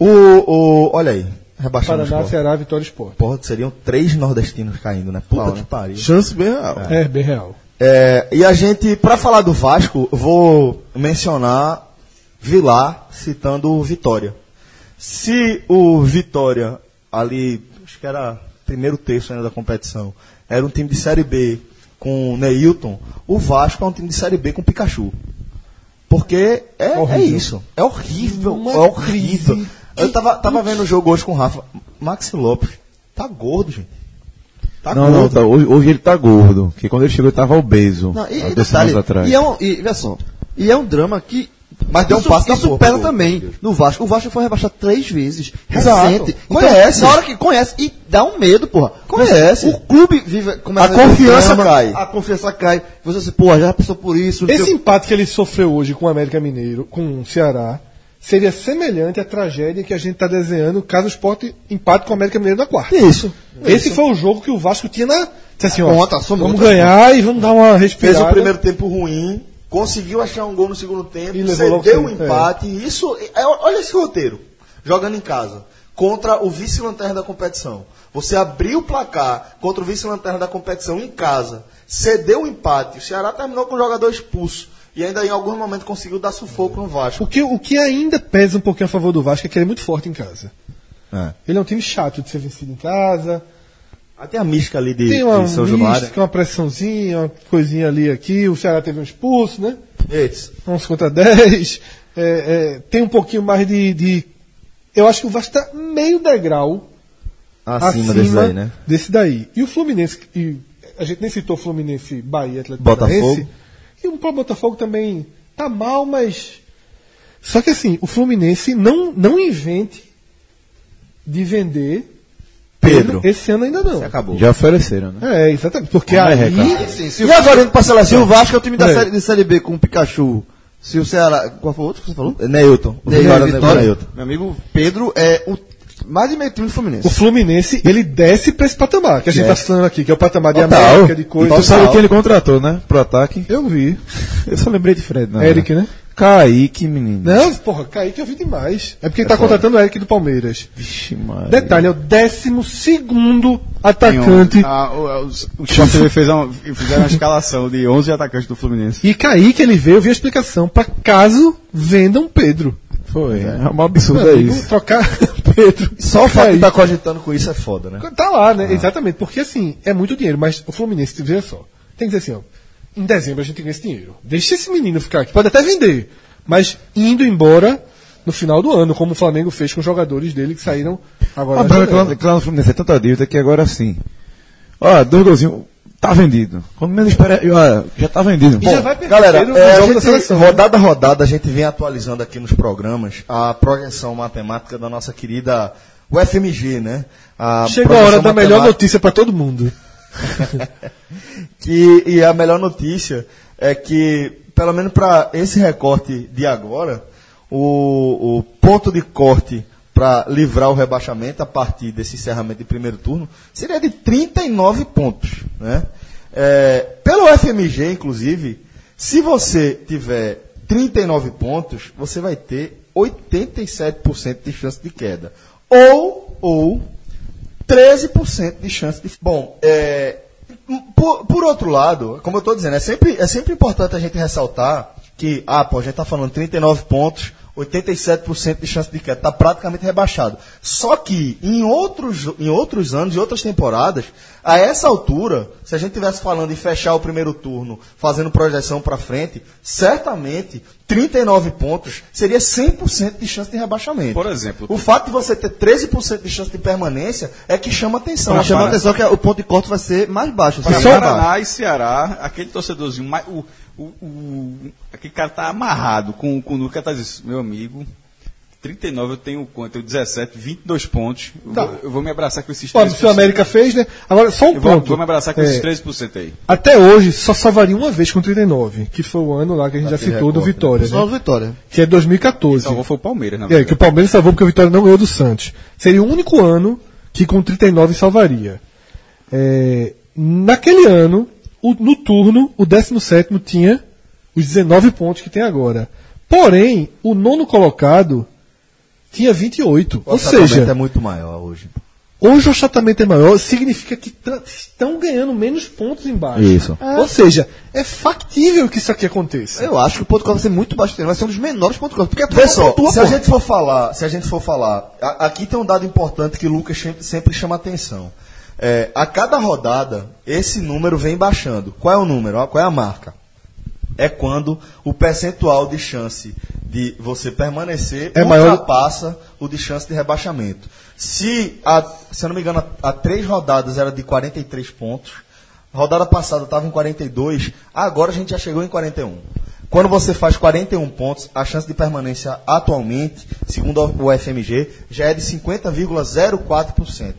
Speaker 2: O, o, olha aí, rebaixando o
Speaker 3: Paraná,
Speaker 2: esporte.
Speaker 3: Ceará, Vitória e Sport.
Speaker 2: Porra, seriam três nordestinos caindo, né? Puta que pariu.
Speaker 7: Chance bem real.
Speaker 3: É, bem real.
Speaker 2: É, e a gente, pra falar do Vasco, vou mencionar Vilar citando o Vitória. Se o Vitória, ali, acho que era primeiro terço ainda da competição, era um time de Série B com Neilton, o Vasco é um time de Série B com Pikachu. Porque é, é
Speaker 3: Horrível.
Speaker 2: isso. É horrível.
Speaker 3: Uma
Speaker 2: é horrível.
Speaker 3: crise.
Speaker 2: Eu tava, tava vendo o jogo hoje com o Rafa. Maxi Lopes. Tá gordo, gente. Tá
Speaker 5: não, não, tá, hoje, hoje ele tá gordo. Porque quando ele chegou ele tava obeso.
Speaker 4: Não, e,
Speaker 5: há
Speaker 4: e
Speaker 5: dois
Speaker 4: detalhe,
Speaker 5: anos atrás.
Speaker 4: e é um, e, vê só, e é um drama que
Speaker 2: Mas deu um
Speaker 4: isso,
Speaker 2: passo na
Speaker 4: isso
Speaker 2: porra,
Speaker 4: pesa
Speaker 2: pô.
Speaker 4: também no Vasco. O Vasco foi rebaixado três vezes,
Speaker 2: Exato.
Speaker 4: recente. Então,
Speaker 2: Conhece.
Speaker 4: Na hora que conhece e dá um medo, porra.
Speaker 2: Conhece.
Speaker 4: O clube vive começa um
Speaker 2: A confiança
Speaker 4: drama,
Speaker 2: cai.
Speaker 4: A confiança cai. Você assim, porra, já passou por isso. não
Speaker 3: Esse
Speaker 4: sei o-
Speaker 3: empate que ele sofreu hoje com o América Mineiro, com o Ceará, seria semelhante à tragédia que a gente está desenhando caso o Sport empate com o América Mineiro na quarta.
Speaker 2: Isso.
Speaker 3: Esse foi o jogo que o Vasco tinha na. Disse assim, ó,
Speaker 4: Conta, soma
Speaker 3: vamos
Speaker 4: outra.
Speaker 3: ganhar e vamos dar uma respirada.
Speaker 2: Fez o primeiro tempo ruim, conseguiu achar um gol no segundo tempo,
Speaker 3: E levou
Speaker 2: cedeu o
Speaker 3: logo o
Speaker 2: empate. Isso, é, olha esse roteiro. Jogando em casa. Contra o vice-lanterna da competição. Você abriu o placar contra o vice-lanterna da competição em casa. Cedeu o empate. O Ceará terminou com o jogador expulso. E ainda em algum momento conseguiu dar sufoco no Vasco.
Speaker 3: O que, o que ainda pesa um pouquinho a favor do Vasco é que ele é muito forte em casa. Ele é um time chato de ser vencido em casa.
Speaker 2: Até a mística ali de,
Speaker 3: Tem uma,
Speaker 2: de São Januário.
Speaker 3: mística, uma pressãozinha, uma coisinha ali aqui. O Ceará teve um expulso, né?
Speaker 2: Esse.
Speaker 3: 11 contra 10. É, é, tem um pouquinho mais de, de- Eu acho que o Vasco está meio degrau acima,
Speaker 4: né?
Speaker 2: né?
Speaker 3: desse daí. E o Fluminense, e a gente nem citou Fluminense, Bahia, Atlético
Speaker 2: Botafogo.
Speaker 3: Paranaense. E o próprio Botafogo também tá mal, mas. Só que assim, o Fluminense não, não invente de vender
Speaker 2: Pedro.
Speaker 3: esse ano ainda não.
Speaker 2: Acabou.
Speaker 5: Já ofereceram, né?
Speaker 3: É, exatamente. Porque
Speaker 5: Não é
Speaker 3: aí.
Speaker 5: recado.
Speaker 4: Sim, se o- e agora indo pra seleção? Se o Vasco é o time da
Speaker 3: É.
Speaker 4: série, de série B com o Pikachu, se o Ceará. Qual foi o outro que você
Speaker 5: É
Speaker 4: falou?
Speaker 2: Neilton. O
Speaker 4: é
Speaker 3: é
Speaker 2: Vitória, Neilton.
Speaker 4: Meu amigo Pedro é o mais de meio time do Fluminense.
Speaker 3: O Fluminense, ele desce pra esse patamar que a gente tá falando aqui, que é o patamar de
Speaker 5: Total.
Speaker 3: América, de coisa.
Speaker 5: E tu sabe
Speaker 3: tal.
Speaker 5: quem ele contratou, né? Pro ataque. Eu vi. Eu só lembrei de Fred, não.
Speaker 3: Eric, né?
Speaker 5: Kaique, menino.
Speaker 3: Não, porra, Kaique eu vi demais. É porque ele tá contratando o Eric do Palmeiras.
Speaker 5: Vixe, Maria.
Speaker 3: Detalhe, é o décimo segundo atacante.
Speaker 6: Ah,
Speaker 2: é,
Speaker 6: o- os- o Sport TV fez uma- fizeram uma escalação de 11 atacantes do Fluminense.
Speaker 3: E Kaique, ele veio, eu vi a explicação, pra caso vendam Pedro.
Speaker 5: Foi. É um absurdo é
Speaker 3: Não, digo,
Speaker 5: isso.
Speaker 3: trocar Pedro.
Speaker 2: Só o fato de tá cogitando com isso é foda, né?
Speaker 3: Tá lá,
Speaker 6: Ah.
Speaker 3: né? Exatamente. Porque assim, é muito dinheiro, mas o Fluminense, veja só, tem que dizer assim, ó. Em dezembro a gente ganha esse dinheiro. Deixa esse menino ficar aqui. Pode até vender. Mas indo embora no final do ano, como o Flamengo fez com os jogadores dele que saíram
Speaker 6: Ah,
Speaker 3: agora.
Speaker 5: Uma
Speaker 3: na
Speaker 5: branca
Speaker 3: janela.
Speaker 5: lá, lá no Fluminense é tanta dívida que agora sim. Ó, dois golzinhos, tá vendido. Quando menos espera, ó, já tá vendido.
Speaker 3: E já vai perder
Speaker 2: Galera,
Speaker 3: dinheiro no
Speaker 2: é, a
Speaker 3: jogo da
Speaker 2: gente,
Speaker 3: seleção, né?
Speaker 2: rodada a rodada, a gente vem atualizando aqui nos programas a projeção matemática da nossa querida UFMG, né? A
Speaker 3: Chegou a hora
Speaker 2: projeção
Speaker 3: da melhor
Speaker 2: matemática-
Speaker 3: notícia pra todo mundo.
Speaker 2: que e a melhor notícia é que pelo menos para esse recorte de agora o, o ponto de corte para livrar o rebaixamento a partir desse encerramento de primeiro turno seria de 39 pontos, né? É, pelo FMG inclusive, se você tiver 39 pontos, você vai ter 87% de chance de queda. Ou ou 13% de chance de. Bom, é, por, por outro lado, como eu estou dizendo, é sempre, é sempre importante a gente ressaltar que, ah, pô, a gente está falando 39 pontos, 87% de chance de queda, está praticamente rebaixado. Só que em outros, em outros anos, em outras temporadas, a essa altura, se a gente estivesse falando em fechar o primeiro turno, fazendo projeção para frente, certamente 39 pontos seria 100% de chance de rebaixamento.
Speaker 6: Por exemplo,
Speaker 2: O fato de você ter 13% de chance de permanência é que chama atenção.
Speaker 4: Então,
Speaker 2: Chama
Speaker 4: chama a
Speaker 2: atenção.
Speaker 4: atenção que o ponto de corte vai ser mais baixo. assim,
Speaker 6: Para
Speaker 4: mais baixo.
Speaker 6: Paraná e Ceará, aquele torcedorzinho, mais- o, o, o- aquele cara tá amarrado com, com o Lucas, tá dizendo, meu amigo, 39 eu tenho quanto? Eu 17, 22 pontos, eu
Speaker 3: Tá.
Speaker 6: vou- eu vou me abraçar com esses
Speaker 3: Ó, se o América fez, né? Agora, só um
Speaker 6: Eu vou,
Speaker 3: ponto.
Speaker 6: vou me abraçar com
Speaker 3: É,
Speaker 6: esses 13% aí.
Speaker 3: Até hoje, só salvaria uma vez com 39, que foi o ano lá que a gente já citou do Vitória,
Speaker 4: Só
Speaker 3: né?
Speaker 4: vitória.
Speaker 3: Que é 2014.
Speaker 6: Salvou Então, foi o Palmeiras, né? na
Speaker 3: É, que
Speaker 6: verdade.
Speaker 3: o Palmeiras salvou porque o Vitória não ganhou do Santos. Seria o único ano que com 39 salvaria. É, naquele ano, o- no turno, o 17 tinha os 19 pontos que tem agora. Porém, o nono colocado tinha 28.
Speaker 2: O
Speaker 3: ou
Speaker 2: orçamento
Speaker 3: seja,
Speaker 2: é muito maior hoje.
Speaker 3: hoje o achatamento é maior, significa que tra- estão ganhando menos pontos embaixo.
Speaker 5: Isso.
Speaker 3: Ou seja, é factível que isso aqui
Speaker 2: É.
Speaker 3: aconteça.
Speaker 4: Eu acho que o ponto de corte vai ser muito baixo. Vai ser um dos menores pontos de corte. Porque a
Speaker 2: Vê só,
Speaker 4: pontua,
Speaker 2: se a
Speaker 4: pô.
Speaker 2: gente for falar, se a gente for falar, a- aqui tem um dado importante que o Lucas sempre, sempre chama atenção. É, a cada rodada, esse número vem baixando. Qual é o número? Ó, Qual é a marca? É quando o percentual de chance de você permanecer
Speaker 3: É maior-
Speaker 2: ultrapassa o de chance de rebaixamento. Se, a, se eu não me engano, a, a três rodadas era de 43 pontos, a rodada passada estava em 42, agora a gente já chegou em 41. Quando você faz 41 pontos, a chance de permanência atualmente, segundo o FMG, já é de 50,04%.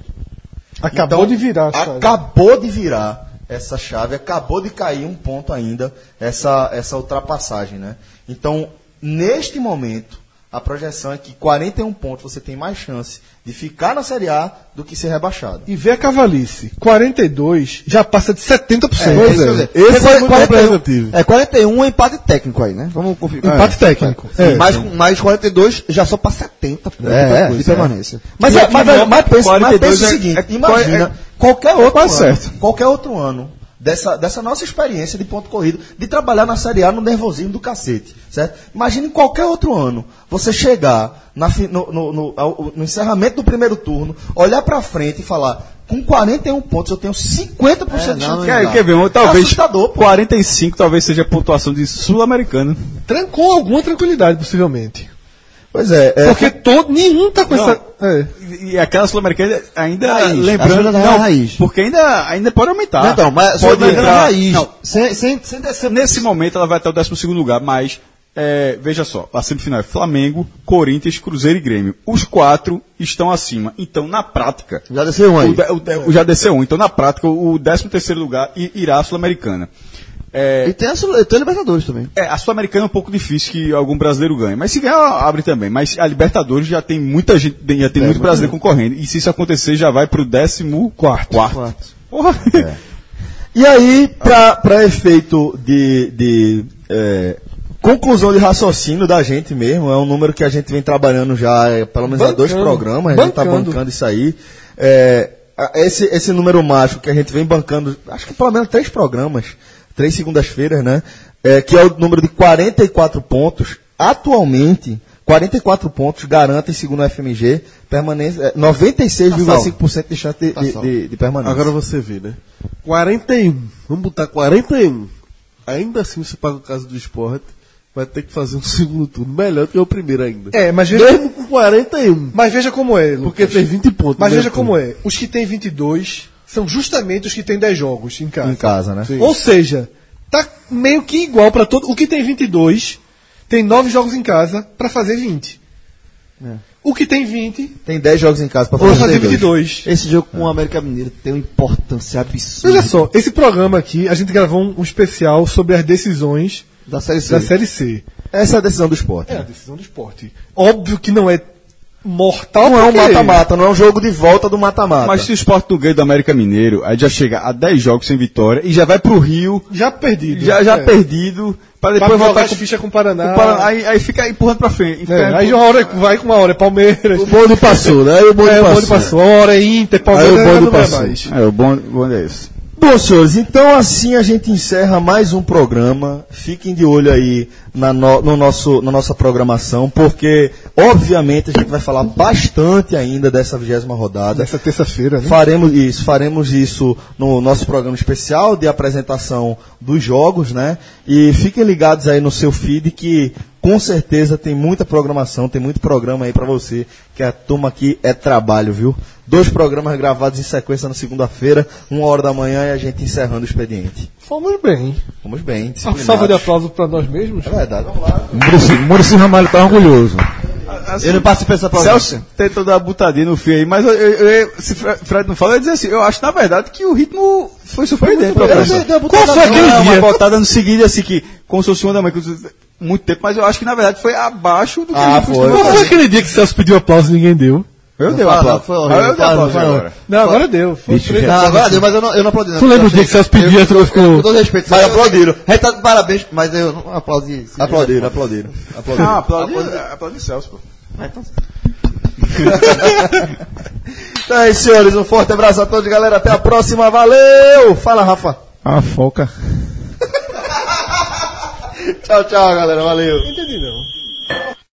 Speaker 3: Acabou
Speaker 2: Então,
Speaker 3: de virar, sabe?
Speaker 2: Acabou de virar essa chave, acabou de cair um ponto ainda, essa, essa ultrapassagem, né? Então, neste momento, a projeção é que 41 pontos você tem mais chance de ficar na Série A do que ser rebaixado.
Speaker 3: E vê a cavalice. 42 já passa de 70%.
Speaker 4: Pois é.
Speaker 7: Esse
Speaker 4: Porque
Speaker 7: é
Speaker 4: 41
Speaker 7: muito
Speaker 2: um.
Speaker 7: representativo.
Speaker 4: É 41 é empate técnico aí, né? Vamos confirmar.
Speaker 3: Empate
Speaker 4: É.
Speaker 3: técnico.
Speaker 4: É. Mais, mais 42 já só pra 70 pô,
Speaker 2: É,
Speaker 4: de
Speaker 2: pois
Speaker 4: permanência.
Speaker 2: Mas,
Speaker 4: E
Speaker 2: é,
Speaker 4: aqui
Speaker 2: mas,
Speaker 4: não-
Speaker 2: mas, mas pensa, mas
Speaker 4: 42
Speaker 2: pensa o
Speaker 4: é-
Speaker 2: seguinte,
Speaker 4: é-
Speaker 2: imagina, qualquer outro ano,
Speaker 5: quase certo.
Speaker 2: qualquer outro ano dessa, dessa nossa experiência de ponto corrido, de trabalhar na Série A no nervosismo do cacete, certo? Imagina em qualquer outro ano, você chegar na fi- no, no- no- ao- no encerramento do primeiro turno, olhar pra frente e falar, com 41 pontos eu tenho 50%
Speaker 4: É,
Speaker 2: de chance de
Speaker 6: Quer,
Speaker 2: ganhar."
Speaker 6: quer ver? um- Talvez
Speaker 2: Assustador, pô.
Speaker 6: 45 talvez seja a pontuação de sul-americano.
Speaker 3: Trancou alguma tranquilidade, possivelmente.
Speaker 2: Pois é, é
Speaker 3: Porque todo, nenhum tá com
Speaker 6: Não.
Speaker 3: essa. É.
Speaker 6: E, e aquela sul-americana ainda
Speaker 4: Raiz, a
Speaker 6: lembrando...
Speaker 4: Sul-Americana é raiz.
Speaker 6: porque ainda, ainda pode aumentar.
Speaker 4: Não, então, mas
Speaker 6: pode
Speaker 4: sobre
Speaker 6: entrar,
Speaker 4: raiz.
Speaker 6: Não,
Speaker 4: Sem, sem, sem descer
Speaker 6: Nesse momento ela vai até o 12 lugar, mas é, veja só, a semifinal é Flamengo, Corinthians, Cruzeiro e Grêmio. Os quatro estão acima. Então, na prática,
Speaker 4: Já desceu um
Speaker 6: o,
Speaker 4: aí.
Speaker 6: de- o de- o já desceu um. Então, na prática, o 13 lugar i- irá à Sul-Americana. É,
Speaker 4: E tem a, Sul- tem a Libertadores também.
Speaker 6: é, a Sul-Americana é um pouco difícil que algum brasileiro ganhe. Mas se ganhar, abre também. Mas a Libertadores já tem muita gente, já tem muito brasileiro concorrendo. E se isso acontecer, já vai pro 14 quarto. Porra.
Speaker 2: E aí, para efeito de, de, é, Conclusão de raciocínio da gente mesmo, é um número que a gente vem trabalhando já é, pelo menos há dois
Speaker 3: Bancando,
Speaker 2: programas, a gente está
Speaker 3: bancando.
Speaker 2: bancando isso aí. É, a- esse, esse número mágico que a gente vem bancando, acho que pelo menos três programas, três segundas-feiras, né? É, que é o número de 44 pontos. Atualmente, 44 pontos garantem, segundo a FMG, permanência, é, 96,5% de chance de, de- de- de permanência.
Speaker 7: Agora você vê, né? 41. Vamos botar 41. Ainda assim, você paga o caso do esporte. Vai ter que fazer um segundo turno melhor do que o primeiro ainda.
Speaker 3: É, mas veja,
Speaker 7: Mesmo com 41.
Speaker 3: mas veja como é, Lucas.
Speaker 7: Porque fez 20 pontos.
Speaker 3: Mas veja como é. Os que têm 22 são justamente os que têm 10 jogos em casa.
Speaker 2: em casa, né?
Speaker 3: Ou seja, tá meio que igual para todo. O que tem 22 tem 9 jogos em casa para fazer 20. O que tem 20
Speaker 2: Tem 10 jogos em casa para
Speaker 3: vai
Speaker 2: fazer. É.
Speaker 3: fazer 22.
Speaker 4: Esse jogo com o América Mineiro tem uma importância absurda.
Speaker 3: Veja
Speaker 6: é
Speaker 3: só, esse programa aqui, a gente gravou um, um especial sobre as decisões
Speaker 4: Da Série C.
Speaker 3: da Série C.
Speaker 2: Essa é a decisão do esporte.
Speaker 3: É a decisão do esporte. Óbvio que não é mortal
Speaker 2: Não é um
Speaker 3: porque-
Speaker 2: mata-mata, não é um jogo de volta do mata-mata.
Speaker 6: Mas se o esporte do ganha do América Mineiro, aí já chega a 10 jogos sem vitória e já vai pro Rio,
Speaker 3: Já perdido.
Speaker 6: já, já
Speaker 3: É.
Speaker 6: perdido, para
Speaker 3: Pra
Speaker 6: depois
Speaker 3: jogar
Speaker 6: voltar
Speaker 3: as
Speaker 6: com,
Speaker 3: fichas com o Paraná.
Speaker 2: Ah.
Speaker 6: com Paraná. aí, aí fica empurrando pra frente.
Speaker 3: É, aí uma hora é- vai com uma hora é Palmeiras.
Speaker 7: O bonde passou, né? Aí o bonde
Speaker 3: É, o
Speaker 7: passou.
Speaker 3: bonde passou. Uma hora é Inter, Palmeiras.
Speaker 7: Aí o bonde
Speaker 3: não vai
Speaker 7: passou.
Speaker 3: mais.
Speaker 6: É, o bom, bom é isso.
Speaker 2: Bom, senhores, então assim a gente encerra mais um programa. Fiquem de olho aí na, no- no nosso, na nossa programação, porque obviamente a gente vai falar bastante ainda dessa vigésima rodada.
Speaker 3: Nessa terça-feira, né?
Speaker 2: Faremos isso, faremos isso no nosso programa especial de apresentação dos jogos, né? E fiquem ligados aí no seu feed que com certeza tem muita programação, tem muito programa aí pra você, que a turma aqui é trabalho, viu? Dois programas gravados em sequência na segunda-feira, uma hora da manhã e a gente encerrando o expediente.
Speaker 3: Fomos bem.
Speaker 2: Vamos bem,
Speaker 3: Uma
Speaker 2: disciplinados.
Speaker 3: salva de aplauso pra nós mesmos.
Speaker 2: É verdade, vamos lá.
Speaker 5: Murici Ramalho tá orgulhoso.
Speaker 6: eu não passei pra essa Celso tentou dar butadinha no fim aí, mas eu- eu- eu- se Fre- Fred não fala, eu ia dizer assim, eu acho na verdade que o ritmo foi surpreendente. professor. Qual foi aquele dia? Uma botada no seguinte, assim, que, como se fosse uma da mãe, muito tempo, mas eu acho que na verdade foi abaixo do que
Speaker 2: Ah,
Speaker 6: a gente
Speaker 2: foi.
Speaker 6: costuma
Speaker 3: Qual
Speaker 6: fazer.
Speaker 3: foi aquele dia que o Celso pediu aplauso e ninguém deu?
Speaker 6: Eu dei uma aplauso. Ah, Eu dei uma aplauso agora.
Speaker 3: Não, agora deu. Foi
Speaker 5: Bicho,
Speaker 3: três-
Speaker 5: já-
Speaker 4: Não, agora deu, mas eu não, eu não aplaudi. não.
Speaker 3: Tu lembra o
Speaker 4: Eu
Speaker 3: dia que
Speaker 4: achei-
Speaker 3: Celso pedia,
Speaker 4: eu-
Speaker 3: tu não ficou-
Speaker 4: Com todo respeito.
Speaker 2: Mas
Speaker 4: eu-
Speaker 2: aplaudiram.
Speaker 4: Retado, parabéns, mas eu não aplaudi. sim.
Speaker 2: Aplaudiram, aplaudiram. aplaudiram.
Speaker 6: Ah, aplaude, aplaude Celso, pô.
Speaker 2: Então é isso, senhores. Um forte abraço a todos, galera. Até a próxima. Valeu! Fala, Rafa.
Speaker 5: A foca.
Speaker 2: Tchau, tchau, galera. Valeu.
Speaker 3: Não entendi, não.